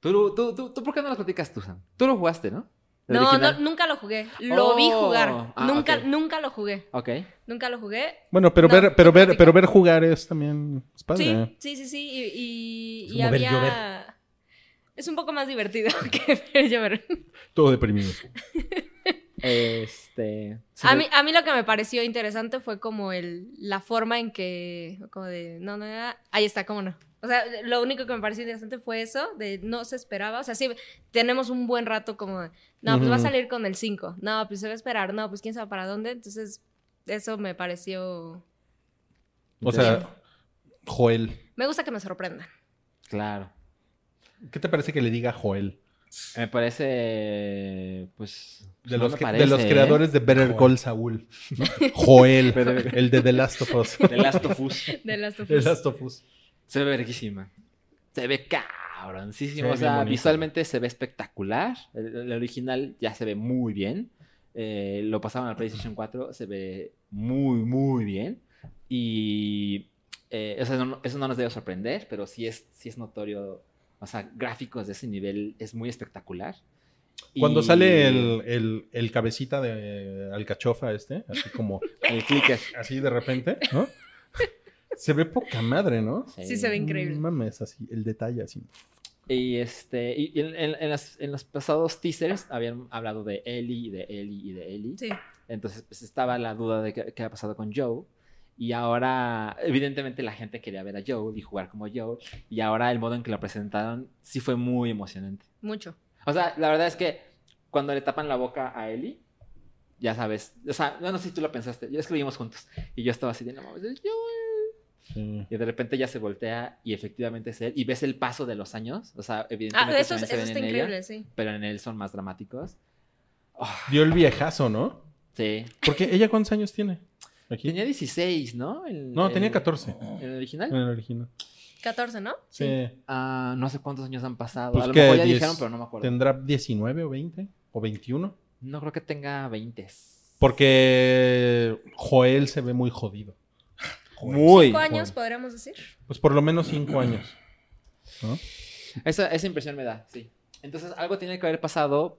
Speaker 3: ¿Tú, lo- tú, tú, tú por qué no lo platicas tú, Sam? Tú lo jugaste, ¿no? El
Speaker 4: No, no,
Speaker 3: original.
Speaker 4: nunca lo jugué. Lo vi
Speaker 3: Oh,
Speaker 4: jugar.
Speaker 3: ah,
Speaker 4: nunca,
Speaker 3: ok.
Speaker 4: nunca lo jugué.
Speaker 3: Ok.
Speaker 4: Nunca lo jugué.
Speaker 2: Bueno, pero
Speaker 4: No,
Speaker 2: ver, pero
Speaker 4: no
Speaker 2: ver,
Speaker 4: platica.
Speaker 2: pero ver jugar es también es padre. ¿eh?
Speaker 4: Sí, sí, sí, sí. Y, y-
Speaker 5: Es
Speaker 4: y
Speaker 5: como ver
Speaker 4: había. Es un poco más divertido que ver llover.
Speaker 2: Todo deprimido.
Speaker 3: Este. sí,
Speaker 4: A
Speaker 3: lo-
Speaker 4: mí, a mí lo que me pareció interesante fue como el, la forma en que, como de, no, no, no, ahí está, cómo no. O sea, lo único que me pareció interesante fue eso, de no se esperaba. O sea, sí, tenemos un buen rato como, de, no, pues va a
Speaker 2: Ujú.
Speaker 4: salir con el 5, no, pues se va a esperar, no, pues quién sabe para dónde. Entonces, eso me pareció...
Speaker 2: O sea, Joel.
Speaker 4: Me gusta que me sorprendan.
Speaker 3: Claro.
Speaker 2: ¿Qué te parece que le diga Joel?
Speaker 3: Me parece. Pues.
Speaker 2: De,
Speaker 3: no
Speaker 2: los,
Speaker 3: me
Speaker 2: que- de
Speaker 3: parece,
Speaker 2: los
Speaker 3: ¿eh?
Speaker 2: creadores de Better
Speaker 5: Joel.
Speaker 2: Call Saul. Joel,
Speaker 3: Pero-
Speaker 2: el de The Last of Us.
Speaker 3: The Last of Us.
Speaker 4: De las
Speaker 2: The
Speaker 3: Este,
Speaker 2: Last of Us.
Speaker 3: Se ve verguísima. Se ve cabroncísima.
Speaker 2: Se ve
Speaker 3: o sea,
Speaker 2: bien bonito.
Speaker 3: visualmente se ve espectacular. El, el original ya se ve muy bien. Eh, lo pasaron al PlayStation 4, se ve muy, muy bien. Y eh, o sea, no- eso no nos debe sorprender, pero sí es, sí es notorio. O sea, gráficos de ese nivel es muy espectacular.
Speaker 2: Cuando
Speaker 3: Y
Speaker 2: sale el, el- el cabecita de alcachofa este, así como
Speaker 3: el clicker.
Speaker 2: así de repente, ¿no? Se ve poca madre, ¿no?
Speaker 4: Sí, se ve increíble.
Speaker 2: No mames, así, el detalle así.
Speaker 3: Y este, y en, en- en las- en los pasados teasers habían hablado de Ellie y de Ellie y de Ellie.
Speaker 4: Sí.
Speaker 3: Entonces pues, estaba la duda de qué, qué había pasado con Joe. Y ahora, evidentemente, la gente quería ver a Joe y jugar como Joe. Y ahora el modo en que lo presentaron sí fue muy emocionante.
Speaker 4: Mucho.
Speaker 3: O sea, la verdad es que cuando le tapan la boca a Ellie, ya sabes. O sea, no, no sé si tú lo pensaste. Yo escribimos juntos. Y yo estaba así de, no mames, es Joel.
Speaker 2: Sí.
Speaker 3: Y de repente ya se voltea y efectivamente es él. Y ves el paso de los años. O sea,
Speaker 4: Ah,
Speaker 3: evidentemente
Speaker 4: eso,
Speaker 3: también
Speaker 4: eso
Speaker 3: se ven
Speaker 4: está
Speaker 3: en ella,
Speaker 4: increíble, sí.
Speaker 3: pero en él son más dramáticos. Ah,
Speaker 2: Dio el viejazo, ¿no?
Speaker 3: sí.
Speaker 2: Porque ella cuántos años tiene? Aquí.
Speaker 3: Tenía 16, ¿no? El-
Speaker 2: No, tenía
Speaker 3: el-
Speaker 2: 14
Speaker 3: ¿En el
Speaker 2: en
Speaker 3: original?
Speaker 2: el original.
Speaker 4: 14, ¿no?
Speaker 2: Sí.
Speaker 3: Ah, no sé cuántos años han pasado.
Speaker 2: Pues
Speaker 3: a lo
Speaker 2: que
Speaker 3: mejor ya
Speaker 2: 10,
Speaker 3: dijeron, pero no me acuerdo.
Speaker 2: ¿Tendrá 19 o 20 o 21?
Speaker 3: No creo que tenga 20.
Speaker 2: Porque Joel se ve muy jodido.
Speaker 3: Muy.
Speaker 4: Cinco años,
Speaker 2: joven.
Speaker 4: podríamos decir.
Speaker 2: Pues por lo menos 5 años. ¿no?
Speaker 3: Esa, esa impresión me da, sí. Entonces, algo tiene que haber pasado.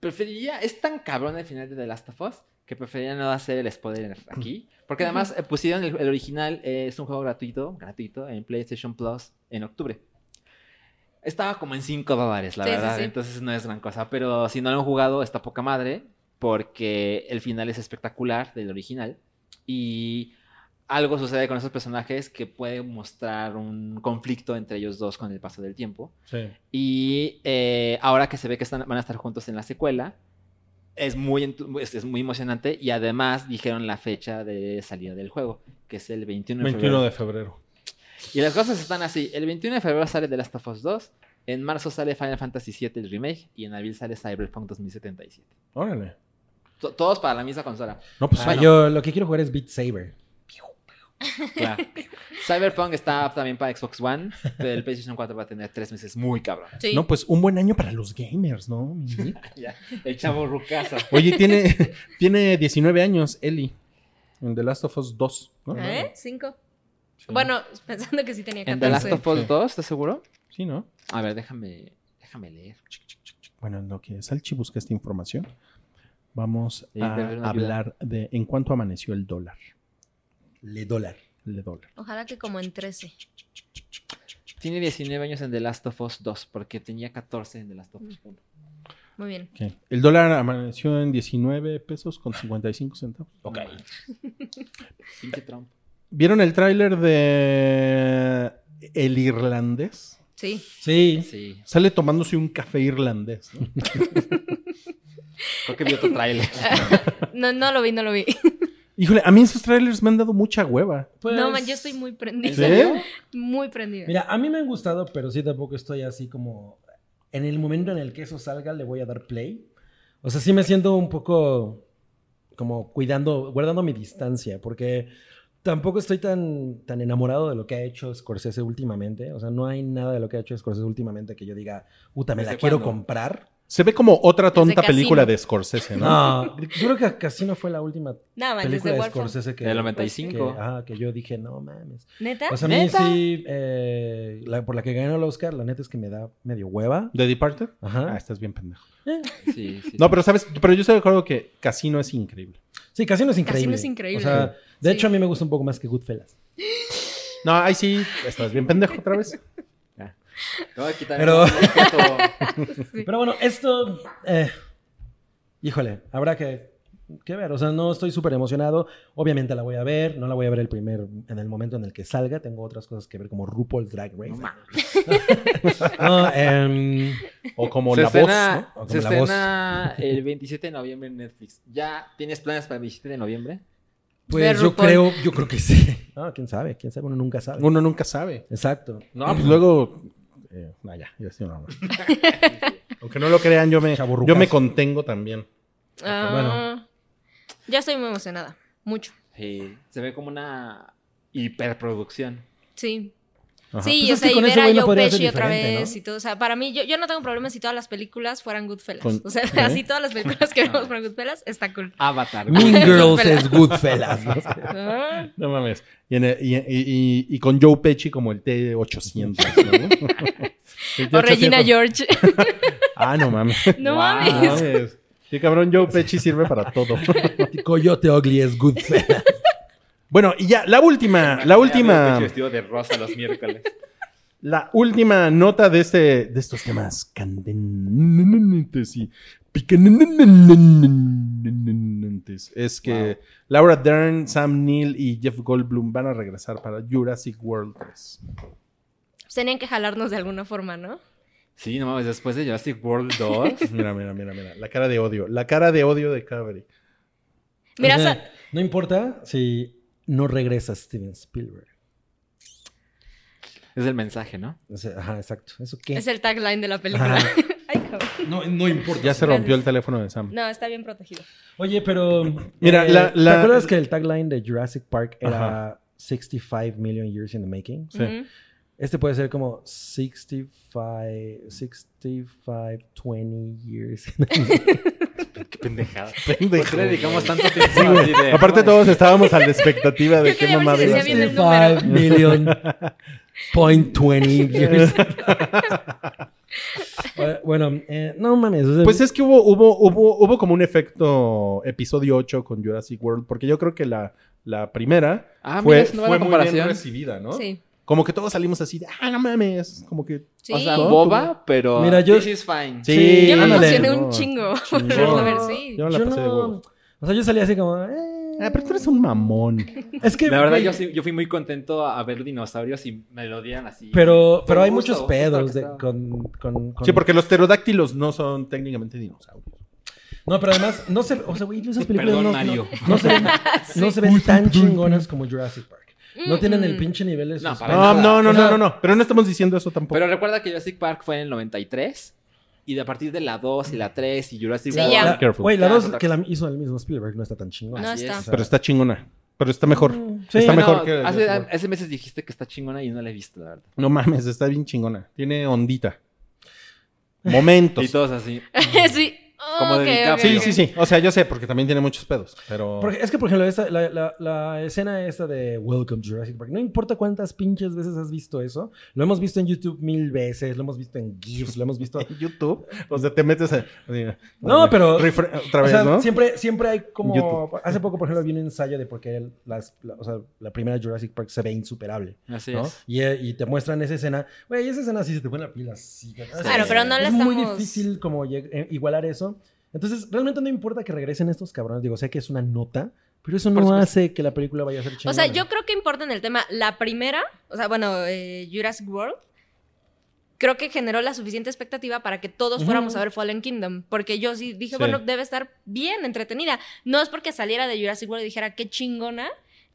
Speaker 3: Preferiría. Es tan cabrón el final de The Last of Us que preferiría no hacer el spoiler aquí. Porque además eh, pusieron el, el original, eh, es un juego gratuito, gratuito, en PlayStation Plus en octubre. Estaba como en 5 dólares, la
Speaker 4: Sí, sí,
Speaker 3: verdad.
Speaker 4: sí.
Speaker 3: Entonces no es gran cosa. Pero si no lo han jugado, está poca madre. Porque el final es espectacular del original. Y algo sucede con esos personajes que puede mostrar un conflicto entre ellos dos con el paso del tiempo.
Speaker 2: Sí.
Speaker 3: Y eh, ahora que se ve que están, van a estar juntos en la secuela, es muy, entu- es, es muy emocionante. Y además dijeron la fecha de salida del juego, que es el 21 de
Speaker 2: 21
Speaker 3: febrero.
Speaker 2: de febrero.
Speaker 3: Y las cosas están así. El 21 de febrero sale The Last of Us 2, en marzo sale Final Fantasy VII el remake, y en abril sale Cyberpunk 2077.
Speaker 2: Órale.
Speaker 3: To- todos para la misma consola.
Speaker 2: No, pues
Speaker 5: O sea,
Speaker 2: bueno.
Speaker 5: Ah, yo lo que quiero jugar es Beat Saber.
Speaker 3: Cyberpunk está también para Xbox One, pero el PlayStation 4 va a tener tres meses muy cabrón.
Speaker 4: Sí.
Speaker 2: No, pues un buen año para los gamers, ¿no? Mimi?
Speaker 3: Ya, El chavo rucazo.
Speaker 2: Oye, tiene, tiene 19 años, Ellie. En The Last of Us 2, ¿no?
Speaker 4: ¿Eh? Cinco. Bueno, pensando que sí tenía
Speaker 3: En The Last
Speaker 4: 14.
Speaker 3: of Us
Speaker 2: Sí.
Speaker 3: 2, ¿estás seguro?
Speaker 2: Sí, ¿no?
Speaker 3: A ver, déjame, déjame leer.
Speaker 2: Bueno, en lo que Salchi busca esta información, vamos
Speaker 3: Sí,
Speaker 2: a
Speaker 3: pero no ayuda.
Speaker 2: hablar de en cuánto amaneció el dólar.
Speaker 5: Le dólar.
Speaker 2: El dólar.
Speaker 4: Ojalá que como en 13.
Speaker 3: Tiene 19 años en The Last of Us 2, porque tenía 14 en The Last of Us 1.
Speaker 4: Muy bien.
Speaker 2: Ok. El dólar amaneció en 19 pesos con 55 centavos.
Speaker 3: Ok. Pinche Trump.
Speaker 2: ¿Vieron el tráiler de El Irlandés?
Speaker 4: Sí.
Speaker 5: Sí.
Speaker 3: Sí.
Speaker 2: Sale tomándose un café irlandés. ¿no?
Speaker 3: Creo que vi otro tráiler.
Speaker 4: No, no lo vi, no lo vi.
Speaker 2: Híjole, a mí esos trailers me han dado mucha hueva.
Speaker 4: No, man,
Speaker 5: Pues-
Speaker 4: yo estoy muy
Speaker 5: ¿En
Speaker 2: ¿Sí?
Speaker 4: prendida.
Speaker 5: serio?
Speaker 4: Muy prendida.
Speaker 5: Mira, a mí me han gustado, pero sí tampoco estoy así como. En el momento en el que eso salga, le voy a dar play. O sea, sí me siento un poco como cuidando, guardando mi distancia, porque tampoco estoy tan, tan enamorado de lo que ha hecho Scorsese últimamente. O sea, no hay nada de lo que ha hecho Scorsese últimamente que yo diga, puta, me la
Speaker 3: ¿Desde
Speaker 5: quiero
Speaker 3: cuándo?
Speaker 5: comprar.
Speaker 2: Se ve como otra tonta
Speaker 4: Casino.
Speaker 2: película de Scorsese, ¿no?
Speaker 5: No, yo creo que Casino fue la última
Speaker 4: Nada más, desde
Speaker 5: película de
Speaker 4: Warfare.
Speaker 5: Scorsese que.
Speaker 3: Del 95.
Speaker 2: ah.
Speaker 5: que- ajá, que yo dije, no mames.
Speaker 4: ¿Neta?
Speaker 5: Pues a mí
Speaker 3: ¿Neta?
Speaker 5: sí, eh, la- por la que ganó el Oscar, la neta es que me da medio hueva.
Speaker 2: ¿The Departed? Ah,
Speaker 5: Ajá. Eh,
Speaker 2: estás bien pendejo.
Speaker 3: Sí, sí.
Speaker 2: No, pero sabes, pero yo estoy de acuerdo que Casino es increíble.
Speaker 5: Sí, Casino es increíble.
Speaker 4: Casino es increíble.
Speaker 5: O sea, de
Speaker 4: Sí.
Speaker 5: hecho a mí me gusta un poco más que Goodfellas.
Speaker 2: No, ahí sí, estás bien pendejo otra vez.
Speaker 3: No, aquí también
Speaker 5: Pero-
Speaker 3: hay foto.
Speaker 4: Sí.
Speaker 5: Pero bueno, esto, eh, híjole, habrá que, que ver. O sea, no estoy súper emocionado. Obviamente la voy a ver. No la voy a ver el primer, en el momento en el que salga. Tengo otras cosas que ver como RuPaul's Drag Race.
Speaker 3: No
Speaker 5: No,
Speaker 3: mames.
Speaker 5: em,
Speaker 2: O como
Speaker 3: se
Speaker 2: la voz,
Speaker 3: estrena,
Speaker 2: ¿no?
Speaker 5: ¿no? O
Speaker 3: se
Speaker 5: como La Voz.
Speaker 3: estrena el 27 de noviembre en Netflix. ¿Ya tienes planes para el 27 de noviembre?
Speaker 5: pues
Speaker 4: Ver
Speaker 5: yo
Speaker 4: RuPaul.
Speaker 5: creo, yo creo que sí. No, quién sabe, quién sabe, uno nunca sabe.
Speaker 2: Uno nunca sabe.
Speaker 5: Exacto.
Speaker 3: No,
Speaker 2: pues luego. Eh, nah, ya, ya estoy mamando. Aunque no lo crean, yo me,
Speaker 5: Chavorrucazo.
Speaker 2: yo me contengo también.
Speaker 4: Ah,
Speaker 5: bueno.
Speaker 4: Ya estoy muy emocionada. Mucho.
Speaker 3: Sí, se ve como una hiperproducción.
Speaker 4: Sí.
Speaker 2: Ajá.
Speaker 4: Sí,
Speaker 5: Pues
Speaker 4: o
Speaker 5: es que
Speaker 4: sea, y
Speaker 5: con
Speaker 4: ver
Speaker 5: ese
Speaker 4: a
Speaker 5: güey no
Speaker 4: Joe
Speaker 5: podría ser
Speaker 4: Pesci otra
Speaker 5: diferente,
Speaker 4: vez
Speaker 5: ¿no?
Speaker 4: y todo. O sea, para mí, yo, yo no tengo problemas si todas las películas fueran Goodfellas.
Speaker 2: Con-
Speaker 4: O sea,
Speaker 2: Ujú.
Speaker 5: ¿Eh?
Speaker 4: así todas las películas
Speaker 5: Ah.
Speaker 4: que vemos fueran Goodfellas, está cool.
Speaker 3: Avatar. güey.
Speaker 5: Mean Girls es Goodfellas. ¿no?
Speaker 4: Ah,
Speaker 2: No mames. Y, en el- y- y- y- y con Joe Pesci como el T-800. ¿no? El
Speaker 4: o
Speaker 2: T800.
Speaker 4: Regina George.
Speaker 2: Ah, no mames.
Speaker 4: no
Speaker 2: No
Speaker 3: Wow.
Speaker 4: mames.
Speaker 2: mames. Sí, cabrón, Joe Pesci sirve para todo.
Speaker 5: Coyote Ugly es Goodfellas.
Speaker 2: Bueno, y ya, la última, Ah, la última,
Speaker 3: Vestido de rosa los miércoles.
Speaker 2: la última nota de este, de estos temas candentes y picantes es que
Speaker 3: Wow.
Speaker 2: Laura Dern, Sam Neill y Jeff Goldblum van a regresar para Jurassic World 3.
Speaker 4: Tenían que jalarnos de alguna forma, ¿no?
Speaker 3: Sí, no mames, después de Jurassic World 2.
Speaker 2: Mira, mira, mira, mira, la cara de odio, la cara de odio de Cabri.
Speaker 4: Mira,
Speaker 5: O sea,
Speaker 4: sa-
Speaker 5: no importa si no regresa Steven Spielberg.
Speaker 3: Es el mensaje, ¿no?
Speaker 5: O sea, ajá, exacto. ¿Eso qué?
Speaker 4: es el tagline de la película.
Speaker 5: Ajá.
Speaker 4: Ay, cabrón.
Speaker 5: No, no importa.
Speaker 2: Ya se rompió el teléfono de Sam.
Speaker 4: No, está bien protegido.
Speaker 5: Oye, pero. eh,
Speaker 2: Mira, la- la-
Speaker 5: ¿Te acuerdas que el tagline de Jurassic Park era 65 million years in the making?
Speaker 2: Sí.
Speaker 4: Ujú.
Speaker 5: Este puede ser como 65, 65, 20 years.
Speaker 3: Qué pendejada. ¿Por
Speaker 2: Pendejo.
Speaker 3: qué le dedicamos tanto tiempo
Speaker 2: Sí,
Speaker 3: a
Speaker 2: güey.
Speaker 3: la idea?
Speaker 2: Aparte todos estábamos a la expectativa de
Speaker 4: Yo
Speaker 2: qué
Speaker 4: quería ver
Speaker 2: mamada
Speaker 4: si
Speaker 2: iba a
Speaker 4: decía bien
Speaker 2: ser.
Speaker 4: el número.
Speaker 5: 65 million point 20 years. Eh, bueno, eh, no mames. o sea,
Speaker 2: Pues es que hubo, hubo, hubo, hubo como un efecto episodio 8 con Jurassic World, porque yo creo que la, la primera
Speaker 3: Ah,
Speaker 2: fue,
Speaker 3: mira, es nueva
Speaker 2: fue muy bien
Speaker 3: comparación.
Speaker 2: recibida, ¿no?
Speaker 4: Sí.
Speaker 2: Como que todos salimos así de, ah, no mames, como que...
Speaker 4: Sí.
Speaker 3: O sea, boba, pero.
Speaker 5: Mira, yo-
Speaker 3: This is fine.
Speaker 5: Sí,
Speaker 4: yo me
Speaker 5: ándale.
Speaker 4: emocioné un chingo por
Speaker 2: Chingón.
Speaker 4: verlo ver, sí.
Speaker 2: Yo me la
Speaker 5: Yo
Speaker 2: pasé de
Speaker 5: no-
Speaker 2: huevos.
Speaker 5: O sea, yo salí así como. eh,
Speaker 2: Ah, pero tú eres un mamón.
Speaker 5: Es que.
Speaker 3: La verdad,
Speaker 5: güey,
Speaker 3: yo, sí- yo fui muy contento a ver dinosaurios y me lo dieron así.
Speaker 5: Pero, pero
Speaker 3: Me
Speaker 5: hay
Speaker 3: gusta,
Speaker 5: muchos
Speaker 3: me gusta
Speaker 5: pedos
Speaker 3: que
Speaker 5: de-
Speaker 3: está.
Speaker 5: con, con- con-
Speaker 2: Sí, porque los pterodáctilos no son técnicamente dinosaurios.
Speaker 5: No, pero además, no se. O sea, güey, esas películas
Speaker 3: Perdón,
Speaker 5: no, no-
Speaker 3: Mario.
Speaker 5: no se ven, no se ven tan chingonas como Jurassic Park. No tienen el
Speaker 4: Mm,
Speaker 5: pinche nivel de
Speaker 3: No,
Speaker 5: suspense.
Speaker 3: para nada.
Speaker 2: No, no, no,
Speaker 5: O sea-
Speaker 2: no, no, no. Ah, Pero no estamos diciendo eso tampoco.
Speaker 3: Pero recuerda que Jurassic Park fue en el 93 y de a partir de la 2 y la 3 y Jurassic
Speaker 4: Sí,
Speaker 3: World.
Speaker 4: ya.
Speaker 5: La-
Speaker 2: Careful.
Speaker 5: Güey, la
Speaker 3: Ya,
Speaker 5: dos
Speaker 3: total.
Speaker 5: que la hizo el mismo Spielberg no está tan chingona.
Speaker 4: No
Speaker 3: Así
Speaker 4: está.
Speaker 3: es.
Speaker 2: Pero está chingona. Pero está mejor.
Speaker 5: mm. Sí,
Speaker 2: está
Speaker 3: No,
Speaker 2: mejor que-
Speaker 3: hace, hace meses dijiste que está chingona y no la he visto, la verdad.
Speaker 2: No mames, está bien chingona. Tiene ondita. Momentos.
Speaker 3: Y todos así.
Speaker 4: sí.
Speaker 3: Como
Speaker 4: Ok,
Speaker 3: de
Speaker 4: ok,
Speaker 3: DiCaprio.
Speaker 2: Sí,
Speaker 4: ok.
Speaker 2: sí, sí. O sea, yo sé, porque también tiene muchos pedos. Pero.
Speaker 5: Porque- es que, por ejemplo, esta- la, la- la escena esta de Welcome to Jurassic Park, no importa cuántas pinches veces has visto eso, lo hemos visto en YouTube mil veces, lo hemos visto en GIFs, lo hemos visto
Speaker 2: en YouTube. O sea, te metes a.
Speaker 5: No, pero-
Speaker 2: Refre- otra vez,
Speaker 5: o sea,
Speaker 2: ¿no?
Speaker 5: siempre, siempre hay como...
Speaker 2: YouTube.
Speaker 5: Hace poco, por ejemplo, vi un ensayo de por qué el- las, la, o sea, la primera Jurassic Park se ve insuperable.
Speaker 3: Así
Speaker 5: ¿no?
Speaker 3: es.
Speaker 5: Y, eh, y te muestran esa escena. Güey, esa escena sí se te pone la pila así. ¿no?
Speaker 4: Claro, pero no la
Speaker 5: Es muy
Speaker 4: estamos-
Speaker 5: difícil como lleg- eh, igualar eso. Entonces, realmente no importa que regresen estos cabrones. Digo, sé que es una nota, pero eso
Speaker 3: Por
Speaker 5: no
Speaker 3: supuesto.
Speaker 5: hace que la película vaya a ser chingona.
Speaker 4: O sea, yo creo que importa en el tema la primera, o sea, bueno, eh, Jurassic World, creo que generó la suficiente expectativa para que todos
Speaker 5: Ujú.
Speaker 4: fuéramos a ver Fallen Kingdom, porque yo sí dije,
Speaker 2: Sí.
Speaker 4: bueno, debe estar bien entretenida. No es porque saliera de Jurassic World y dijera, qué chingona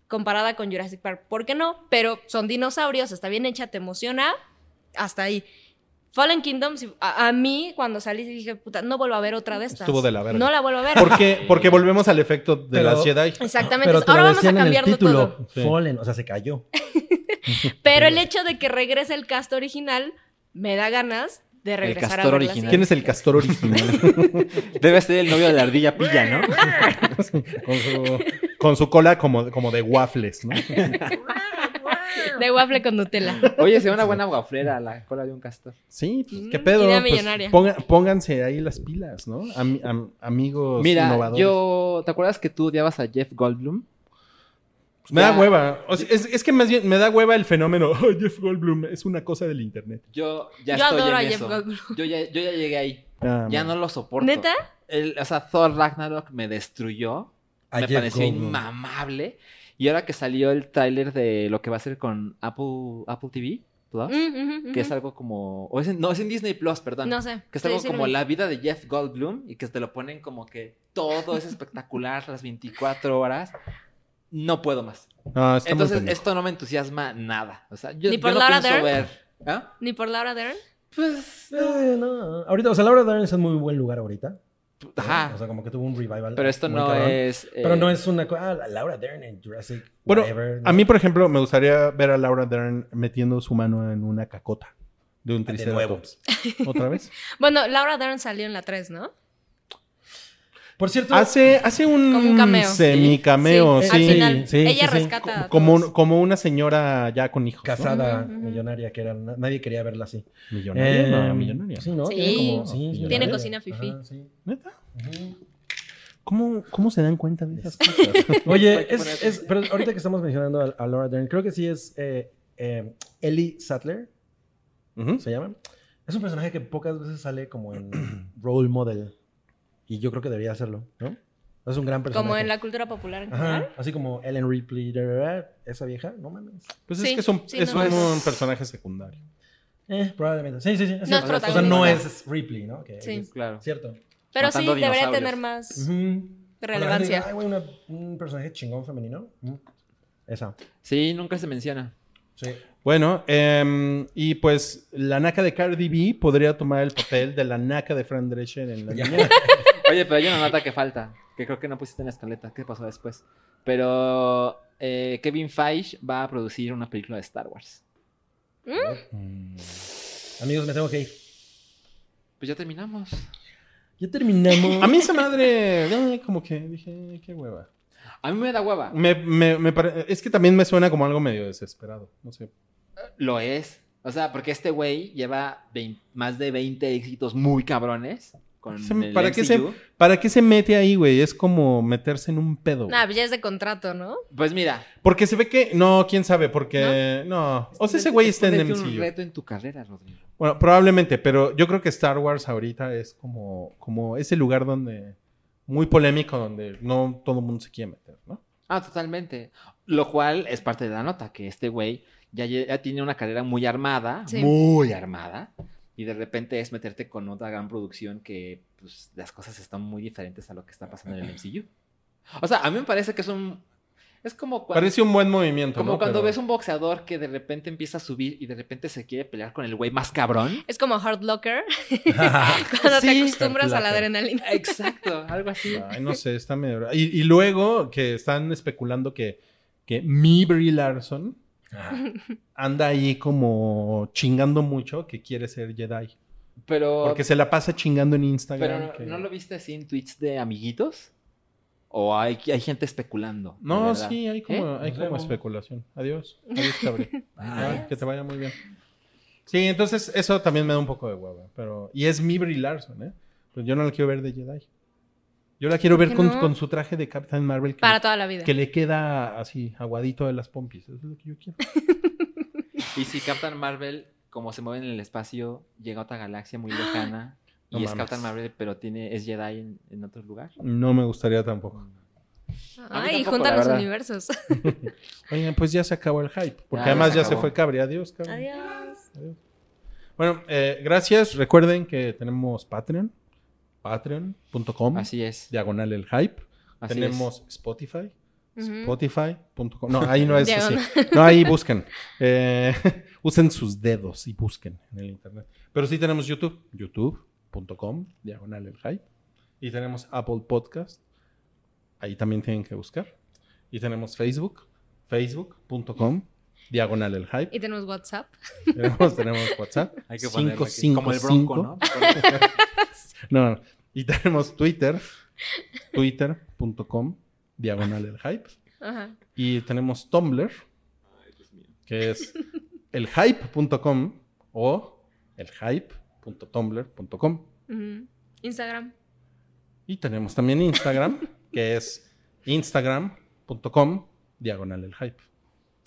Speaker 4: comparada con Jurassic Park, ¿por qué no? Pero son dinosaurios, está bien hecha, te emociona, hasta ahí. Fallen Kingdom, si- a, a mí cuando salí sí dije, puta, no vuelvo a ver otra de estas.
Speaker 2: Estuvo de la verga.
Speaker 4: No la vuelvo a ver.
Speaker 2: Porque, porque volvemos al efecto de
Speaker 5: Pero-
Speaker 2: la Jedi.
Speaker 4: Exactamente.
Speaker 5: Pero te
Speaker 4: Ahora
Speaker 5: lo
Speaker 4: vamos a
Speaker 5: decían en el
Speaker 4: cambiarlo todo.
Speaker 5: título.
Speaker 2: Sí.
Speaker 5: Fallen, o sea, se cayó.
Speaker 4: Pero el hecho de que regrese el cast original me da ganas de regresar
Speaker 3: castor
Speaker 4: a verla.
Speaker 3: original.
Speaker 2: ¿Quién es el castor original?
Speaker 3: Debe ser el novio de la ardilla pilla, ¿no?
Speaker 2: con, su, con su cola como, como de waffles, ¿no?
Speaker 4: De waffle con Nutella.
Speaker 3: Oye, sería una buena guaflera la cola de un castor.
Speaker 2: Sí, pues, qué
Speaker 4: Mm,
Speaker 2: pedo.
Speaker 4: idea
Speaker 2: Pues,
Speaker 4: millonaria.
Speaker 2: ponga- pónganse ahí las pilas, ¿no? Ami- am- amigos
Speaker 3: Mira,
Speaker 2: innovadores.
Speaker 3: yo. ¿Te acuerdas que tú odiabas a Jeff Goldblum?
Speaker 2: Me
Speaker 3: Ya.
Speaker 2: da hueva. O sea, es, es que más bien me da hueva el fenómeno. "Ay, Jeff Goldblum es una cosa del internet.
Speaker 3: Yo ya
Speaker 4: Yo
Speaker 3: estoy
Speaker 4: adoro a
Speaker 3: en
Speaker 4: Jeff
Speaker 3: eso.
Speaker 4: Goldblum.
Speaker 3: Yo ya, yo ya llegué ahí.
Speaker 2: Ah,
Speaker 3: Ya
Speaker 2: man.
Speaker 3: no lo soporto.
Speaker 4: ¿Neta?
Speaker 3: El- o sea, Thor Ragnarok me destruyó.
Speaker 5: A
Speaker 3: me
Speaker 5: Jeff
Speaker 3: pareció
Speaker 5: Goldblum.
Speaker 3: inmamable. Y ahora que salió el tráiler de lo que va a ser con Apple, Apple TV Plus,
Speaker 4: Mm, ujú,
Speaker 3: que es
Speaker 4: ujú.
Speaker 3: algo como. o es en- no, es en Disney Plus, perdón.
Speaker 4: No sé.
Speaker 3: Que es
Speaker 4: Sí,
Speaker 3: algo
Speaker 4: sí lo
Speaker 3: como
Speaker 4: vi.
Speaker 3: la vida de Jeff Goldblum y que te lo ponen como que todo es espectacular las 24 horas. No puedo más.
Speaker 2: Ah, está muy
Speaker 3: Entonces,
Speaker 2: pendejo.
Speaker 3: esto no me entusiasma nada. O sea, yo,
Speaker 4: ¿Ni
Speaker 3: yo
Speaker 4: por
Speaker 3: no
Speaker 4: Laura
Speaker 3: pienso ver.
Speaker 4: Dern?
Speaker 3: ¿Ah?
Speaker 4: Ni por Laura Dern.
Speaker 3: Pues.
Speaker 5: Eh, no. Ahorita, o sea, Laura Dern es un muy buen lugar ahorita.
Speaker 3: Ajá.
Speaker 5: O sea, como que tuvo un revival.
Speaker 3: Pero esto
Speaker 5: muy
Speaker 3: no
Speaker 5: cabrón.
Speaker 3: es. eh,
Speaker 5: Pero no es una cosa. Ah, Laura Dern en Jurassic.
Speaker 2: Bueno,
Speaker 5: whatever,
Speaker 2: A mí, por ejemplo, me gustaría ver a Laura Dern metiendo su mano en una cacota de un
Speaker 5: Ah, De nuevo.
Speaker 2: triceratops. ¿Otra vez?
Speaker 4: Bueno, Laura Dern salió en la 3, ¿no?
Speaker 5: Por cierto,
Speaker 2: Hace, hace un,
Speaker 3: Mm,
Speaker 4: Como un cameo.
Speaker 2: semicameo, sí.
Speaker 4: Al final,
Speaker 2: sí,
Speaker 4: ella
Speaker 2: sí, sí.
Speaker 4: rescata. a
Speaker 2: Como, un-
Speaker 4: todos.
Speaker 2: como una señora ya con hijos. ¿no?
Speaker 5: casada
Speaker 4: Ujú, ujú.
Speaker 5: millonaria que era. na- Nadie quería verla así.
Speaker 2: Millonaria,
Speaker 5: Eh,
Speaker 2: no, millonaria.
Speaker 5: Sí, ¿no?
Speaker 4: Sí.
Speaker 5: Tiene, como- sí,
Speaker 2: Tiene
Speaker 5: millonaria.
Speaker 4: cocina fifí.
Speaker 5: Ajá, sí.
Speaker 2: ¿Neta?
Speaker 5: Ujú.
Speaker 2: ¿Cómo, ¿Cómo se dan cuenta de esas cosas?
Speaker 5: Oye,
Speaker 3: Hay que
Speaker 5: es-
Speaker 3: poner
Speaker 5: es- pero ahorita que estamos mencionando a, a Laura Dern, creo que sí es eh, eh, Ellie Sattler,
Speaker 2: Ujú.
Speaker 5: se llama. Es un personaje que pocas veces sale como en role model. Y yo creo que debería hacerlo, ¿no? Es un gran personaje.
Speaker 4: Como en la cultura popular. en general.
Speaker 5: Ajá, así como Ellen Ripley, da, da, da, esa vieja, no mames.
Speaker 2: Pues
Speaker 4: Sí,
Speaker 2: es que son-
Speaker 4: sí,
Speaker 2: es
Speaker 4: no,
Speaker 2: un,
Speaker 3: no.
Speaker 2: personaje secundario.
Speaker 5: Eh, probablemente. Sí, sí, sí. es
Speaker 4: No es
Speaker 5: cierto. o sea,
Speaker 4: protagonista.
Speaker 5: no es Ripley, ¿no? Que
Speaker 4: Sí.
Speaker 5: es
Speaker 3: Claro.
Speaker 5: cierto.
Speaker 4: Pero sí,
Speaker 3: Matando
Speaker 4: debería
Speaker 3: dinosaurios.
Speaker 4: tener más
Speaker 5: Ujú.
Speaker 4: relevancia.
Speaker 5: Ay, güey, una- un personaje chingón femenino. Ujú. Esa.
Speaker 3: Sí, nunca se menciona.
Speaker 5: Sí.
Speaker 2: Bueno, em, y pues la naca de Cardi B podría tomar el papel de la naca de Fran Drescher en la
Speaker 5: Ya.
Speaker 2: niñera.
Speaker 3: Oye, pero hay una nota que falta, que creo que no pusiste en la escaleta. ¿Qué pasó después? Pero eh, Kevin Feige va a producir una película de Star Wars.
Speaker 5: Mm. Amigos, me tengo que ir.
Speaker 3: Pues ya terminamos.
Speaker 5: Ya terminamos.
Speaker 2: A mí esa madre, eh, como que dije, qué hueva.
Speaker 3: A mí me da hueva.
Speaker 2: Me, me- me pare- es que también me suena como algo medio desesperado. No sé.
Speaker 3: Lo es. O sea, porque este güey lleva vein- más de 20 éxitos muy cabrones con
Speaker 2: Se-
Speaker 3: el
Speaker 2: ¿para qué se-
Speaker 3: MCU.
Speaker 2: ¿Para qué se mete ahí, güey? Es como meterse en un pedo. güey.
Speaker 4: Nah, pues ya es de contrato, ¿no?
Speaker 3: Pues mira.
Speaker 2: Porque se ve que. No, quién sabe, porque. No. O sea, ese güey
Speaker 3: Este, es
Speaker 2: está en
Speaker 3: ponerte un
Speaker 2: MCU.
Speaker 3: reto en tu carrera, Rodrigo.
Speaker 2: Bueno, probablemente, pero yo creo que Star Wars ahorita es como, como ese lugar donde. Muy polémico, donde no todo el mundo se quiere meter, ¿no?
Speaker 3: Ah, totalmente. Lo cual es parte de la nota, que este güey ya, lle- ya tiene una carrera muy armada,
Speaker 4: Sí.
Speaker 3: muy armada, y de repente es meterte con otra gran producción que pues, las cosas están muy diferentes a lo que está pasando en el MCU. O sea, a mí me parece que es un... Es como cuando,
Speaker 2: Parece un buen movimiento.
Speaker 3: como
Speaker 2: ¿no?
Speaker 3: cuando
Speaker 2: Pero-
Speaker 3: ves un boxeador que de repente empieza a subir y de repente se quiere pelear con el güey más cabrón.
Speaker 4: Es como Hard Locker. Cuando te
Speaker 3: Sí.
Speaker 4: acostumbras a la
Speaker 2: Hurt Locker.
Speaker 4: adrenalina.
Speaker 3: Exacto, algo así.
Speaker 2: Ay, no sé, está medio. Y, y luego que están especulando que, que mi Brie Larson
Speaker 4: Ah.
Speaker 2: anda ahí como chingando mucho que quiere ser Jedi.
Speaker 3: Pero,
Speaker 2: Porque se la pasa chingando en
Speaker 3: pero
Speaker 2: Instagram.
Speaker 3: no,
Speaker 2: que-
Speaker 3: ¿no lo viste así en tweets de amiguitos? ¿O hay, hay gente especulando? de
Speaker 2: No,
Speaker 3: verdad?
Speaker 2: sí, hay como, hay
Speaker 5: Nos
Speaker 2: como
Speaker 5: vemos.
Speaker 2: especulación. Adiós. Adiós, cabrón.
Speaker 5: Ay.
Speaker 2: Ay, que te vaya muy bien. Sí, entonces eso también me da un poco de hueva. Pero... Y es mi Brie Larson, ¿eh? Pero yo no la quiero ver de Jedi. Yo la quiero ver
Speaker 4: qué
Speaker 2: con,
Speaker 4: no?
Speaker 2: con su traje de Captain Marvel. que-
Speaker 4: Para toda la vida.
Speaker 2: que le queda así, aguadito de las pompis. Eso es lo que yo quiero.
Speaker 3: Y si Captain Marvel, como se mueve en el espacio, llega a otra galaxia muy lejana. Y
Speaker 2: ¡Ah! No
Speaker 3: es
Speaker 2: mames.
Speaker 3: Captain Marvel, pero tiene, es Jedi en, en otro lugar.
Speaker 2: No me gustaría tampoco.
Speaker 3: A mí
Speaker 4: Ay,
Speaker 3: tampoco,
Speaker 4: juntan
Speaker 3: la
Speaker 4: los
Speaker 3: verdad.
Speaker 4: universos.
Speaker 2: Oigan, pues ya se acabó el hype. Porque
Speaker 3: Ya,
Speaker 2: además
Speaker 3: se
Speaker 2: ya se
Speaker 3: acabó.
Speaker 2: fue Cabri. Adiós, Cabri.
Speaker 4: Adiós.
Speaker 2: Bueno, eh, gracias. Recuerden que tenemos Patreon, patreon.com,
Speaker 3: Así es.
Speaker 2: diagonal el hype.
Speaker 3: así es.
Speaker 2: tenemos Spotify,
Speaker 4: Ujú.
Speaker 2: spotify.com. No, ahí no es así.
Speaker 4: Diagonal.
Speaker 2: No, ahí busquen. Eh, usen sus dedos y busquen en el internet. Pero sí tenemos YouTube, youtube.com, diagonal el hype. Y tenemos Apple Podcast. Ahí también tienen que buscar. Y tenemos Facebook, facebook.com, diagonal el hype.
Speaker 4: Y tenemos WhatsApp.
Speaker 2: Tenemos, tenemos WhatsApp.
Speaker 6: Hay que
Speaker 2: Cinco,
Speaker 6: ponerlo aquí.
Speaker 2: cinco,
Speaker 6: Como el bronco,
Speaker 2: cinco.
Speaker 6: ¿no?
Speaker 2: No, no. Y tenemos Twitter, twitter.com, diagonal el hype.
Speaker 4: Ajá.
Speaker 2: Y tenemos Tumblr, que es elhype.com o elhype.tumblr.com.
Speaker 4: Ujú. Instagram.
Speaker 2: Y tenemos también Instagram, que es instagram.com, diagonal el hype.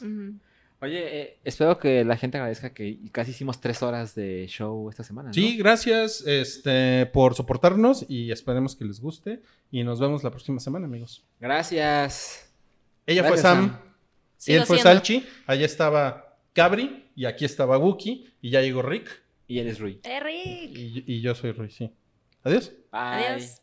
Speaker 4: Ujú.
Speaker 3: Oye, eh, espero que la gente agradezca que casi hicimos tres horas de show esta semana. ¿no?
Speaker 2: Sí, gracias este, por soportarnos y esperemos que les guste. Y nos vemos la próxima semana, amigos.
Speaker 3: Gracias.
Speaker 2: Ella fue
Speaker 3: Gracias,
Speaker 2: Sam.
Speaker 3: Sam.
Speaker 2: Y él
Speaker 4: Sigo
Speaker 2: fue
Speaker 4: siendo.
Speaker 2: Salchi, allá estaba Cabri, y aquí estaba Wookie, y ya llegó Rick,
Speaker 3: Y él es Rui.
Speaker 4: Eh, Rick.
Speaker 2: y, y yo soy Rui, sí. Adiós.
Speaker 3: Bye.
Speaker 4: Adiós.